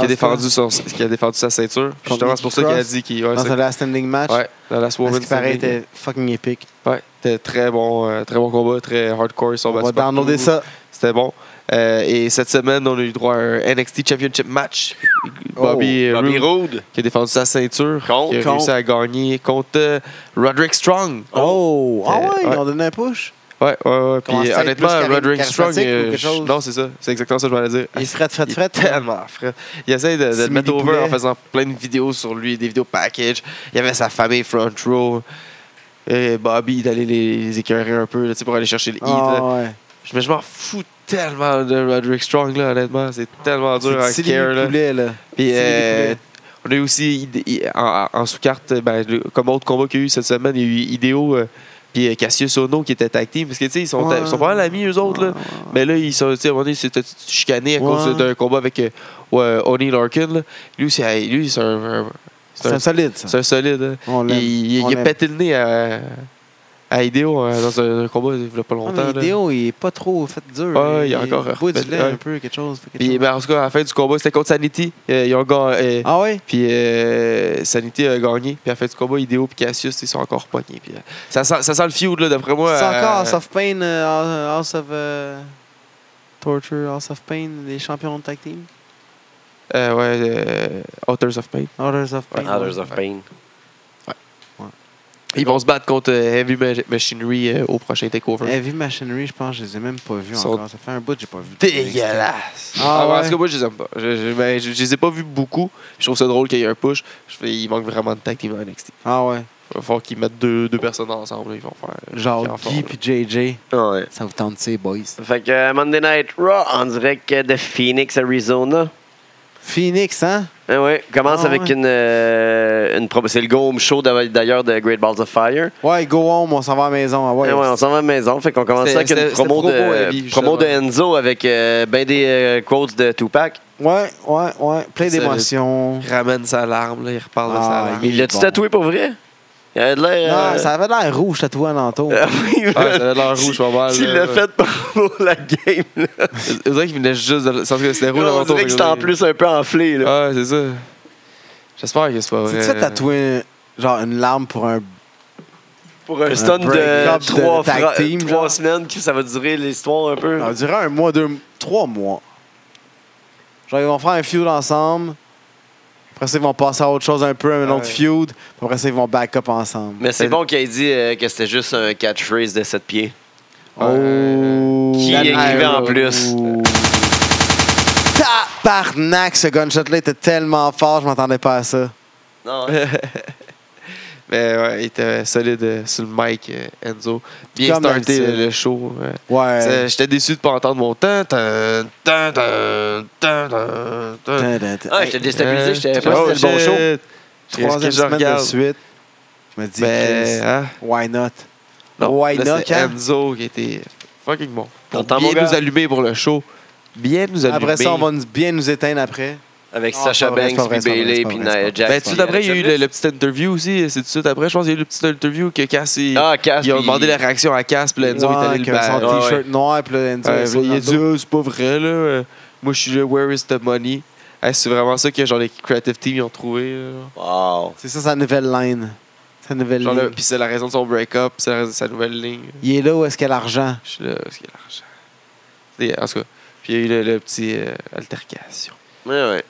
A: Asuka.
B: défendu son- qui a défendu sa ceinture. Puis Justement, c'est pour ça qu'il a dit qu'il. Ouais,
A: Dans
B: c'est-
A: un last standing match.
B: ouais, la Last
A: Parce
B: Woman.
A: qu'il paraît,
B: c'était-
A: était fucking épique.
B: Ouais, c'était très bon, euh, très bon combat, très hardcore. Ils sont
A: On va
B: battus partout.
A: downloader ça.
B: C'était bon. Euh, et cette semaine, on a eu droit à un NXT Championship match. Bobby, euh,
C: Oh, Bobby
B: Roode,
C: Roode.
B: qui a défendu sa ceinture,
C: Contre-
B: qui a réussi
A: contre-
B: à gagner contre euh, Roderick Strong.
A: Oh! Ah ouais,
B: Euh, ouais.
A: ils ont donné un push.
B: Ouais, ouais, ouais.
A: Comment
B: Puis
A: ça, être
B: honnêtement,
A: plus chari-
B: Roderick Strong,
A: charismatique
B: euh,
A: ou quelque chose?
B: non, c'est ça. C'est exactement ça que je voulais dire.
A: Il est fret, fret,
B: Il est
A: fret.
B: tellement frais. Il essaie de, de le
A: Simili
B: mettre over
A: poulet.
B: en faisant plein de vidéos sur lui, des vidéos package. Il y avait sa famille front row. Et Bobby d'aller les, les écœurer un peu là, tu sais, pour aller chercher le hit.
A: Ah
B: là.
A: ouais.
B: Je, mais je m'en fous tellement de Roderick Strong, là, honnêtement. C'est tellement dur à
A: C'est les
B: care, là.
A: poulets, là.
B: Puis,
A: C'est
B: euh,
A: les poulets.
B: on a eu aussi, Ide- I- en, en sous-carte, ben, le- comme autre combat qu'il y a eu cette semaine, il y a eu Ideo euh, puis euh, Cassius Ono qui était tag team. Parce que, tu sais, ils sont,
A: Ouais.
B: ils sont pas mal amis, eux autres. là. Mais là, ils sont, tu sais, à un moment donné, ils s'étaient chicanés à
A: Ouais.
B: cause d'un combat avec euh, ouais, Oni Larkin. là. Lui, c'est lui, c'est un, un- c'est
A: C'est
B: un,
A: un solide, ça.
B: c'est un solide. hein.
A: On
B: Il,
A: l'aime.
B: il-
A: On
B: il a
A: l'aime.
B: pété le nez à, à Ideo euh, dans un, un combat il y a pas
A: Ah,
B: longtemps.
A: mais
B: là.
A: Idéo, il est pas trop fait dur.
B: Ouais, il a encore
A: boit du
B: refait-
A: lait
B: ouais.
A: un peu, quelque chose. fait quelque
B: Puis,
A: chose.
B: ben, en tout cas, à la fin du combat, c'était contre Sanity. Euh, ils ont gagné. euh,
A: Ah ouais?
B: Puis euh, Sanity a gagné. Puis à la fin du combat, Ideo puis Cassius, ils sont encore pognés. Puis, euh, ça, sent, ça sent le feud, là, d'après moi.
A: C'est
B: euh,
A: encore House of Pain, euh, House of euh, Torture, House of Pain, les champions de tag team.
B: euh, ouais, euh, Authors of Pain.
A: Orders of Pain.
C: Others of Pain.
B: Ils vont se battre contre euh, Heavy Ma- Machinery euh, au prochain TakeOver.
A: Heavy Eh, Machinery, je pense, je les ai même pas vus
B: Ils sont
A: encore. Ça fait un bout que j'ai pas vu.
B: Dégueulasse!
A: Ah
B: Ah, ouais. En
A: ouais?
B: tout cas, moi, je les aime pas. Je, je, ben, je- je les ai pas vus beaucoup. Je trouve ça drôle qu'il y ait un push. Je fais, il manque vraiment de tag team à NXT.
A: Ah ouais.
B: Il va falloir qu'ils mettent deux, deux personnes ensemble. là. Ils vont faire. ils vont
A: Genre
B: faire
A: Guy
B: fort,
A: puis JJ.
C: Ah Ouais.
A: Ça vous tente, ces boys.
C: Fait que euh, Monday Night Raw en direct euh, de Phoenix, Arizona.
A: Phoenix, hein?
C: Ah ouais, commence
A: Ah
C: avec
A: ouais.
C: une, euh, une promo- C'est le Go Home Show d'av- d'ailleurs de Great Balls of Fire.
A: Ouais, go home, on s'en va à la maison. Ah
C: Ah
A: ouais.
C: ouais, on s'en va à la maison. Fait qu'on commence ça avec
B: C'était-
C: une
B: c'était-
C: promo,
B: c'était promo,
C: de, euh,
B: Abby,
C: promo de
B: justement.
C: Enzo avec euh, ben des euh, quotes de Tupac.
A: ouais, ouais, ouais. Plein
B: C'est- Euh.
A: d'émotions.
B: Il ramène sa larme, là, il reparle de sa
A: Ah,
B: larme.
A: il-
C: Il l'a-tu
A: Bon.
C: tatoué pour vrai? Il avait de l'air.
A: Non,
C: euh,
A: ça avait l'air rouge tatoué alentour.
C: (laughs) Ah oui,
B: Ah,
C: là.
B: ça avait l'air rouge, pas
C: (laughs)
B: mal,
C: S'il
B: là.
C: l'a fait pour la game, là.
B: C'est vrai qu'il venait juste de. Sans que c'était rouge
C: on
B: avant
C: dirait que c'était en plus un peu enflé. Là.
B: Ah, c'est ça. J'espère que c'est pas
A: Tu
B: vrai.
A: te fais tatouer genre une larme pour un.
C: Pour un stun
A: break-up de
C: de trois,
A: tag
C: fra-
A: team,
C: trois
A: genre. Ah,
C: semaines, que ça va durer l'histoire un peu.
A: On dirait un mois, deux, trois mois. Genre, ils vont faire un feud ensemble. Après ça, ils vont passer à autre chose un peu, un
B: Ouais.
A: autre feud. Puis Après ça, ils vont back up ensemble.
C: Mais c'est
B: Ben-
C: bon qu'il ait dit euh, que c'était juste un catchphrase de 7 pieds.
A: Oh!
C: Qui
A: La-
C: écrivait en
B: oh.
C: plus.
A: Oh. Tabarnak, ce gunshot-là était tellement fort, je m'attendais pas à ça.
C: Non, hein?
B: Mais ouais, il était solide euh, sur le mic, euh, Enzo. Bien
A: Comme
B: starté
A: d'habitude.
B: le, le show. ouais. C'est-
A: Ouais.
B: J'étais déçu de pas entendre mon tan tan tan tan tan tan, tan.
C: ah,
A: Hey,
C: j'étais déstabilisé, je savais
B: Oh,
C: pas si c'était le bon
B: shit.
A: Troisième
C: show.
B: Qu'est-ce que je
A: semaine de
B: regarde?
A: suite. Je me dis,
B: Ben,
A: Chris,
B: hein?
A: why not?
B: Non,
A: Why
B: là,
A: not,
B: c'est
A: hein?
B: Enzo qui était fucking bon. Pour
C: T'entends,
B: bien
C: mon gars?
B: nous allumer pour le show. Bien nous allumer.
A: Après ça, on va nous- bien nous éteindre après.
C: Avec
A: Non,
C: Sacha
A: c'est pas vrai,
C: Banks, puis
A: c'est pas vrai,
C: Bailey,
A: c'est pas
C: puis
A: vrai, c'est
C: Nia
A: pas
C: Jax.
B: Ben, tout d'après, il y a eu le, le petit interview aussi. C'est tout de suite après. Je pense qu'il y a eu le petit interview que Cass. il-
C: Ah, Cass,
B: Ils ont
C: puis-
B: demandé la réaction à Cass, puis là, Enzo est allé
A: Ouais,
B: le
A: que son
B: battre.
C: ouais.
A: t-shirt noir, puis là, Enzo, il
B: Ouais, Il a
A: saute dans
B: dit,
A: le dos.
B: Ah, c'est pas vrai, là. Euh, Moi, je suis là, where is the money? Hey, c'est vraiment ça que genre, les creative teams ils ont trouvé. là.
C: Wow.
A: C'est ça sa nouvelle line. Sa nouvelle
B: Genre, là,
A: ligne.
B: Puis c'est la raison de son break-up, c'est la raison de sa nouvelle ligne.
A: Il est là où est-ce qu'il y a l'argent.
B: Je suis là, est-ce qu'il y a l'argent? Et, En tout cas, puis il y a eu le, le petit euh, altercation.
C: Ouais, ouais.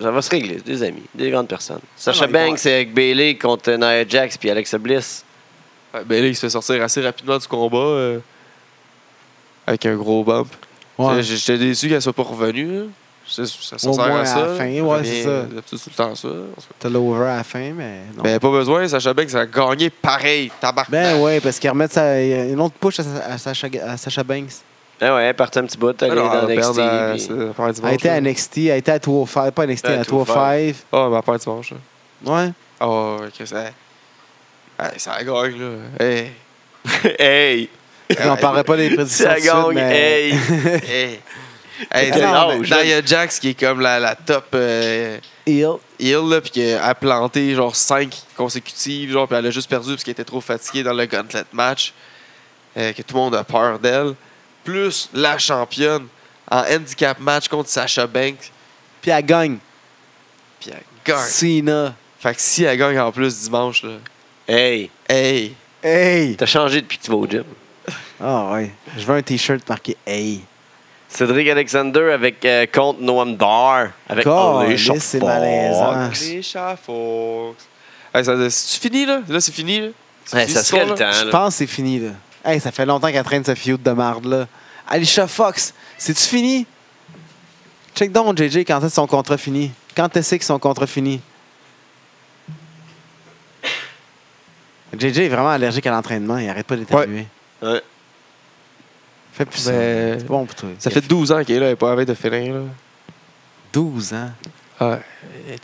C: Ça va se régler, c'est des amis, des grandes personnes. Sacha
A: non, il
C: Banks, c'est avec Bailey contre Nia Jax, puis Alexa Bliss.
B: Ouais, ben là, il se fait sortir assez rapidement du combat euh, avec un gros bump.
A: Ouais.
B: J- J'étais déçu qu'elle soit pas revenue. là. Ça, ça, ça
A: Au
B: sert
A: moins
B: à
A: à
B: ça.
A: la fin, ouais,
B: Revient,
A: c'est ça.
B: euh, tout- tout le temps ça. En tout cas.
A: T'as l'over à la fin, mais non.
B: Mais pas besoin, Sacha Banks a gagné pareil, tabac.
A: Ben ouais, parce qu'ils remettent sa- une autre push à, sa- à Sacha, à Sacha Banks.
C: Ah ouais, elle partait un petit bout, elle est dans NXT. puis- (laughs)
B: Elle
A: Elle a été à NXT, elle a été à 205, pas à NXT,
C: Ouais,
A: à 205.
B: Ah, ma part dimanche. là.
A: Ouais.
B: Oh, que ça. Hey, ça gagne, là. Hey.
C: hey!
A: On parlerait pas des prédictions.
C: Ça
A: tout de suite,
C: gagne,
A: mais-
C: hey! (laughs)
B: hey.
A: (laughs)
B: Hey,
A: Ah,
B: t'as-
C: non, mais-
B: Nia Jax qui est comme la, la top euh,
A: Heel.
B: heel, là, puis qu'elle a planté genre 5 consécutives, genre, puis elle a juste perdu parce qu'elle était trop fatiguée dans le gauntlet match, euh, que tout le monde a peur d'elle. Plus la championne en handicap match contre Sasha Banks,
A: Puis elle gagne.
B: puis elle gagne.
A: Cena.
B: Fait que si elle gagne en plus dimanche, là,
C: Hey!
B: hey,
A: Hey!
C: T'as changé depuis que tu vas au gym.
A: Ah ouais. Je veux un t-shirt marqué Hey.
C: Cédric Alexander avec euh, contre Noam Dar. Avec
A: Caliste,
C: Alicia
A: c'est
C: Fox. Ah.
A: malaisant.
B: les Fox. Hey, ça, c'est fini, là? Là, c'est fini, là? C'est
C: Ouais,
B: fini,
C: ça
B: ce
C: serait le
B: soir-là?
C: temps.
A: Je
C: là.
A: pense que c'est fini, là. Hey, ça fait longtemps qu'elle traîne ce feud de marde, là. Alicia Fox, c'est-tu fini? Check donc, JJ, quand est-ce que son contrat fini? Quand est-ce que son contrat fini? JJ est vraiment allergique à l'entraînement, il arrête pas d'éternuer.
C: Ouais.
A: Fais plus
B: Mais-
A: ça. C'est bon pour toi.
B: Ben, Ça fait 12 ans qu'il est là, il n'est pas avec de finir. Là.
A: 12 ans.
B: Ah,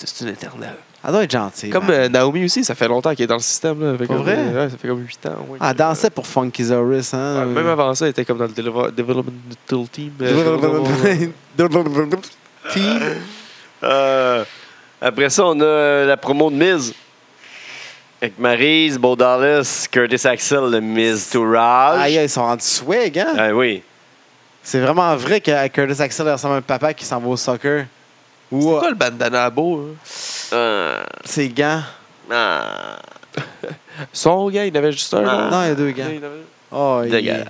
B: c'est une éternelle.
A: Elle doit être gentille. hein.
B: Comme
A: man.
B: euh, Naomi aussi, ça fait longtemps qu'elle est dans le système. Là. Fait
A: Pas
B: comme,
A: vrai?
B: euh, ouais, ça fait comme 8 ans. ouais.
A: Ah, elle dansait pour Funky Zoris,
B: euh, Ouais,
A: hein?
B: Ah, Même avant ça, elle était comme dans le Deliver- Developmental Team. euh, (laughs)
C: Euh, après ça, on a euh, la promo de Miz. Avec Maryse, Bo Dallas, Curtis Axel, le Miz
A: Ah,
C: Tourage.
A: ils sont rendus swag, hein?
C: Ah, oui.
A: C'est vraiment vrai que Curtis Axel il ressemble à un papa qui s'en va au soccer. Ou
B: C'est
A: euh,
B: quoi le bandana beau?
C: Ah,
A: ses gants.
C: ah,
B: hein? Son gars, il en avait juste un.
C: Ah.
B: là.
A: Non, il y a deux gants.
B: Il en avait-
A: Oh, il
C: dégueulasse.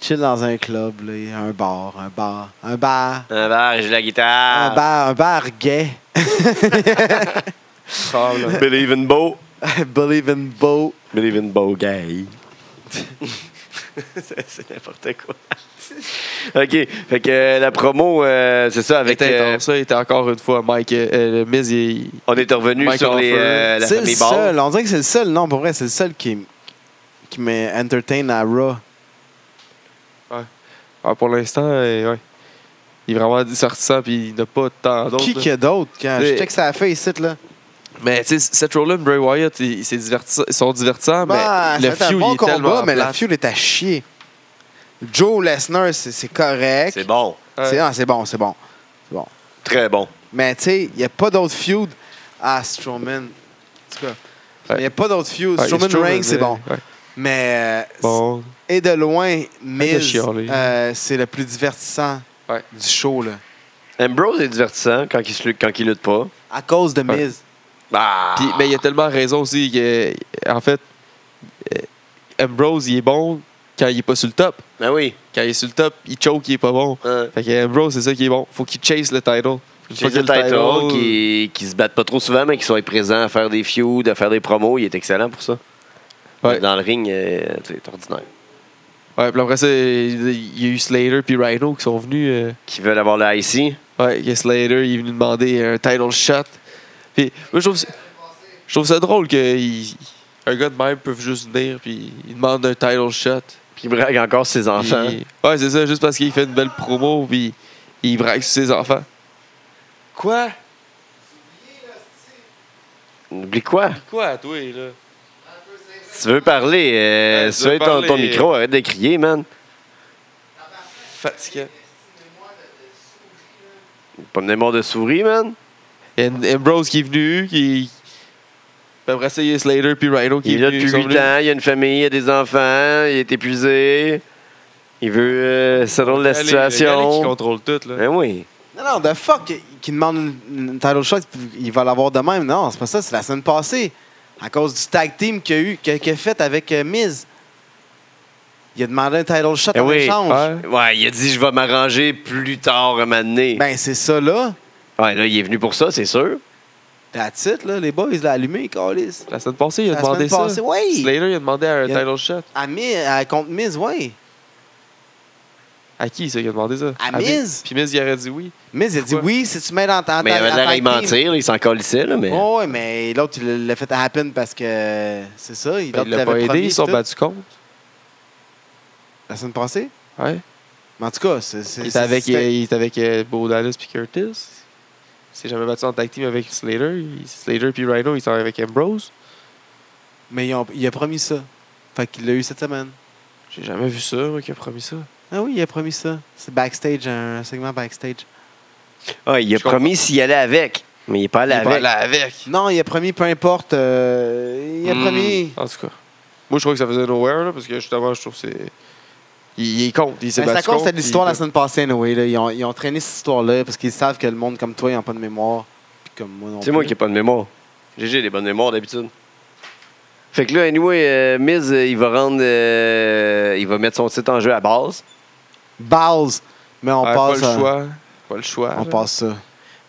A: chill dans un club, là, un bar, un bar, un bar,
C: Un verre, j'ai la
A: un
C: guitare.
A: bar, un bar gay. (laughs)
B: Ah, là.
C: Believe in Bo.
A: Believe in Bo.
C: Believe in Bo Gay. (laughs) c'est c'est n'importe quoi. (laughs) OK. Fait que euh, la promo, euh, c'est ça,
B: Il
C: avec.
B: était
C: euh,
B: intense, là, il était encore une fois Mike. euh, euh, le Miz, il-
C: on est revenu
B: Mike
C: sur les,
B: Hoffer.
C: euh, la
A: C'est le
C: famille Ball.
A: seul, on dirait que c'est le seul, non, pour vrai, c'est le seul qui, m- qui m'entertain à Raw.
B: ah, pour l'instant, euh, ouais. il est vraiment sortissant puis il n'a pas tant d'autres.
A: Qui
B: là.
A: qu'il y a d'autre? Quand je
B: C'est-
A: check sa feuille ici, là.
B: Mais tu sais, Seth Rollins, Bray Wyatt, ils, ils- c'est divertissant- ils sont divertissants,
A: Bah,
B: mais le
A: c'était un
B: feud,
A: bon
B: il est tellement
A: mais
B: plate.
A: le feud est à chier. Joe Lesnar, c'est c'est correct.
C: C'est bon.
A: C'est ah, c'est bon, c'est bon.
C: Très bon.
A: Mais tu sais, il n'y a pas d'autre feud à Strowman. En tout cas, il n'y a pas d'autre feud.
B: Ouais,
A: Strowman
B: Strowman,
A: Reigns, c'est
B: euh,
A: bon.
B: ouais.
A: Mais euh,
B: Bon,
A: et de loin, Miz,
B: chialer.
A: euh, c'est le plus divertissant
B: Ouais.
A: du show. Là.
C: Ambrose est divertissant quand il, se lutte, quand il lutte pas.
A: À cause de
B: Ouais.
A: Miz.
C: Ah!
B: Puis- mais il a tellement raison aussi que, en fait, euh, Ambrose, il est bon quand il est pas sur le top.
C: Ben oui.
B: Quand il est sur le top, il choke, il est pas bon.
C: Hein.
B: Fait que Ambrose, c'est ça qui est bon. Faut qu'il chase le title. Une fois
C: Chase
B: qu'il
C: le
B: a
C: title, qui, qui se battent pas trop souvent, mais qui sont présents à faire des feuds, à faire des promos, il est excellent pour ça.
B: Ouais.
C: Dans le ring, euh, c'est ordinaire.
B: Ouais, puis après ça, il y a eu Slater puis Rhino qui sont venus. euh,
C: Qui veulent avoir le IC.
B: Ouais, que Slater, il est venu demander un title shot. Puis, moi, je trouve, ça- je trouve ça drôle qu'un gars de même peut juste venir puis il demande un title shot.
C: Puis il brague encore ses
B: Puis-
C: enfants.
B: ouais, c'est ça, juste parce qu'il fait une belle promo puis il braque sur ses enfants. Quoi?
C: Oublie quoi?
B: Quoi, toi, là?
C: Si tu veux parler, euh,
B: Ouais,
C: si
B: tu
C: tu
B: veux
C: veux ton, ton
B: parler.
C: micro, arrête de crier, man.
B: Fatiguant.
C: Pas me mort de souris, man.
B: Et Ambrose qui est venu, qui. Puis après ça, il y a Slater puis Rhino qui
C: Il est
B: est
C: là
B: venu.
C: depuis
B: ils sont
C: 8
B: venus.
C: ans, il a une famille, il a des enfants, il est épuisé. Il veut euh, settle la
B: Allez, le gars, là, qui
C: situation.
B: contrôle tout, là.
C: Ben oui.
A: Non, non, the fuck, qui demande une, une title shot, puis il va l'avoir de même. Non, c'est pas ça, c'est la semaine passée. À cause du tag team qu'il a, eu, qu'il a- qu'il a fait avec euh, Miz. Il a demandé un title shot
C: Eh
A: en
C: oui.
A: échange.
B: Ouais.
C: Ouais, il a dit je vais m'arranger plus tard à m'amener.
A: Ben, c'est ça, là.
C: Ouais, là, il est venu pour ça, c'est sûr.
A: That's it, là. Les boys, ils l'ont allumé, Calis.
B: La semaine passée, il a
A: La
B: demandé
A: semaine passée,
B: ça.
A: oui.
B: Slater, il a demandé un
A: Il a-
B: title shot.
A: À, Mi- à- contre Miz, oui.
B: À qui ça qui a demandé ça?
A: À
B: Miz.
A: Miz.
B: Puis Miz, il aurait dit oui.
A: Miz, il a dit
B: Pourquoi?
A: oui, si tu mets dans ta
C: Mais il avait l'air à y mentir, là, il s'en colissait, là, mais.
A: Oh, oui, mais l'autre, il l'a fait happen parce que c'est ça. Il
B: Ben,
A: l'autre
B: il l'a pas
A: l'avait
B: aidé,
A: promis,
B: ils sont
A: tout.
B: battus contre.
A: La semaine passée?
B: Ouais.
A: Mais en tout cas, c'est. c'est-
B: Il était
A: c'est-
B: avec,
A: c'était-
B: il était avec euh, Bo Dallas puis Curtis. Il s'est jamais battu en tag team avec Slater. Il- Slater puis Rhino, ils sont avec Ambrose.
A: Mais ils ont- il a promis ça. Fait qu'il l'a eu cette semaine.
B: J'ai jamais vu ça, moi, qui a promis ça.
A: Ah oui, il a promis ça. C'est backstage, un segment backstage.
C: Ah, il a
B: Je
C: promis s'il allait avec. Mais il est pas allé
B: Il est pas
C: avec.
B: allé avec.
A: Non, il a promis, peu importe. euh, il a
B: Hmm.
A: promis.
B: En tout cas. Moi, je trouve que ça faisait nowhere, là, parce que justement, je trouve que c'est. Il, il est contre. Il s'est
A: Ben,
B: battu
A: C'est à cause
B: contre,
A: de l'histoire la
B: puis-
A: semaine passée, Noé. Là. Ils, ont, ils ont traîné cette histoire-là parce qu'ils savent que le monde comme toi, ils n'ont pas de mémoire. Puis comme moi non
C: C'est moi qui
A: plus.
C: n'ai pas de mémoire. GG a des bonnes mémoires d'habitude. Fait que là, anyway, euh, Miz, euh, il va rendre. euh, il va mettre son titre en jeu à base.
A: Balls! Mais on
B: Ah,
A: passe.
B: Pas
A: euh,
B: le choix. Pas le choix.
A: On
B: là.
A: passe ça.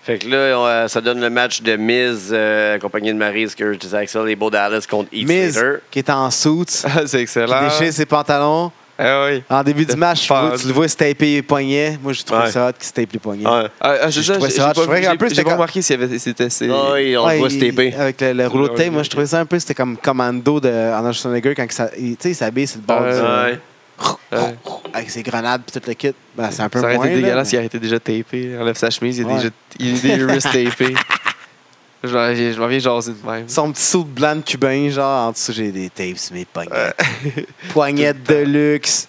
C: Fait que là, on, euh, ça donne le match de Miz, euh, accompagné de Maryse, Curtis Axel et Bo Dallas contre Heath
A: Miz,
C: Slater.
A: qui est en suit,
B: (laughs) Ah, (laughs) c'est
A: qui
B: excellent.
A: déchire ses pantalons.
B: Ah oui.
A: En début du
B: Le
A: match, tu
B: fan.
A: vois- tu le vois se taper les poignets. Moi, j'ai trouvé
C: Ouais.
A: ça hot qu'il se tape les poignets.
C: Ouais.
B: Ah, ah, je
A: Je trouvais
B: sais, j'ai
A: ça hot. Je
B: pas,
A: trouvais
B: j'ai-
A: qu'en plus,
B: j'ai
A: c'était
B: pas
A: comme-
B: remarqué s'il y avait c'était c'est-
C: Ah oui, on le
A: Ouais,
C: voit
A: il- ah,
C: se taper.
A: Avec le, le rouleau de tape, moi, je trouvais ça un peu, c'était comme commando de Arnold Schwarzenegger quand il s'a- il, tu sais, il s'habille sur le bord
B: Ouais.
A: du-
C: Ouais.
B: Ouais.
A: avec ses grenades et tout le kit. Ben, c'est un peu
B: Ça aurait
A: moins.
B: été
A: là,
B: dégueulasse
A: mais-
B: s'il arrêtait déjà tapé. Il enlève sa chemise, il y a
A: Ouais.
B: déjà- il y a des wrists tapés. Je m'en- Je m'en viens jaser de même.
A: Son petit soude blanc de cubain, genre, en dessous, j'ai des tapes sur mes poignettes. Poignettes de luxe.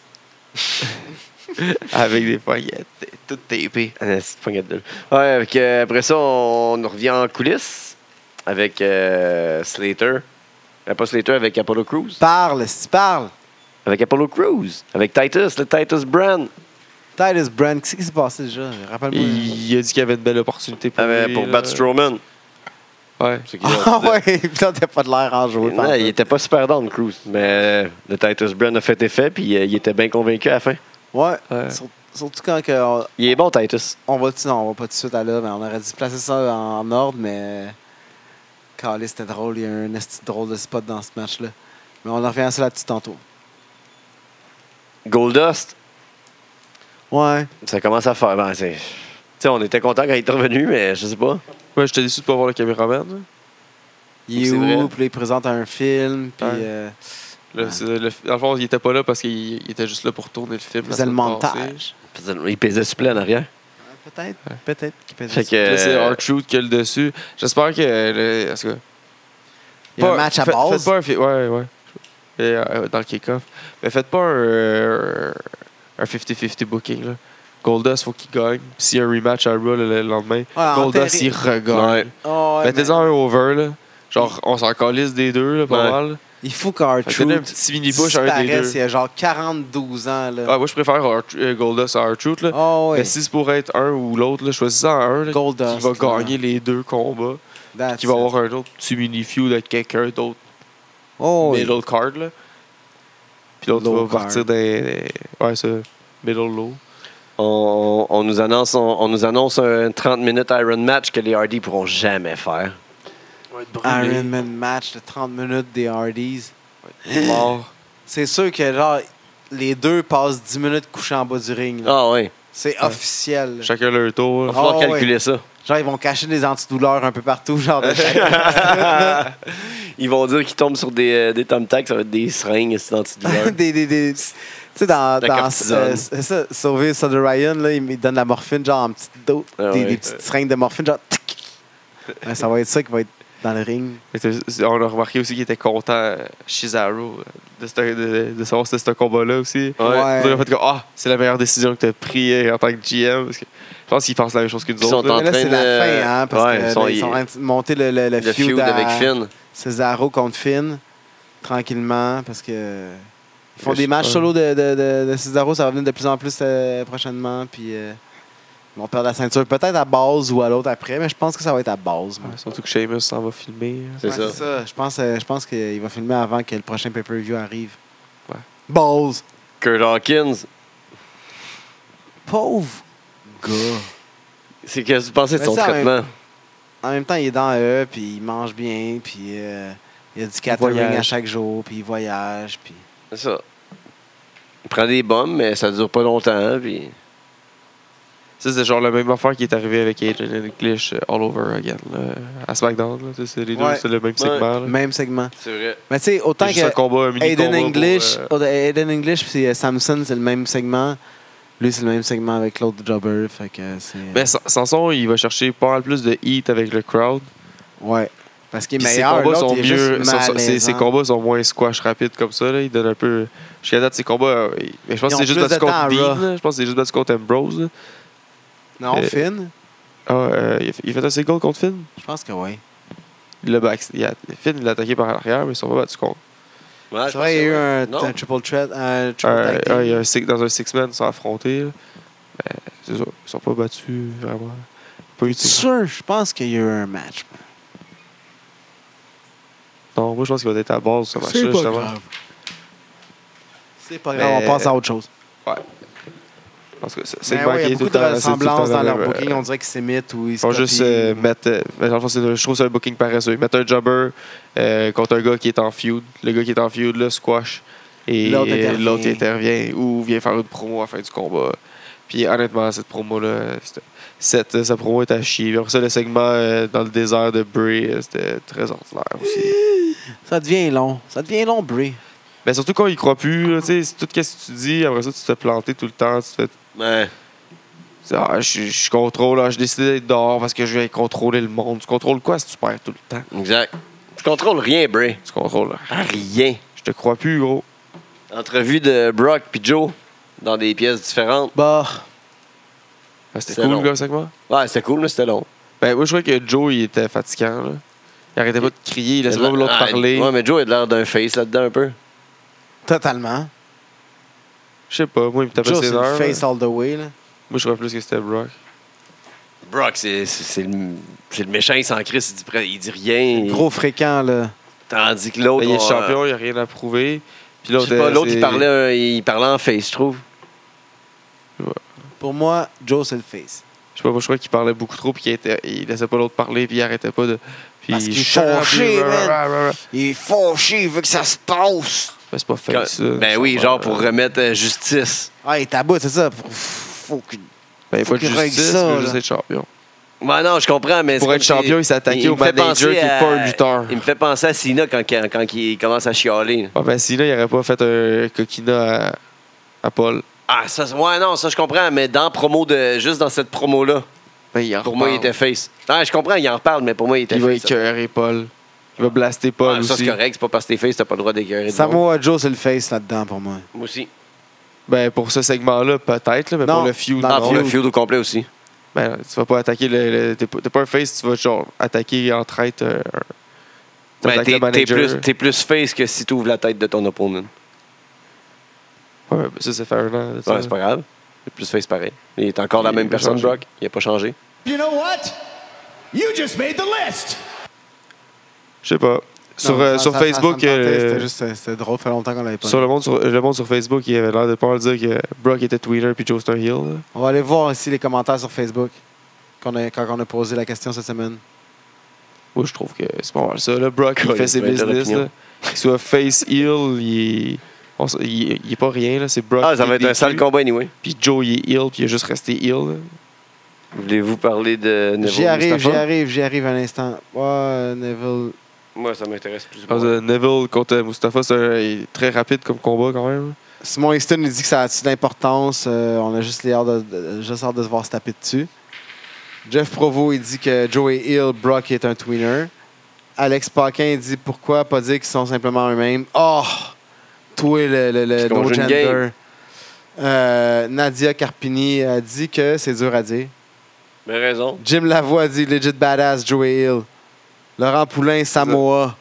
B: Avec des poignettes, tout tapé.
C: Ah, c'est pas grave. Ouais, avec, euh, après ça, on, on revient en coulisses avec euh, Slater. Euh, Pas Slater, avec Apollo Crews.
A: Parle, si tu parles.
C: Avec Apollo Crews. Avec Titus, le Titus Brand.
A: Titus Brand, qu'est-ce qui s'est passé déjà? Rappelle-moi.
B: Il, il a dit qu'il y avait une belle opportunité pour,
C: Ah, ben,
B: lui,
C: pour
B: là.
C: battre Strowman.
B: Ouais.
C: C'est qu'il a-
A: (laughs) Ah ouais, putain, t'as pas de l'air enjoué.
C: Non, il était pas super down, Crews. Mais euh, le Titus Brand a fait effet, puis euh, il était bien convaincu à la fin.
A: Ouais,
B: Ouais.
A: sur- surtout quand que on,
C: Il est bon, Titus.
A: on va non, on va pas tout de suite à là, mais on aurait dû placer ça en, en ordre, mais Calais, c'était drôle, il y a un esti de drôle de spot dans ce match-là. Mais on en revient à ça là-dessus tantôt.
C: Goldust,
A: Ouais.
C: ça commence à faire. Ben, c'est- tu sais, on était content quand il est revenu, mais je sais pas.
B: Ouais, j'étais déçu de pas voir le caméraman. là.
A: Il est,
C: C'est vrai.
A: où, puis là, il présente un film, puis
B: Oh, Ouais.
A: euh,
B: Le- c'est- le- dans le fond, il était pas là parce qu'il il était juste là pour tourner le film.
A: il
B: la
A: faisait le
B: semaine passée.
A: montage.
C: Il pesait supplé en arrière.
A: Peut-être, peut-être qu'il faisait
C: Fait
A: ça.
C: que,
B: Là, c'est
C: euh,
B: R-Truth qui a le dessus. J'espère que. Le, en tout cas,
A: Il y a
B: pas-
A: un match à
B: fait-
A: base.
B: Faites pas un. fi- Ouais, ouais. Et, euh, dans le kick-off. Mais faites pas un. euh, un 50-50 booking. Là. Goldust, faut qu'il gagne. Puis S'il y a un rematch à Raw le, le lendemain,
A: Ouais,
B: Goldust,
A: enterré.
B: il regagne.
A: Ah ouais, mais
B: Mettez-en un over. Là. Genre, on s'en calisse des deux, là, pas
C: Ouais.
B: mal.
A: Il faut qu'un
B: Fait que donnez un
A: truth
B: petit mini-push à un des deux.
A: disparaisse, il y a genre 42 ans. Là.
B: Ah, moi, je préfère R- euh, Goldust à R-Truth. là.
A: Oh, ouais.
B: Mais si c'est pour être un ou l'autre, là, choisissez en un là,
A: Goldust,
B: qui va
A: clairement.
B: gagner les deux combats,
A: That's
B: qui va
A: it.
B: avoir un autre petit mini-feud avec quelqu'un d'autre
A: Oh, oui.
B: middle card. Là. Puis l'autre
A: Low
B: va
A: card.
B: partir des, des- Ouais, ça, middle low.
C: On, on nous annonce, on, on nous annonce un 30 minutes Iron Match que les Hardy pourront jamais faire.
A: Iron Man match de 30 minutes des Hardys.
B: Mort.
A: C'est sûr que genre les deux passent 10 minutes couchés en bas du ring. là.
C: Ah oui,
A: C'est officiel. là.
B: Chacun leur
C: il va
B: tour. là.
A: Ah,
C: falloir
A: ouais.
C: calculer ça. (laughs)
A: Genre ils vont cacher des antidouleurs un peu partout, genre de
B: (laughs)
C: Ils vont dire qu'ils tombent sur des, euh, des Tom Tacs, ça va être des seringues, c'est
A: (laughs) (laughs)
C: antidouleur.
A: des, des, des- Tu sais, dans,
C: La
A: dans
C: cortisone.
A: euh, c'est ça, Sauver Soda Ryan, là, il me donne la morphine, genre en petite dose,
C: Ah
A: des,
C: ouais.
A: des petites seringues de morphine, genre. (laughs) tic. Ouais, ça va être ça qui va être dans le ring.
B: Mais t'as- On a remarqué aussi qu'il était content, euh, Cesaro, de, ce- de, de savoir si c'était ce combat-là aussi.
C: Ouais.
B: Ils ont fait comme, ah, c'est la meilleure décision que t'as prise euh, en tant que GM. Parce que je pense qu'ils pensent la même chose que nous
C: Ils sont
B: autres. là.
C: en
A: Mais là,
C: train
A: c'est
C: de-
A: la fin, hein, parce
C: Ouais,
A: que
C: ils
A: là, ils sont,
C: sont-
A: en train de monter le, le, le
C: Le
A: feud,
C: feud
A: à-
C: avec Finn.
A: Cesaro contre Finn, tranquillement, parce que ils font
B: Je
A: des
B: sais
A: matchs
B: pas.
A: solo de, de, de, de Cesaro, ça va venir de plus en plus euh, prochainement, puis euh, ils vont perdre la ceinture, peut-être à base ou à l'autre après, mais je pense que ça va être à base. moi.
B: Ouais, surtout que Sheamus s'en va filmer. hein.
C: C'est
A: Ouais,
C: ça.
A: Je pense, euh, je pense qu'il va filmer avant que le prochain pay-per-view arrive.
B: Ouais.
A: Balls!
C: Kurt Hawkins,
A: Pauvre gars!
C: c'est qu'est-ce que vous pensez de
A: Mais
C: son
A: ça, hein. en
C: traitement?
A: En même temps, il est dans E, puis il mange bien, puis euh, il a du catering
B: voyage.
A: à chaque jour, puis il voyage, puis...
C: C'est ça. Il prend des bombes, mais ça dure pas longtemps. hein, puis-
B: Ça, c'est genre la même affaire qui est arrivée avec Adrian English euh, all over again là, à SmackDown. Là, Tu sais, c'est les deux,
A: Ouais.
B: c'est le même segment. là.
A: Même segment.
C: C'est vrai.
A: Mais tu sais,
B: C'est
A: autant
B: juste un
A: que...
B: combat, un mini
A: Aiden
B: combat pour,
A: English,
B: euh,
A: oh, Aiden English puis euh, Samson, c'est le même segment. Lui, c'est le même segment avec l'autre Jobber. Fait que c'est.
B: mais Ben, Sa- Samson, il va chercher pas mal plus de heat avec le crowd.
A: ouais. Parce qu'il est
B: Puis ses
A: meilleur.
B: combats
A: l'autre,
B: sont
A: il est juste
B: mieux. sont- sont- Ses,
A: malaisant.
B: ses combats sont moins squash rapide comme ça. Là. Il donne un peu. Jusqu'à date, ses combats. euh, il- Mais je pense
A: Ils
B: que c'est
A: ont
B: juste
A: plus
B: battu
A: de temps à
B: contre Dean.
A: Raw.
B: là. Je pense que c'est juste battu contre Ambrose. là.
A: Non,
B: Euh,
A: Finn
B: Ah, euh, il a fait- il a fait un single contre Finn.
A: Je pense que oui.
B: Il l'a back- il a- Finn, il l'a attaqué par l'arrière, mais ils sont pas battus contre.
C: Ouais,
A: C'est vrai, il y a eu un,
C: Non.
A: un triple threat. Un triple
B: Euh,
A: tag team.
B: ouais, il y a un six- dans un six-man, ils sont affrontés. là. Mais c'est ça, ils sont pas battus vraiment. Pas eu de six-
A: Sûr, je pense qu'il y a eu un match.
B: Non, moi je pense qu'il va être à base ce match-là, justement.
A: C'est pas grave,
B: Mais-
A: on passe à autre chose.
B: Parce que c'est- c'est
A: Mais
B: le
A: Ben ouais, il y
B: banquier
A: a
B: tout
A: beaucoup
B: le
A: de
B: temps. c'est tout le temps
A: ressemblances dans
B: le
A: leur
B: même,
A: booking.
B: euh,
A: On dirait qu'ils s'imitent ou ils
B: Ils
A: se
B: font juste
A: copient.
B: euh, mettre. euh, mais dans le fond, c'est un- je trouve que c'est un booking paresseux. Ils mettent un jobber euh, contre un gars qui est en feud. Le gars qui est en feud, le squash. Et euh,
A: L'autre intervient.
B: l'autre qui intervient ou vient faire une promo à la fin du combat. Puis honnêtement, cette promo-là, c'était- cette, euh, sa promo est à chier. Puis après ça, le segment euh, dans le désert de Bray, euh, c'était très ordinaire aussi.
A: Ça devient long. Ça devient long, Brie.
B: Mais surtout quand il croit plus, là, tu sais, c'est tout ce que tu dis, après ça, tu te fais planter tout le temps. Tu te fais.
C: Ouais.
B: tu sais, Ah, je, je contrôle, ah, je décide d'être dehors parce que je vais contrôler le monde. Tu contrôles quoi si tu perds tout le temps?
C: Exact. Je contrôle rien, Bray.
B: Tu contrôles.
C: Rien.
B: Je te crois plus, gros.
C: Entrevue de Brock puis Joe dans des pièces différentes.
A: Bah,
B: Ah, C'était
C: C'est
B: cool,
C: long.
B: le gars, avec moi.
C: Ouais, c'était cool, mais c'était long.
B: Ben, moi, je trouvais que Joe, il était fatigant. là. Il arrêtait pas de crier, il laissait pas l'autre
C: Ah,
B: parler.
C: Ouais, mais Joe il a l'air d'un face là-dedans un peu.
A: totalement.
B: Je sais pas, moi, il me tapait
A: Joe,
B: ses
A: c'est le
B: nerfs.
A: face
B: là.
A: all the way. Là.
B: Moi, je crois plus que c'était Brock.
C: Brock, c'est c'est- c'est le, c'est le méchant, il s'en crisse, il dit, pre- il dit rien.
A: Gros fréquent, là.
C: Tandis que l'autre.
B: Ben, il est
C: on-
B: champion, il a rien à prouver. Puis
C: euh, Je
B: l'autre,
C: sais pas, l'autre,
B: c'est-
C: il parlait, euh, il parlait en face, je trouve.
A: Pour moi, Joe, c'est le face.
B: Je sais pas, moi, je crois qu'il parlait beaucoup trop, puis qu'il était- il laissait pas l'autre parler, puis il arrêtait pas de. Puis
A: Parce qu'il est
B: chantait,
A: fâché,
B: puis-
A: man. Il est fâché, il veut que ça se passe.
B: Ben, c'est pas fake,
C: Quand-
B: ça.
C: ben oui,
B: Ça,
C: genre
B: euh,
C: pour remettre euh, justice.
A: Ah, il est à bout, c'est ça. Faut- Faut que...
B: Ben, il n'y a
A: faut
B: pas de
A: qu'il règle
B: justice,
A: ça,
B: il veut
A: là.
B: juste être champion.
C: Ouais, non, je comprends, mais.
B: Pour
C: c'est
B: être
C: comme
B: champion,
C: si-
B: il s'est attaqué
C: il
B: au
C: me fait penser
B: manager qui est
C: à-
B: pas un lutteur.
C: Il me fait penser à Cena quand, quand, quand il commence à chialer.
B: Ah, ben, si là, il aurait pas fait un coquina à, à Paul.
C: Ah, ça, ouais, non, ça, je comprends, mais dans promo de. Juste dans cette promo-là,
B: Ben, il en
C: pour moi, il
B: reparle.
C: était face. Ah, je comprends, il en parle, mais pour moi, il était
B: Il va
C: face. ça.
B: écœurer Paul. Il va blaster Paul
C: Ah, ça, c'est
B: aussi.
C: correct, c'est pas parce que t'es face, t'as pas le droit d'écœurer. de monde.
A: Samoa Joe, c'est le face là-dedans pour moi.
C: Moi aussi.
B: Ben, pour ce segment-là, peut-être, là, mais
A: Non,
B: pour le feud,
A: dans
C: Ah,
A: le
B: non.
C: pour le feud au complet aussi.
B: Ben, tu vas pas attaquer le. le- t'es, pas, t'es pas un face, tu vas genre attaquer en traite. euh, un-
C: Ben,
B: t'attaques
C: t'es
B: le
C: t'es
B: manager.
C: plus, t'es plus face que si t'ouvres la tête de ton opponent.
B: Ouais, ben, ça, ça fait un an. ça.
C: Ouais, c'est pas grave. T'es plus face pareil. Il est encore la
B: Il
C: même
B: a
C: personne,
B: changé.
C: Brock. Il a pas changé.
F: You know what? You just made the list.
B: Je sais pas. Sur,
A: Non,
B: euh,
A: ça-
B: sur
A: ça- ça-
B: Facebook.
A: ça me tentait,
B: euh,
A: C'était juste, euh, c'était drôle, ça fait longtemps qu'on l'avait pas.
B: sur le, monde, sur le monde sur Facebook, il avait l'air de pas mal dire que Brock était Twitter puis Joe Hill. là.
A: On va aller voir ici les commentaires sur Facebook qu'on a- quand on a posé la question cette semaine.
B: Moi, je trouve que c'est pas mal ça. Là. Brock, il
C: Ouais,
B: fait ses
C: ben, t'as
B: business.
C: l'opinion.
B: là. Qu'il soit face, heel, il est. on s- il, il est pas rien, là. c'est Brock.
C: Ah, ça
B: qui
C: va
B: est
C: être un
B: déçu,
C: sale combat, anyway.
B: Puis Joe, il est heel, puis il a juste resté heel. là.
C: Voulez-vous parler de Neville
A: J'y arrive, j'y
C: Mustafa?
A: arrive, j'y arrive un instant. Ouais, Neville.
C: Moi, ça m'intéresse plus.
B: Parce que Neville contre Mustafa, c'est un- il est très rapide comme combat quand même.
A: Simon Easton, il dit que ça a-tu de l'importance. euh, on a juste, les hâtes de, de- juste hâte de se voir se taper dessus. Jeff Provo, il dit que Joey Hill, Brock est un tweener. Alex Paquin, il dit pourquoi pas dire qu'ils sont simplement eux-mêmes. Oh! Toi, le, le, le
C: Parce qu'on
A: no
C: joue une
A: gender.
C: game.
A: Euh, Nadia Carpini a dit que c'est dur à dire.
C: Mais raison.
A: Jim Lavoie a dit legit badass, Joey Hill. Laurent Poulain, Samoa.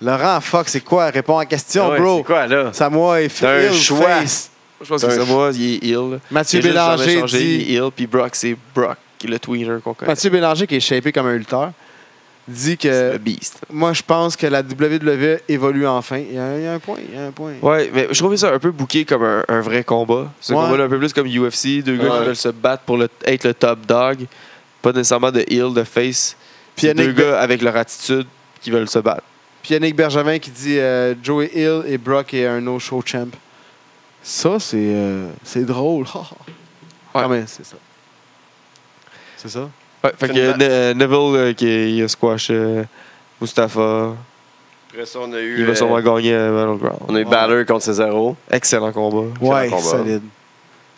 A: Laurent Fox, c'est quoi? Réponds à la question,
B: Ah
A: bro.
C: Ah C'est quoi, là?
A: Samoa est
C: un
A: Hill,
C: choix.
A: face.
B: Je pense que c'est moi, il est heel.
A: Mathieu
B: Il a juste jamais
A: Bélanger
B: changé,
A: dit-
B: Il est heel, puis Brock, c'est Brock, qui est le tweener qu'on connaît.
A: Mathieu Bélanger, qui est shapé comme un lutteur, dit
B: C'est le
A: que
B: beast.
A: moi, je pense que la WWE évolue enfin. Il y a, il y a un point, il y a un point.
B: Ouais, mais je trouvais ça un peu bouqué comme un, un vrai combat. Ce
A: Ouais.
B: combat-là, un peu plus comme UFC, deux gars
C: Ouais.
B: qui veulent se battre pour le- être le top dog. Pas nécessairement de heel, de face.
A: Puis il y
B: C'est
A: a
B: deux
A: Nick Be-
B: gars avec leur attitude qui veulent se battre.
A: Puis Yannick Bergevin qui dit euh, Joey Hill et Brock est un no-show champ. Ça, c'est euh, c'est drôle. (laughs) Ah, mais c'est ça. C'est ça?
B: Ouais, fait que
C: Finalement.
B: Ne- Neville euh, qui il a squash euh, Mustafa.
C: Après ça, on a eu.
B: Il va
C: euh,
B: sûrement gagner à Battleground.
C: On a eu Balor contre Cesaro.
B: Excellent combat.
A: Ouais,
C: combat.
A: solide.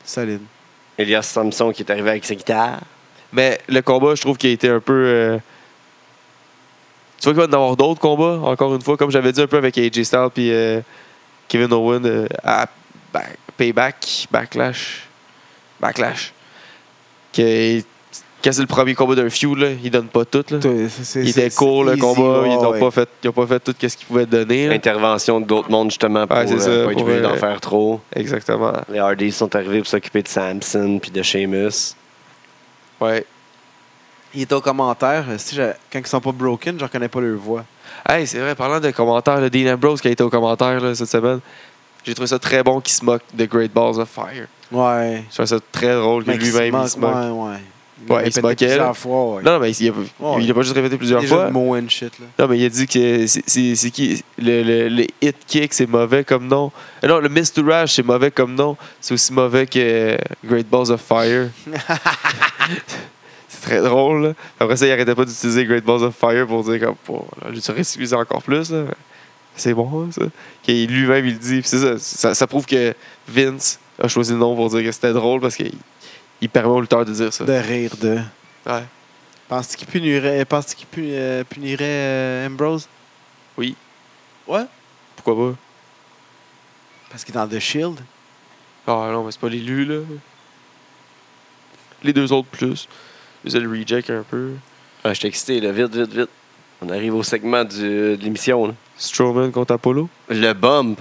A: Solide.
C: Elias Samson qui est arrivé avec sa guitare.
B: Mais le combat, je trouve qu'il a été un peu. euh, Tu vois qu'il va y en avoir d'autres combats, encore une fois, comme j'avais dit un peu avec AJ Styles puis euh, Kevin Owen euh, à ba- Payback, Backlash. Backlash. Que, quand c'est le premier combat d'un feud, là, il donne pas tout. Là.
A: Toi, c'est- c'est-
B: Il
A: c'est-
B: était court
A: c'est
B: le
A: easy,
B: combat,
A: ouais,
B: ils n'ont
A: ouais.
B: pas, fait- ils ont pas fait tout ce qu'ils pouvaient donner. là.
C: Intervention d'autres mondes, justement, pour
B: Ouais, c'est
C: euh,
B: ça,
C: pas être
B: pour,
C: obligé d'en
B: euh,
C: faire trop.
B: Exactement.
C: Les Hardys sont arrivés pour s'occuper de Samson puis de Sheamus.
B: Ouais.
A: Il était aux commentaires. euh, Si j'ai- quand ils sont pas broken, je reconnais pas leur voix.
B: Hey, c'est vrai, parlant de commentaires, le Dean Ambrose qui a été aux commentaires là, cette semaine, j'ai trouvé ça très bon qu'il se moque de Great Balls of Fire.
A: Ouais.
B: Je trouve ça très drôle que
A: Mais qui
B: lui-même il se moque.
A: Ouais, ouais.
B: Ouais,
A: l'a
B: il
A: répété
B: se moquait, là.
A: Plusieurs fois, ouais.
B: Non, mais il a, il a pas juste répété plusieurs
A: Des jeux
B: fois.
A: de mots and shit, là.
B: Non, mais il a dit que c'est- c'est c'est qui le, le- le hit kick, c'est mauvais comme nom. Euh, Non, le Mr. Rush, c'est mauvais comme nom. C'est aussi mauvais que euh, Great Balls of Fire. c'est très drôle. là. Après ça, il arrêtait pas d'utiliser Great Balls of Fire pour dire comme pour l'utiliser encore plus. là. C'est bon, ça. Que lui-même, il le dit. Puis c'est ça, ça. ça prouve que Vince a choisi le nom pour dire que c'était drôle parce qu'il il permet au lutteur de dire ça.
A: De rire de.
B: Ouais.
A: Penses-tu qu'il punirait, penses qu'il pu- euh, punirait euh, Ambrose?
B: Oui.
A: Ouais.
B: Pourquoi pas?
A: Parce qu'il est dans The Shield.
B: Ah non, mais c'est pas l'élu, là. Les deux autres plus. Vous le reject un peu.
C: Ah, je suis excité, là. Vite, vite, vite. On arrive au segment du- euh, de l'émission, là.
B: Strowman contre Apollo.
C: Le bump.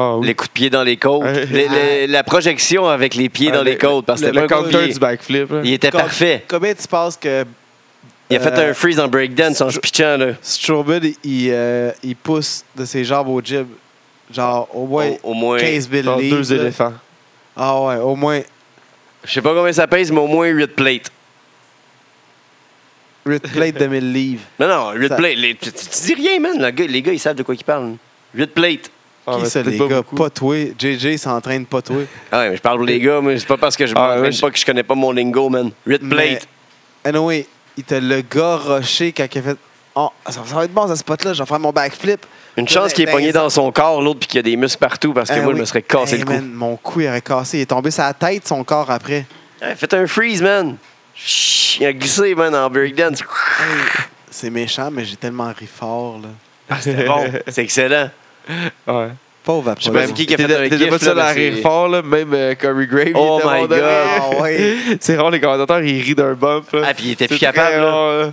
B: Ah oui.
C: Les coups de pied dans les côtes.
B: Ouais.
C: Les- les- la projection avec les pieds
B: Ah,
C: dans
B: le-
C: les côtes. Parce que
B: le,
C: c'était
B: le
C: pas un coup de
B: counter
C: pied.
B: du backflip. là.
C: Il était
A: Comme-
C: parfait.
A: Combien tu penses que
C: Il a fait
A: Euh,
C: un freeze en breakdance en se pitchant, là.
A: Strowman, il- il, euh, il pousse de ses jambes au jib? Genre, au moins
C: Au, au moins.
A: 15 000
B: Genre
A: livres.
B: deux
A: là.
B: éléphants.
A: Ah ouais, au moins
C: Je sais pas combien ça pèse, mais au moins 8 plates.
A: 8 plates de 1000 livres.
C: Non, non, 8
A: Ça-
C: plates. Les- tu, tu- tu dis rien, man. Le gars- les gars, ils savent de quoi ils parlent. 8 plates.
B: Ah,
A: Qui
B: mais
A: ça,
B: peut-être
A: les
B: pas
A: gars?
B: beaucoup.
A: Pas toi. JJ s'entraîne pas
C: (laughs)
A: toi.
C: Ah ouais, mais je parle pour les gars, mais c'est pas parce que je
B: Ah,
C: parle
B: ouais,
C: même
B: je-
C: pas que je connais pas mon lingo, man. 8
A: Mais-
C: plates.
A: Anyway, il t'a le gars rushé quand il a fait Oh, ça ça va être bon ce spot-là, je vais faire mon backflip.
C: Une chance qu'il est
A: Ben,
C: pogné
A: ça-
C: dans son corps, l'autre, puis qu'il y a des muscles partout, parce que
A: Eh
C: moi,
A: oui.
C: je me serais cassé
A: Eh
C: le cou.
A: man, mon cou, il aurait cassé. Il est tombé sur la tête, son corps après.
C: Hey, faites un freeze, man. Chut, Il a glissé, man, en breakdance.
A: C'est méchant, mais j'ai tellement ri fort. Là.
C: C'est Ah,
A: (laughs)
C: bon, c'est excellent.
B: Ouais.
A: Pauvre
C: Je sais
A: Apollo.
C: pas c'est qui qui a fait un
B: T'étais t'étais
C: gif,
B: pas
C: là,
B: seul à
C: mais
B: rire
C: c'est-
B: fort, là. Même euh, Corey Graves,
C: Oh
B: il était
C: my
B: mort de
C: God.
B: rire.
A: Ah ouais.
B: (laughs) C'est rare, les commentateurs, ils rient d'un bump. Là.
C: Ah, puis il était
B: C'est
C: plus capable,
B: très
C: là.
B: rare, là.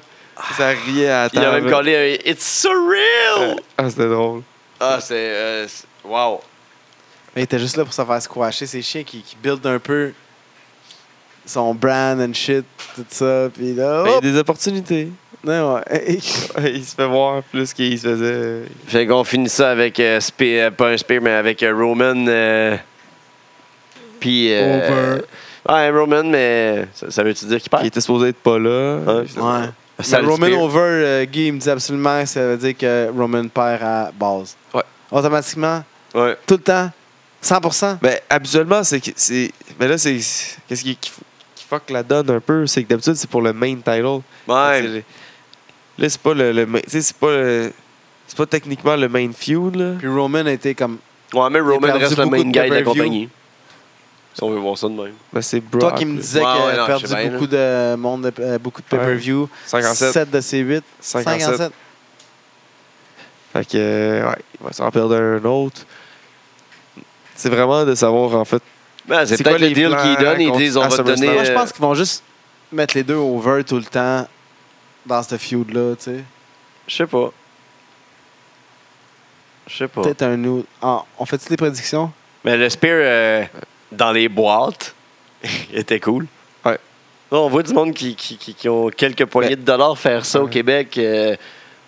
B: Ça riait à la
C: Il a
A: Ah,
C: même
B: table.
C: collé un It's
A: Euh.
C: surreal!
B: Ah, c'était drôle.
C: Ah, c'est. euh, c'est- wow.
A: Mais il était juste là pour se faire squasher. C'est chiens qui, qui build un peu son brand and shit, tout ça. Puis là,
C: Oh.
B: Ben,
A: hop,
B: Il y a des opportunités. (laughs)
A: non, ouais.
B: il se fait voir plus qu'il se faisait. euh,
C: Fait qu'on finit ça avec. euh, spear- euh, pas un spear, mais avec euh, Roman. euh, puis. euh, Ouais, Roman, mais. Ça, ça veut-tu dire qu'il
B: Il
C: perd?
B: était supposé être pas là.
C: Ouais.
A: ouais. Mais
C: Ça, le
A: Roman
C: spear.
A: over, euh, Guy, il me dit absolument que ça veut dire que Roman perd à base.
B: Ouais.
A: Automatiquement,
C: Ouais.
A: tout le temps, 100%.
B: Ben, habituellement, c'est. que- c'est- Mais là, c'est. c'est- Qu'est-ce qui, qui, qui fuck la donne un peu? C'est que d'habitude, c'est pour le main title. C'est
C: Ouais.
B: le- Là, c'est pas le. le main- tu sais, c'est pas le- C'est pas techniquement le main feud, là.
A: Puis Roman a été comme.
C: Ouais, mais
A: Il a
C: Roman
A: perdu
C: reste le
A: beaucoup
C: main
A: de
C: guy de la
A: pay-per-view.
C: compagnie. Si on veut voir ça de même.
B: Ben, c'est Brock.
A: Toi qui me
B: là.
A: disais
C: Ouais,
A: qu'il
C: ouais,
A: a
C: non,
A: perdu
C: je sais bien,
A: beaucoup de monde, de- euh, beaucoup de
B: Ouais.
A: pay-per-view.
B: 57.
A: 7 de ses 8.
B: 57. Fait que, euh, ouais, il va s'en perdre un autre. C'est vraiment de savoir, en fait.
C: Ben,
B: C'est
C: c'est
B: quoi
C: peut-être
B: les
C: le deal
B: plans Ah,
C: qu'ils donnent. Ils
B: contre-
C: disent on
B: à
C: va te
B: SummerSlam?
C: donner.
A: Moi, je
C: euh,
A: pense qu'ils vont juste mettre les deux over tout le temps dans ce feud-là, tu sais.
C: Je sais pas. Je sais pas.
A: Peut-être un autre. Ah, on fait-tu des prédictions?
C: Mais le spear euh, dans les boîtes (laughs) était cool.
B: Ouais.
C: Là, on voit du monde qui, qui, qui, qui ont quelques poignées de dollars faire ça au Québec euh,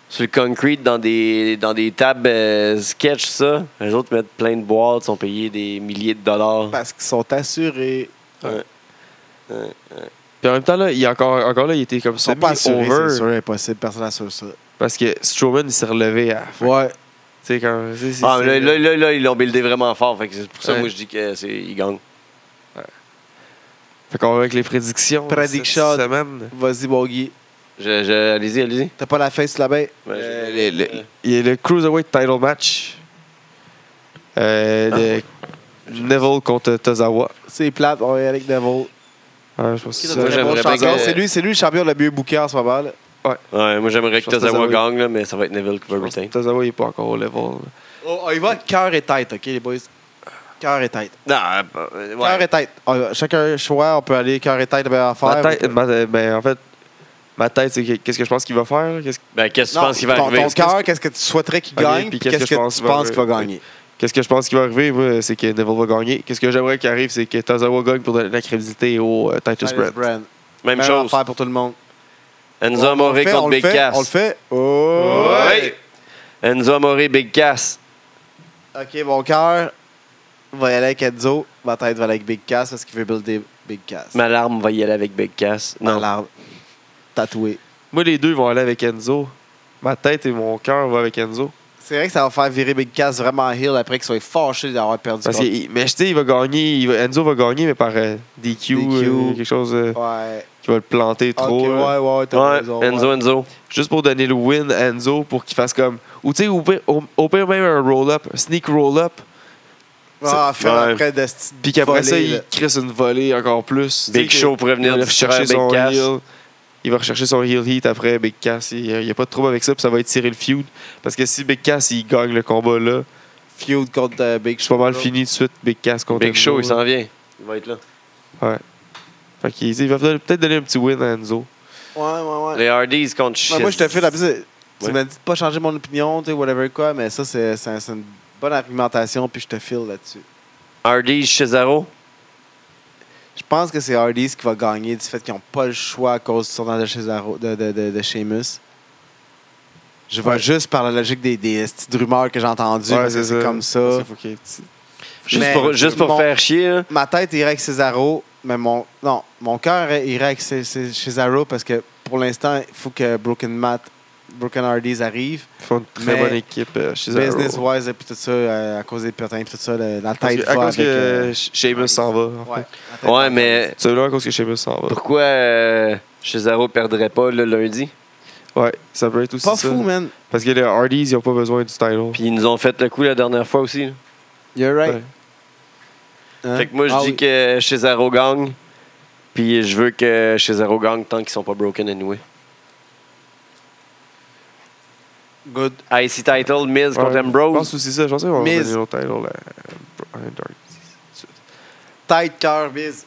C: sur le concrete dans des, dans des tables euh, sketch, ça. Les autres mettent plein de boîtes, sont payés des milliers de dollars.
A: Parce qu'ils sont assurés.
B: Puis en même temps, là, il, est encore, encore là, il était comme
A: Ils sont pas assurés, c'est
B: semi-over.
A: sûr, impossible. Personne n'assure ça.
B: Parce que Strowman, il s'est relevé à. Tu
A: Ouais.
B: sais, quand. c'est- c'est-
C: Ah,
B: c'est-
C: là, là, là, là, ils l'ont buildé vraiment fort. Fait que c'est pour ça
B: Ouais.
C: moi je dis qu'ils gagnent.
B: Fait qu'on va avec les prédictions. de
A: Prédiction.
B: Cette semaine.
A: Vas-y, Boggy.
C: Je, je- allez-y, allez-y.
A: T'as pas la face sur la baie?
C: Ouais, je-
B: Euh, le- le- Il y a le Cruiserweight Title Match. Euh, de Neville contre Tozawa.
A: C'est plate, on est avec Devil.
B: Ah, je pense que
C: Qui
B: ça-
C: Moi, j'aimerais
A: Devil
C: bien
A: champion.
C: que-
A: C'est lui, c'est lui le champion le mieux booké en ce moment. là.
C: Ouais, moi j'aimerais
B: Je
C: que
B: pense que
C: Tozawa
B: ça va
C: gagne, là, mais ça va être Neville qui va
B: je pense que
C: retain.
B: Tozawa, il n'est pas encore au level.
A: Oh, oh, il va cœur et tête, OK, les boys? Cœur et tête.
C: Non, euh, ouais.
A: Cœur et tête. Oh, chacun choix, on peut aller cœur et tête, ben, à faire.
B: Ma tête, ma- ben, en fait, ma tête, c'est que- qu'est-ce que je pense qu'il va faire. là? Qu'est-ce
C: Ben, qu'est-ce que
A: Non,
C: tu penses qu'il va
A: ton,
C: arriver?
A: Ton cœur, qu'est-ce que tu souhaiterais qu'il
B: Ok,
A: gagne,
B: puis
A: puis qu'est-ce que, tu penses qu'il va gagner.
B: qu'est-ce que je pense qu'il va arriver, moi, c'est que Neville va gagner. Qu'est-ce que j'aimerais qu'il arrive, c'est que Tozawa gagne pour donner la crédibilité au euh, Titus
A: Tyler
B: Brand.
A: Brand.
C: Même
A: Meilleure
C: chose.
A: affaire pour tout Ben, le monde.
C: Enzo
A: On le
C: Amore
A: fait, on
C: contre
A: le
C: Big
A: fait,
C: Cass.
A: On le fait. Oh!
C: Ouais. Enzo Amore, Big Cass.
A: OK, mon cœur va y aller avec Enzo. Ma tête va aller avec Big Cass parce qu'il veut builder Big Cass.
C: Malarme va y aller avec Big Cass. Non.
A: Malade. Tatoué.
B: Moi, les deux vont aller avec Enzo. Ma tête et mon cœur vont avec Enzo.
A: C'est vrai que ça va faire virer Big Cass vraiment heel après qu'il soit fâché d'avoir perdu.
B: Parce
A: contre-
B: que- mais je sais, il va gagner. il va- Enzo va gagner, mais par euh, DQ,
A: DQ.
B: euh, quelque chose euh,
A: Ouais.
B: qui va le planter trop.
A: Ok,
B: là.
A: ouais, ouais, t'as
C: Ouais,
A: raison, ouais.
C: Enzo, Enzo.
B: Juste pour donner le win à Enzo pour qu'il fasse comme. Ou tu sais, au pire- au- au pire même un roll-up, un sneak roll-up.
A: Ah, faire
C: Ouais.
A: après de ce
B: Puis qu'après ça,
A: voler,
B: il
A: là.
B: crisse une volée encore plus.
C: Big
B: Tu sais
C: Show pourrait
B: que- Il
C: venir
B: va
C: distraire
B: rechercher
C: Big
B: son
C: Cass.
B: heel. Il va rechercher son heel heat après Big Cass. Il n'y a pas de trouble avec ça, puis ça va étirer le feud. Parce que si Big Cass il gagne le combat là,
A: feud contre euh, Big
B: je suis
A: Show.
B: pas mal fini tout de suite. Big Cass contre
C: Big
B: Enzo,
C: Show, il
B: là.
C: s'en vient. Il va être là.
B: Fait qu'il il va peut-être donner un petit win à Enzo.
A: Ouais, ouais, ouais.
C: Les Hardys contre Shiz.
A: Ouais, moi, je te fais la petite. Tu
C: Ouais.
A: m'as dit de pas changer mon opinion, tu sais, whatever quoi, mais ça, c'est c'est- c'est une bonne argumentation, puis je te file là-dessus.
C: Hardys, Cesaro.
A: Je pense que c'est Hardys qui va gagner du fait qu'ils n'ont pas le choix à cause du tournage de, Cesaro, de, de, de, de Sheamus. Je vais juste par la logique des, des petites rumeurs que j'ai entendues.
B: Ouais,
A: parce que
B: c'est
A: c'est
B: ça.
A: comme ça.
B: faut qu'il-
C: Juste
A: Mais-
C: pour, juste pour
A: Bon.
C: faire chier. là.
A: Ma tête irait avec Cesaro, mais mon non, mon cœur irait avec Ce- Ce- Cesaro parce que pour l'instant, il faut que Broken Matt, Broken Hardys arrive.
B: Ils font une très
A: Mais-
B: bonne équipe euh, chez Arrow.
A: Business wise et puis tout ça, euh, à cause des potins, puis tout ça, le- la
B: Parce
A: tête
B: que-
A: va
B: à cause
A: avec.
B: que
A: euh,
B: euh, Sheamus s'en va. en fait.
A: ouais, la tête va
C: Ouais,
A: avec
C: mais
B: C'est vraiment à cause que Sheamus s'en va.
C: pourquoi euh, Cesaro perdrait pas le lundi?
B: Ouais, ça peut être aussi
A: Pas
B: ça.
A: fou, man.
B: Parce que les Hardys, ils n'ont pas besoin du title.
C: Puis ils nous ont fait le coup la dernière fois aussi. là.
A: You're right.
B: Ouais.
A: Hein?
C: Fait que moi, je
A: Ah
C: dis
A: oui.
C: que Cesaro gagne. Puis je veux que Cesaro gagne tant qu'ils sont pas broken anyway.
A: Good.
C: IC title, Miz contre
B: Ouais, Je
C: Ambrose.
B: pense aussi ça. Je pense qu'ils vont
A: Miz.
B: donner leur title euh, à- à Dark.
A: Tête, cœur, bise.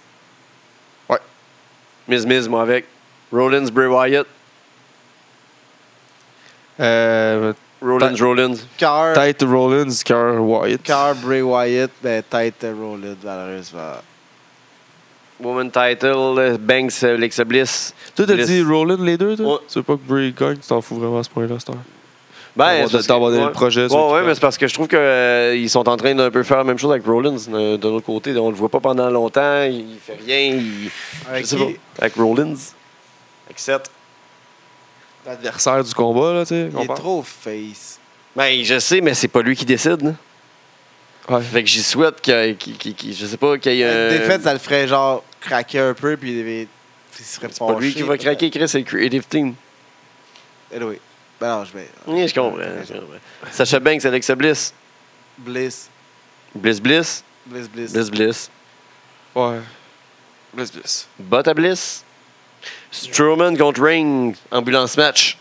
C: Miz Miz, moi avec. Rollins, Bray Wyatt.
B: Euh,
C: Rollins,
B: Ta-
C: Rollins.
A: Cœur,
B: tête Rollins, cœur Wyatt.
A: cœur, Bray Wyatt, ben, tête, euh, Rollins, malheureusement.
C: Woman title, euh, Banks, euh, Alexa Bliss.
B: Toi, t'as
C: Bliss.
B: dit Rollins les deux, toi
C: Ouais.
B: Tu veux pas que Bray gagne Tu t'en fous vraiment à ce point-là, Star
C: Ben,
B: T'as
C: c'est parce
B: abandonné
C: que-
B: le projet.
C: Ouais,
B: ça,
C: ouais,
B: tu
C: mais c'est parce que je trouve qu'ils sont en train d'un peu faire la même chose avec Rollins euh, de l'autre côté. On le voit pas pendant longtemps, il fait rien. Il...
A: Avec
C: je sais
A: qui?
C: pas. Avec Rollins. Avec Seth.
B: L'adversaire du combat, là, tu sais.
A: Il
B: qu'on
A: est
B: parle.
A: trop face.
C: Ben, je sais, mais c'est pas lui qui décide. là.
B: Ouais.
C: Fait que j'y souhaite qu'il qu'il- qu'il- qu'il- je sais pas, qu'il y ait.
A: Une
C: euh,
A: défaite, ça le ferait genre craquer un peu, puis il, devait- il serait
C: C'est pas lui qui va craquer, Chris, c'est le Creative Team.
A: Anyway. Ben non, je vais.
C: Oui, je comprends. je comprends. Sacha Banks, Alexa Bliss.
A: Bliss.
C: Bliss, Bliss.
A: Bliss, Bliss.
C: Bliss, Bliss.
B: Ouais. Bliss, bliss.
C: Bot à Bliss. Strowman contre Ring, ambulance match.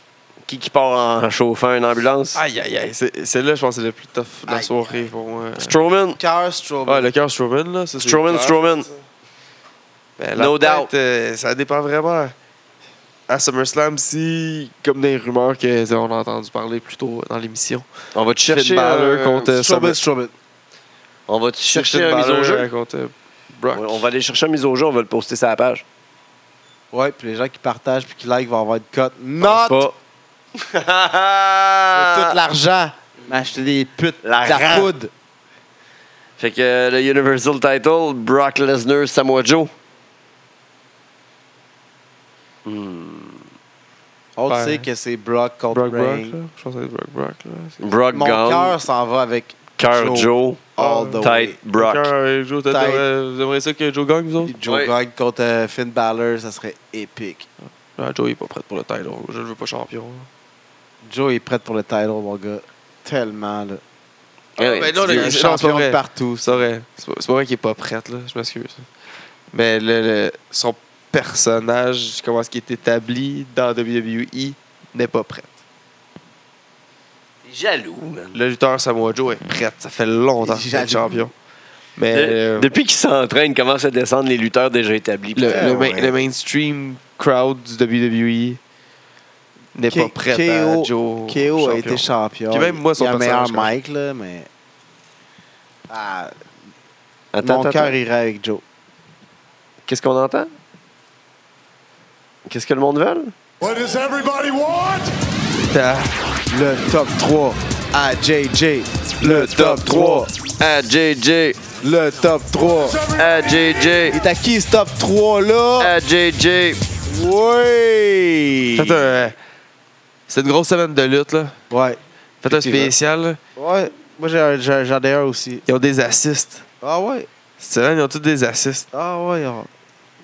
C: Qui qui part en chauffant une ambulance?
B: Aïe, aïe, aïe. C'est- Celle-là, je pense que c'est le plus tough de la
A: Aïe.
B: soirée pour moi.
C: Strowman.
A: Cœur, Strowman.
B: Ouais, le cœur Strowman, là. ça, c'est
C: Strowman,
B: clair.
C: Strowman.
B: Ben, la
C: No
B: tête,
C: doubt.
B: euh, ça dépend vraiment. À SummerSlam, si, comme des rumeurs que on a entendu parler plus tôt dans l'émission,
C: On va te chercher.
B: Finn Balor
C: un-
B: contre euh,
A: Strowman,
B: Summer-
A: Strowman.
C: On va te chercher
B: Finn
C: un mise au
B: Balor, euh,
C: jeu.
B: contre euh, Brock.
C: On va aller chercher un mise au jeu, on va le poster sur la (laughs) page.
A: Ouais, puis les gens qui partagent puis qui like vont avoir une cote. Not!
C: Pas.
A: Tout l'argent. M'acheter des putes. La, la
C: L'argent.
A: poudre.
C: Fait que euh, le Universal Title, Brock Lesnar, Samoa Joe.
A: On le
B: Ouais.
A: sait que c'est Brock contre
B: Brock, Brock, là.
A: Reign.
B: Je pense que c'est Brock, Brock, là. C'est-
C: Brock
A: Mon
C: Gunn.
A: cœur s'en va avec
C: Cœur Joe.
A: All the
C: Tête
A: way.
C: Brock.
B: Cœur, euh, Joe, t'as-
A: Tête.
B: t'aurais- vous aimeriez ça que Joe gagne, vous autres?
A: Joe
C: Ouais.
A: Gogg contre euh, Finn Balor, ça serait épique.
B: Ah, Joe, il est pas prêt pour le title. Je le veux pas champion.
A: Joe est prêt pour le title, mon gars. Tellement, là.
C: Ouais,
B: ben
C: Ah tu
B: non,
C: veux-
A: Il est
B: non,
A: un
B: c'est pas
A: champion
B: vrai.
A: de partout.
B: C'est pas vrai. C'est pas, c'est pas vrai qu'il est pas prêt, là. Je m'excuse. Mais le, le- son personnage, comment est-ce qu'il est établi dans WWE, n'est pas prêt.
C: T'es Jaloux, man.
B: Le lutteur Samoa Joe est prêt. Ça fait longtemps qu'il est
A: Jaloux.
B: champion. Mais
C: De-
B: euh,
C: depuis qu'il s'entraîne, commence à descendre les lutteurs déjà établis.
B: le, le main-
A: ouais.
B: le mainstream crowd du WWE n'est
A: K-
B: pas prêt
A: KO
B: à Joe.
A: KO a été
B: champion.
A: champion.
B: Puis même moi, son
A: Il a un meilleur
B: personnage,
A: mic, là, mais. Ah,
C: Attends,
A: mon
C: attends,
A: cœur
C: attends.
A: irait avec Joe.
C: Qu'est-ce qu'on entend? Qu'est-ce que le monde veut?
F: What does everybody want?
A: Le top 3 à JJ. Le top 3.
C: À JJ,
A: Le top 3.
C: à JJ,
A: Il est à qui ce top 3 là?
B: Euh,
C: à JJ.
A: Oui!
B: euh, Faites un- C'est une grosse semaine de lutte, là.
A: Ouais.
B: Faites un spécial.
G: Ouais, moi j'ai un- j'ai- j'en ai un aussi.
B: Ils ont des assists.
G: Ah ouais?
B: Cette semaine, ils ont tous des assists.
G: Ah ouais. on-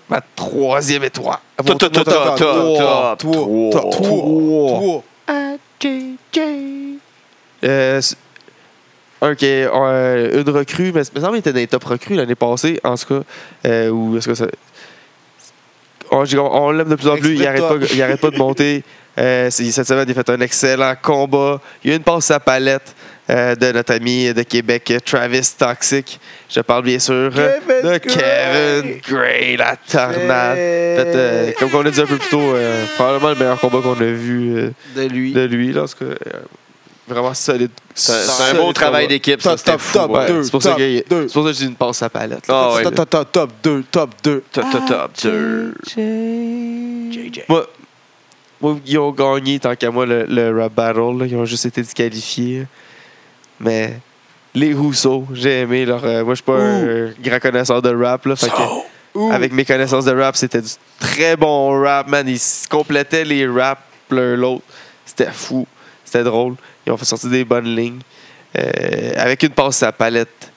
B: Ma troisième étoile.
C: Top, top, top, top, top, top,
B: Top
C: top.
B: trois. Euh, c'est- ok, euh, une recrue, mais il me semble qu'il était dans les top recrues l'année passée, en tout cas. Euh, ou est-ce que ça. On, j'ai- on l'aime de plus en plus, il arrête, pas,
G: Explique-toi.
B: il arrête pas de monter. Euh, c'est- cette semaine, il a fait un excellent combat. Il y a une passe à palette euh, de notre ami de Québec, Travis Toxic. Je parle bien sûr euh,
G: Kevin
B: de
G: Gray.
B: Kevin Gray, la tornade.
G: Hey.
B: Fait, euh, comme on a dit un peu plus tôt, euh, probablement le meilleur combat qu'on a vu. euh,
G: De lui.
B: de lui. Là, en tout cas, euh, vraiment solide.
C: C'est un- c'est un
B: solide
C: beau travail
B: combat.
C: d'équipe. ça,
G: Top,
C: c'était
G: top,
C: fou,
G: top,
C: ouais.
G: deux.
B: Ouais, c'est pour, ça
G: top
B: que-
G: deux.
B: c'est pour ça que j'ai une passe à palette. là.
C: Ah ouais.
G: Top, top, top, top, top 2, top 2.
C: Top, top, top, deux. JJ.
B: Moi, moi, ils ont gagné tant qu'à moi le, le rap battle. là. Ils ont juste été disqualifiés. Mais les Rousseaux, j'ai aimé leur. euh, moi, je suis pas un grand connaisseur de rap. Là, fait que, avec mes connaissances de rap, c'était du très bon rap, man. Ils se complétaient les raps l'un l'autre. C'était fou. C'était drôle. Ils ont fait sortir des bonnes lignes. Euh, avec une passe à la palette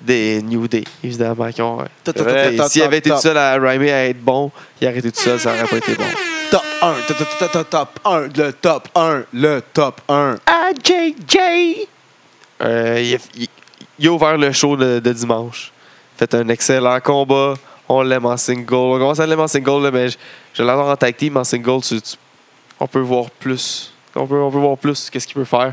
B: des New Day, évidemment. qui ont, euh,
G: Top, top, top,
B: Ouais,
G: top,
B: S'il
G: top,
B: avait été
G: top.
B: tout seul à rhymer à être bon, il aurait été tout seul, ça aurait pas été bon.
G: Top 1, top, top, top, top, top 1, le top 1, le top 1.
B: Euh, il, a, il- il a ouvert le show de, de dimanche. Fait un excellent combat. On l'aime en single. On commence à l'aimer en single, là, mais je, je l'adore en tag team. En single, tu- tu- on peut voir plus. On peut, on peut voir plus qu'est-ce qu'il peut faire.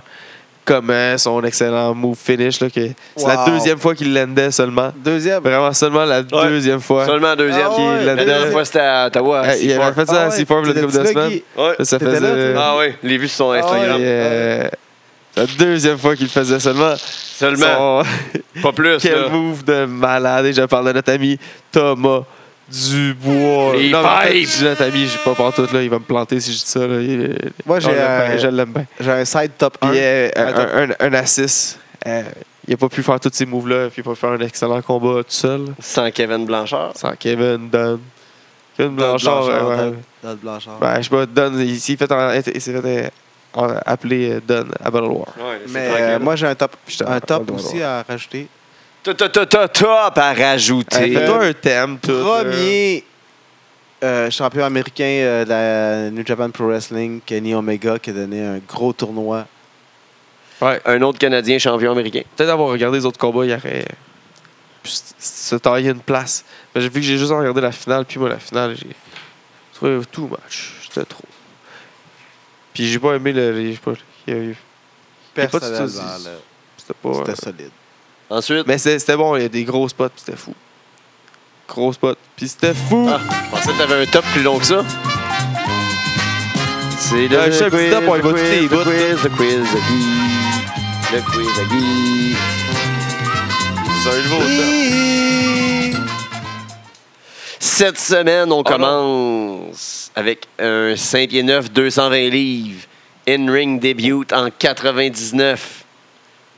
B: Comme euh, son excellent move finish. là, que C'est la
G: Wow.
B: deuxième fois qu'il l'endait seulement.
G: Deuxième.
B: Vraiment seulement la deuxième fois.
C: Seulement deuxième.
G: Ah ouais,
C: La
B: la
C: dernière
B: deuxième.
C: fois, c'était à Ottawa. à
B: Euh, il avait
C: Seaford.
B: fait ça à
G: Ah ouais,
B: Seaford le
G: t'étais
B: couple de
G: là,
B: semaines.
G: Guy?
C: Ouais.
B: Ça
G: T'étais là,
B: faisait-
G: toi?
C: Ah ouais, les vues sur son Instagram.
B: Et, euh, la deuxième fois qu'il le faisait seulement.
C: Seulement,
B: Son-
C: pas plus. là.
B: quel move de malade. Et je parle de notre ami Thomas Dubois.
C: Les
B: non, mais en fait,
C: pipes!
B: je dis notre ami, j'ai pas tout là. Il va me planter si je dis ça. Là. Il-
G: Moi, j'ai,
B: On l'aime
G: euh,
B: bien, Je l'aime bien.
G: J'ai un Ah, side top 1.
B: Puis, euh,
G: Attends.
B: un, un, un assist. Euh, il a pas pu faire tous ces moves-là. Puis il a pas pu faire un excellent combat tout seul.
C: Sans Kevin Blanchard.
B: Sans Kevin Dunn. Kevin Blanchard. euh, ouais, ouais.
G: Dad Blanchard.
B: Ouais, je sais pas, Dunn, il s'est fait, en- il s'est fait euh, en- appeler euh, Dunn à Battle War.
C: Ouais, c'est
G: Mais
C: tranquille.
G: euh, moi, j'ai un top,
B: Je te-
G: un top
B: pardon,
G: aussi
B: pardon.
G: à rajouter.
C: Top, top, top, top, top à
B: Hey,
C: rajouter.
B: Euh, Fais-toi un thème, tout. là.
G: Premier euh, champion américain euh, de la New Japan Pro Wrestling, Kenny Omega, qui a donné un gros tournoi.
B: Ouais.
C: Un autre Canadien champion américain.
B: Peut-être avoir regardé les autres combats, il aurait pu se- se tailler une place. Mais j'ai vu que j'ai juste regardé la finale, puis moi, la finale, j'ai trouvé tout match. C'était trop. Puis j'ai pas aimé le. les- je sais pas, il y a eu- a pas de
G: Personnellement,
B: soucis.
G: là,
B: C'était pas. euh,
G: c'était solide.
C: Ensuite,
B: mais c'était c'était bon, il y a des gros spots, puis c'était fou. Gros spots, puis c'était fou!
C: Ah, je pensais que t'avais un top plus long que ça. C'est
B: Ah, je sais, petit top, on va écouter les
C: le
B: bouts.
C: quiz, le quiz à Guy. Le quiz à Guy.
B: C'est un nouveau
C: Cette semaine, on
B: Ah,
C: commence avec un 5 pieds 9, 220 livres. In-ring débute en 99.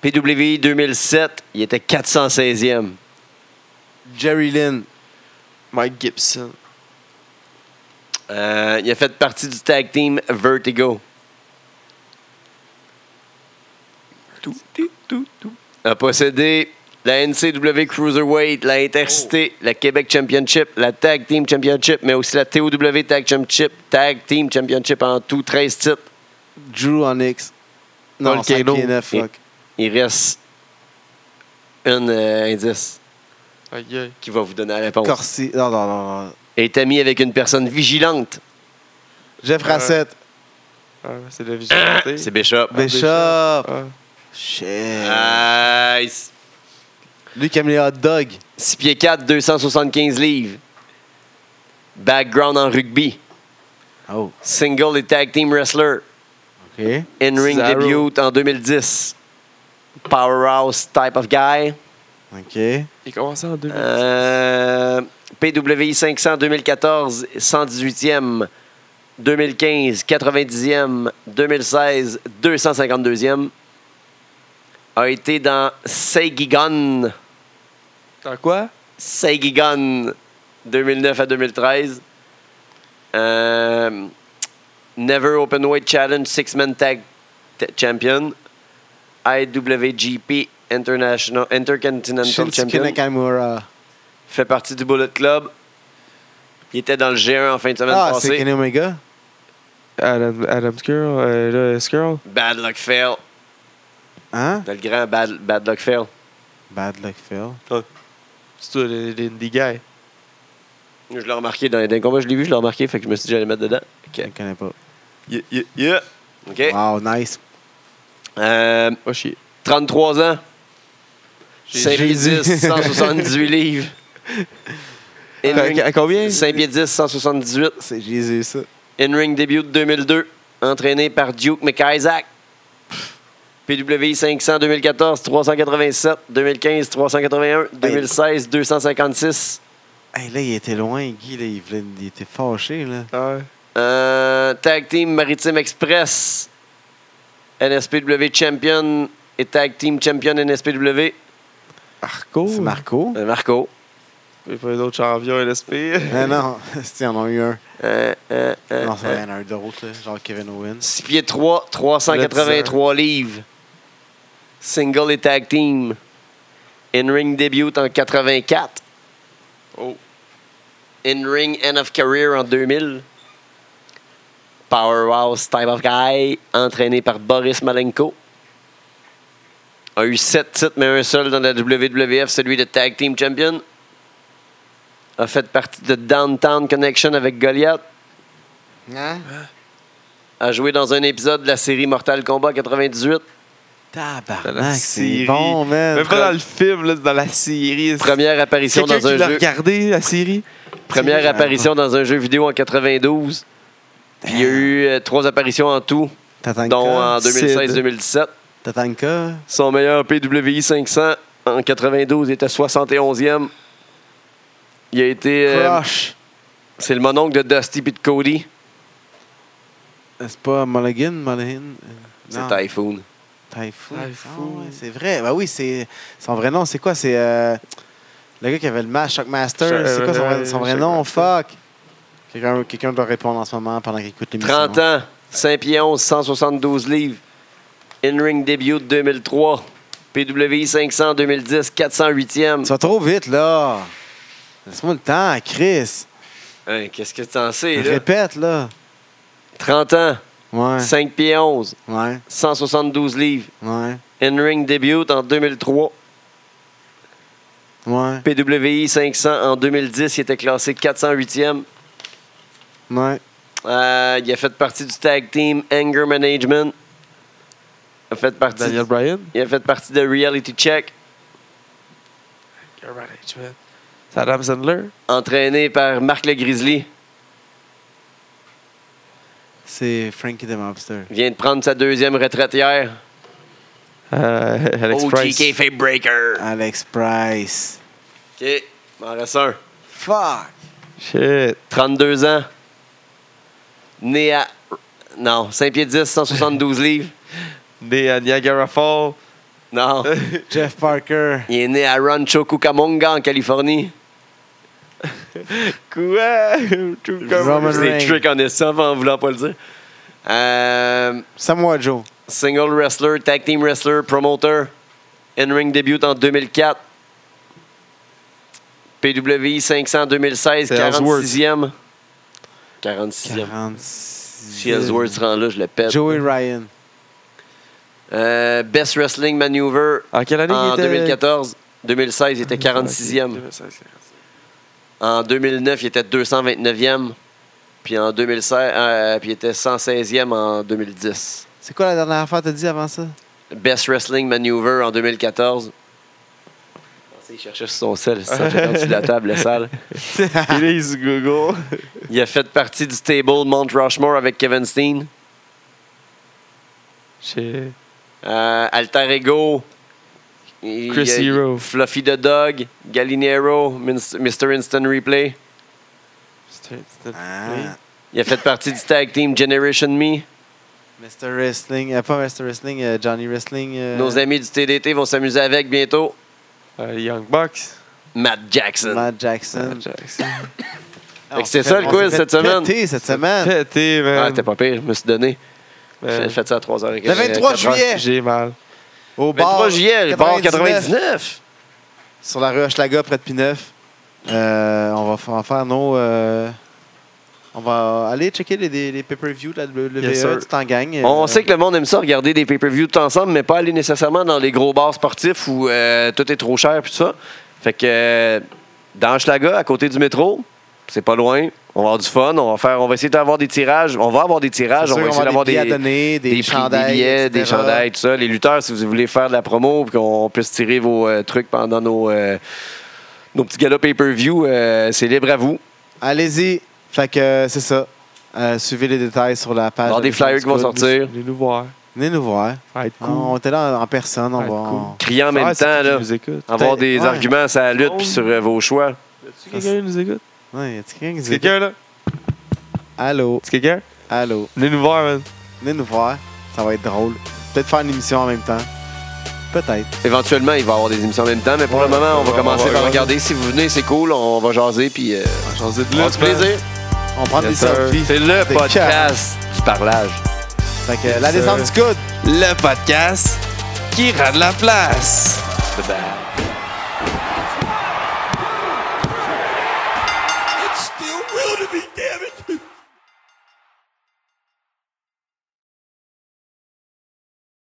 C: PWI 2007, il était 416e.
G: Jerry Lynn.
B: Mike Gibson.
C: Euh, il a fait partie du tag team Vertigo. Tout, tout, tout, tout. A possédé la NCW Cruiserweight, la Intercité, la Québec Championship, la Tag Team Championship, mais aussi la TOW Tag Championship, Tag Team Championship en tout 13 titres.
G: Drew Onyx.
B: Paul
G: Non, c'est
B: Kano.
G: 9, fuck.
C: Il reste un euh, indice
B: Aïe, aïe.
C: qui va vous donner la réponse.
G: Corsi. Non, non, non. non.
C: Est ami avec une personne vigilante.
G: Jeff
A: Euh,
G: Rassett.
B: Ah, c'est de la vigilante.
C: C'est Bishop.
G: Bishop.
B: Ah.
G: Shit.
C: Nice.
G: Lui qui aime les hot dogs.
C: 6 pieds 4, 275 livres. Background en rugby.
G: Oh.
C: Single et tag team wrestler.
G: OK.
C: In-ring
B: Cesaro.
C: debut en 2010. Powerhouse type of guy.
G: OK.
B: Il commençait en 2000.
C: Ah. Euh, PWI 500 2014, 118e. 2015, 90e. 2016, 252e. A été dans Seigigon.
B: Dans quoi?
C: Saigigon 2009 à 2013. Euh, Never Open Weight Challenge Six Man Tag t- champion, IWGP International, Intercontinental
A: Shinsuke
C: Champion,
A: Nakamura.
C: fait partie du Bullet Club. Il était dans le G1 en fin de semaine
A: Ah, c'est
C: passée.
A: Kenny Omega.
B: Adam, Adam Skirl, euh, là, Skirl.
C: Bad Luck Fail.
A: Hein?
C: T'as le grand Bad, bad Luck Fail.
A: Bad luck, Phil.
B: C'est toi, le- le- l'indie guy.
C: Je l'ai remarqué dans les dans les combats, je l'ai vu, je l'ai remarqué, fait que je me suis dit j'allais le mettre dedans.
A: Je ne connais pas.
C: Yeah, yeah, yeah. OK.
A: Wow, nice.
C: Euh,
B: Pas chier.
C: 33 ans.
A: J'ai-
C: 5 pieds
A: j'ai
B: (laughs)
C: 10, 178 livres.
B: À, Euh, à
C: In-ring,
B: combien?
C: 5 pieds 10, 178.
A: C'est Jésus, ça.
C: In-ring début de 2002. Entraîné par Duke McIsaac. PWI 500 2014, 387, 2015, 381, 2016, 256.
A: Hey, là, il était loin, Guy. Là, il, voulait- il était fâché, là.
B: Ah, Ouais.
C: Euh, tag Team Maritime Express. NSPW Champion et Tag Team Champion NSPW.
B: Marco?
A: C'est Marco.
C: Euh, Marco.
B: Il n'y a pas d'autres champions LSP.
A: Ah
G: euh,
A: non, (laughs) ils en ont eu un.
C: Euh, euh, euh,
A: Non, ça va y en a un d'autre, là, genre Kevin Owens.
C: 6 pieds 3, 383 livres. Single et tag team. In-ring début en 84.
B: Oh.
C: In-ring end of career en 2000. Powerhouse Type of Guy, entraîné par Boris Malenko. A eu 7 titres, mais un seul dans la WWF, celui de Tag Team Champion. A fait partie de Downtown Connection avec Goliath.
A: Hein?
C: a joué dans un épisode de la série Mortal Kombat 98.
A: Tabarnak, c'est bon, man.
B: Même pas dans le film, là, c'est dans la série.
C: Première apparition
B: Quelqu'un
C: dans
B: qui
C: un
B: l'a
C: jeu.
B: regardé, hein? la série?
C: Première
A: J'avoue.
C: apparition dans un jeu vidéo en 92. Puis Il y a eu euh, trois apparitions en tout, dont
A: Tatanka.
C: en
B: Sid.
C: 2016-2017.
A: Tatanka.
C: Son meilleur PWI 500 en 92 était 71e. Il a été. euh,
A: Crush.
C: c'est le mononcle de Dusty puis de Cody.
A: C'est pas Mulligan, Mulligan? euh,
C: C'est
A: non.
C: Typhoon.
A: Typhoon.
B: Typhoon.
A: Ah ouais, c'est vrai. Ben oui, c'est son vrai nom, c'est quoi C'est euh, le gars qui avait le match Shockmaster.
B: Shock-
A: C'est quoi son, vrai- son vrai nom
B: Shockmaster.
A: Fuck. Quelqu'un quelqu'un doit répondre en ce moment pendant qu'il écoute l'émission.
C: 30 ans, 5 pieds 11, 172 livres. In-ring début de 2003. PWI 500 2010, 408e.
A: Tu vas trop vite là. Laisse-moi le temps, Chris.
C: Hein, Qu'est-ce que t'en sais, là?
A: Répète là.
C: 30 ans,
A: Ouais.
C: 5 pieds 11,
A: Ouais.
C: 172 livres.
A: Ouais.
C: In-ring débute en 2003.
A: Ouais.
C: PWI 500 en 2010, il était classé 408e.
A: Ouais.
C: Euh, il a fait partie du tag team Anger Management. Il a fait partie,
B: Daniel Bryan?
C: il a fait partie de Reality Check.
B: Your management. C'est Adam Sandler?
C: Entraîné par Marc Le Grizzly.
A: C'est Frankie the Mobster.
C: Vient de prendre sa deuxième retraite hier.
B: Euh, Alex Price.
C: OGK Fape Breaker.
A: Alex Price.
C: OK, m'en reste un.
A: Fuck.
B: Shit.
C: 32 ans. Né à. Non, 5 pieds 10, 172 livres.
B: Né à Niagara Falls. (laughs)
C: Non.
A: Jeff Parker.
C: Il est né à Rancho Cucamonga, en Californie.
B: Quoi? (laughs)
A: Roman
C: C'est des
A: Reigns.
C: tricks en estampe en voulant pas le dire. Euh,
A: Samoa Joe.
C: single wrestler, tag team wrestler, promoter. In-ring débute en 2004. PWI 500 2016,
B: C'est Ellsworth.
C: 46e. 46e.
A: 46.
C: Si Ellsworth se rend là, je le pète.
A: Joey Ryan.
C: Euh, Best Wrestling Maneuver
B: En quelle année il
C: en
B: était?
C: 2014. 2016, il était 46e. En 2009, il était 229e. Puis en 2016, euh, puis il était 116e en 2010.
A: C'est quoi la dernière affaire que t'as dit avant ça?
C: Best Wrestling Maneuver en 2014. Ah, Il cherchait sur son sel, c'est ça, j'étais en dessous
B: (laughs)
C: de la table, la salle.
B: Please Google.
C: Il a fait partie du table Mount Rushmore avec Kevin Steen.
B: Shit.
C: Euh, Alter Ego. Il-
B: Chris
C: il-
B: Hero.
C: Fluffy the Dog. Gallinero. Minst- Mr. Instant Replay.
B: C'était- c'était-
A: Ah.
C: Il a fait partie du tag team Generation Me.
A: Mr. Wrestling. euh, pas Mr. Wrestling, euh, Johnny Wrestling. euh,
C: Nos amis du TDT vont s'amuser avec bientôt.
B: Euh, Young Bucks. Euh,
C: Matt Jackson.
A: Matt Jackson.
B: Jackson.
A: Ah, on
C: Fait que c'est
A: s'est
C: ça le
A: on s'est
C: quiz
A: fait
C: cette semaine.
A: péter cette semaine.
B: (laughs) Pété, man.
C: Ah, t'es pas pire, je me suis donné. J'ai
B: Euh,
C: fait ça à 3h15.
A: Le 23
C: 4 heures.
A: juillet.
B: J'ai mal.
A: Au bar
C: 23 juillet, le bar 99.
A: sur la rue Hochelaga, près de Pineuf. Euh, on va f- en faire nos. euh, on va aller checker les, les, les pay-per-views de la WWE
B: Yes, sir.
A: tout en gang.
C: On
A: Euh,
C: sait que le monde aime ça, regarder des pay-per-views tout ensemble, mais pas aller nécessairement dans les gros bars sportifs où euh, tout est trop cher puis tout ça. Fait que euh, dans Schlaga, à côté du métro, c'est pas loin. On va avoir du fun. On va faire, on va essayer d'avoir des tirages. On va avoir des tirages.
A: c'est
C: On
A: sûr qu'on
C: va
A: va
C: essayer d'avoir
A: avoir des, billets
C: des,
A: à donner, des,
C: des, prix,
A: chandails.
C: des billets, des
A: etc.
C: chandails, tout ça. Les lutteurs, si vous voulez faire de la promo, puis qu'on puisse tirer vos euh, trucs pendant nos, euh, nos petits galas pay-per-view, euh, c'est libre à vous.
A: Allez-y. Fait que euh, c'est ça. Euh, suivez les détails sur la page.
C: On va avoir des flyers qui vont sortir.
B: Venez nous voir.
A: Venez nous voir.
B: Ça va être cool.
A: On était là en, en personne. On
B: Ah,
A: va.
B: cool.
A: on-
C: Crier en
B: Ah,
C: même
B: c'est
C: temps,
B: qui
C: là.
B: qui nous écoute?
C: Avoir
A: Peut-être,
C: des
A: ouais.
C: arguments à la lutte, puis sur euh, vos choix.
B: Est-ce que quelqu'un nous écoute?
A: Ouais, y a-t-il quelqu'un qui
B: Est-ce
A: dit-
B: que quelqu'un, là?
A: Allô,
B: Est-ce que quelqu'un?
A: allô.
B: Venez nous voir, man.
A: Venez nous voir. Ça va être drôle. Peut-être faire une émission en même temps. Peut-être.
C: Éventuellement, il va y avoir des émissions en même temps, mais pour le moment, on va
B: ouais,
C: commencer
B: ouais,
C: par
B: ouais.
C: regarder. Si vous venez, c'est cool, on va jaser, puis euh,
B: J'en sais de hein.
C: on se
B: man.
C: plaisir.
A: On prend
B: Yes,
A: des
B: sir.
A: selfies.
C: C'est le
A: Des
C: podcast du parlage.
A: Fait que euh, la
B: Yes,
A: descente du
B: sir.
A: coude.
B: Le podcast qui rend de la place.
C: Bye-bye.
F: It's still real to be dead.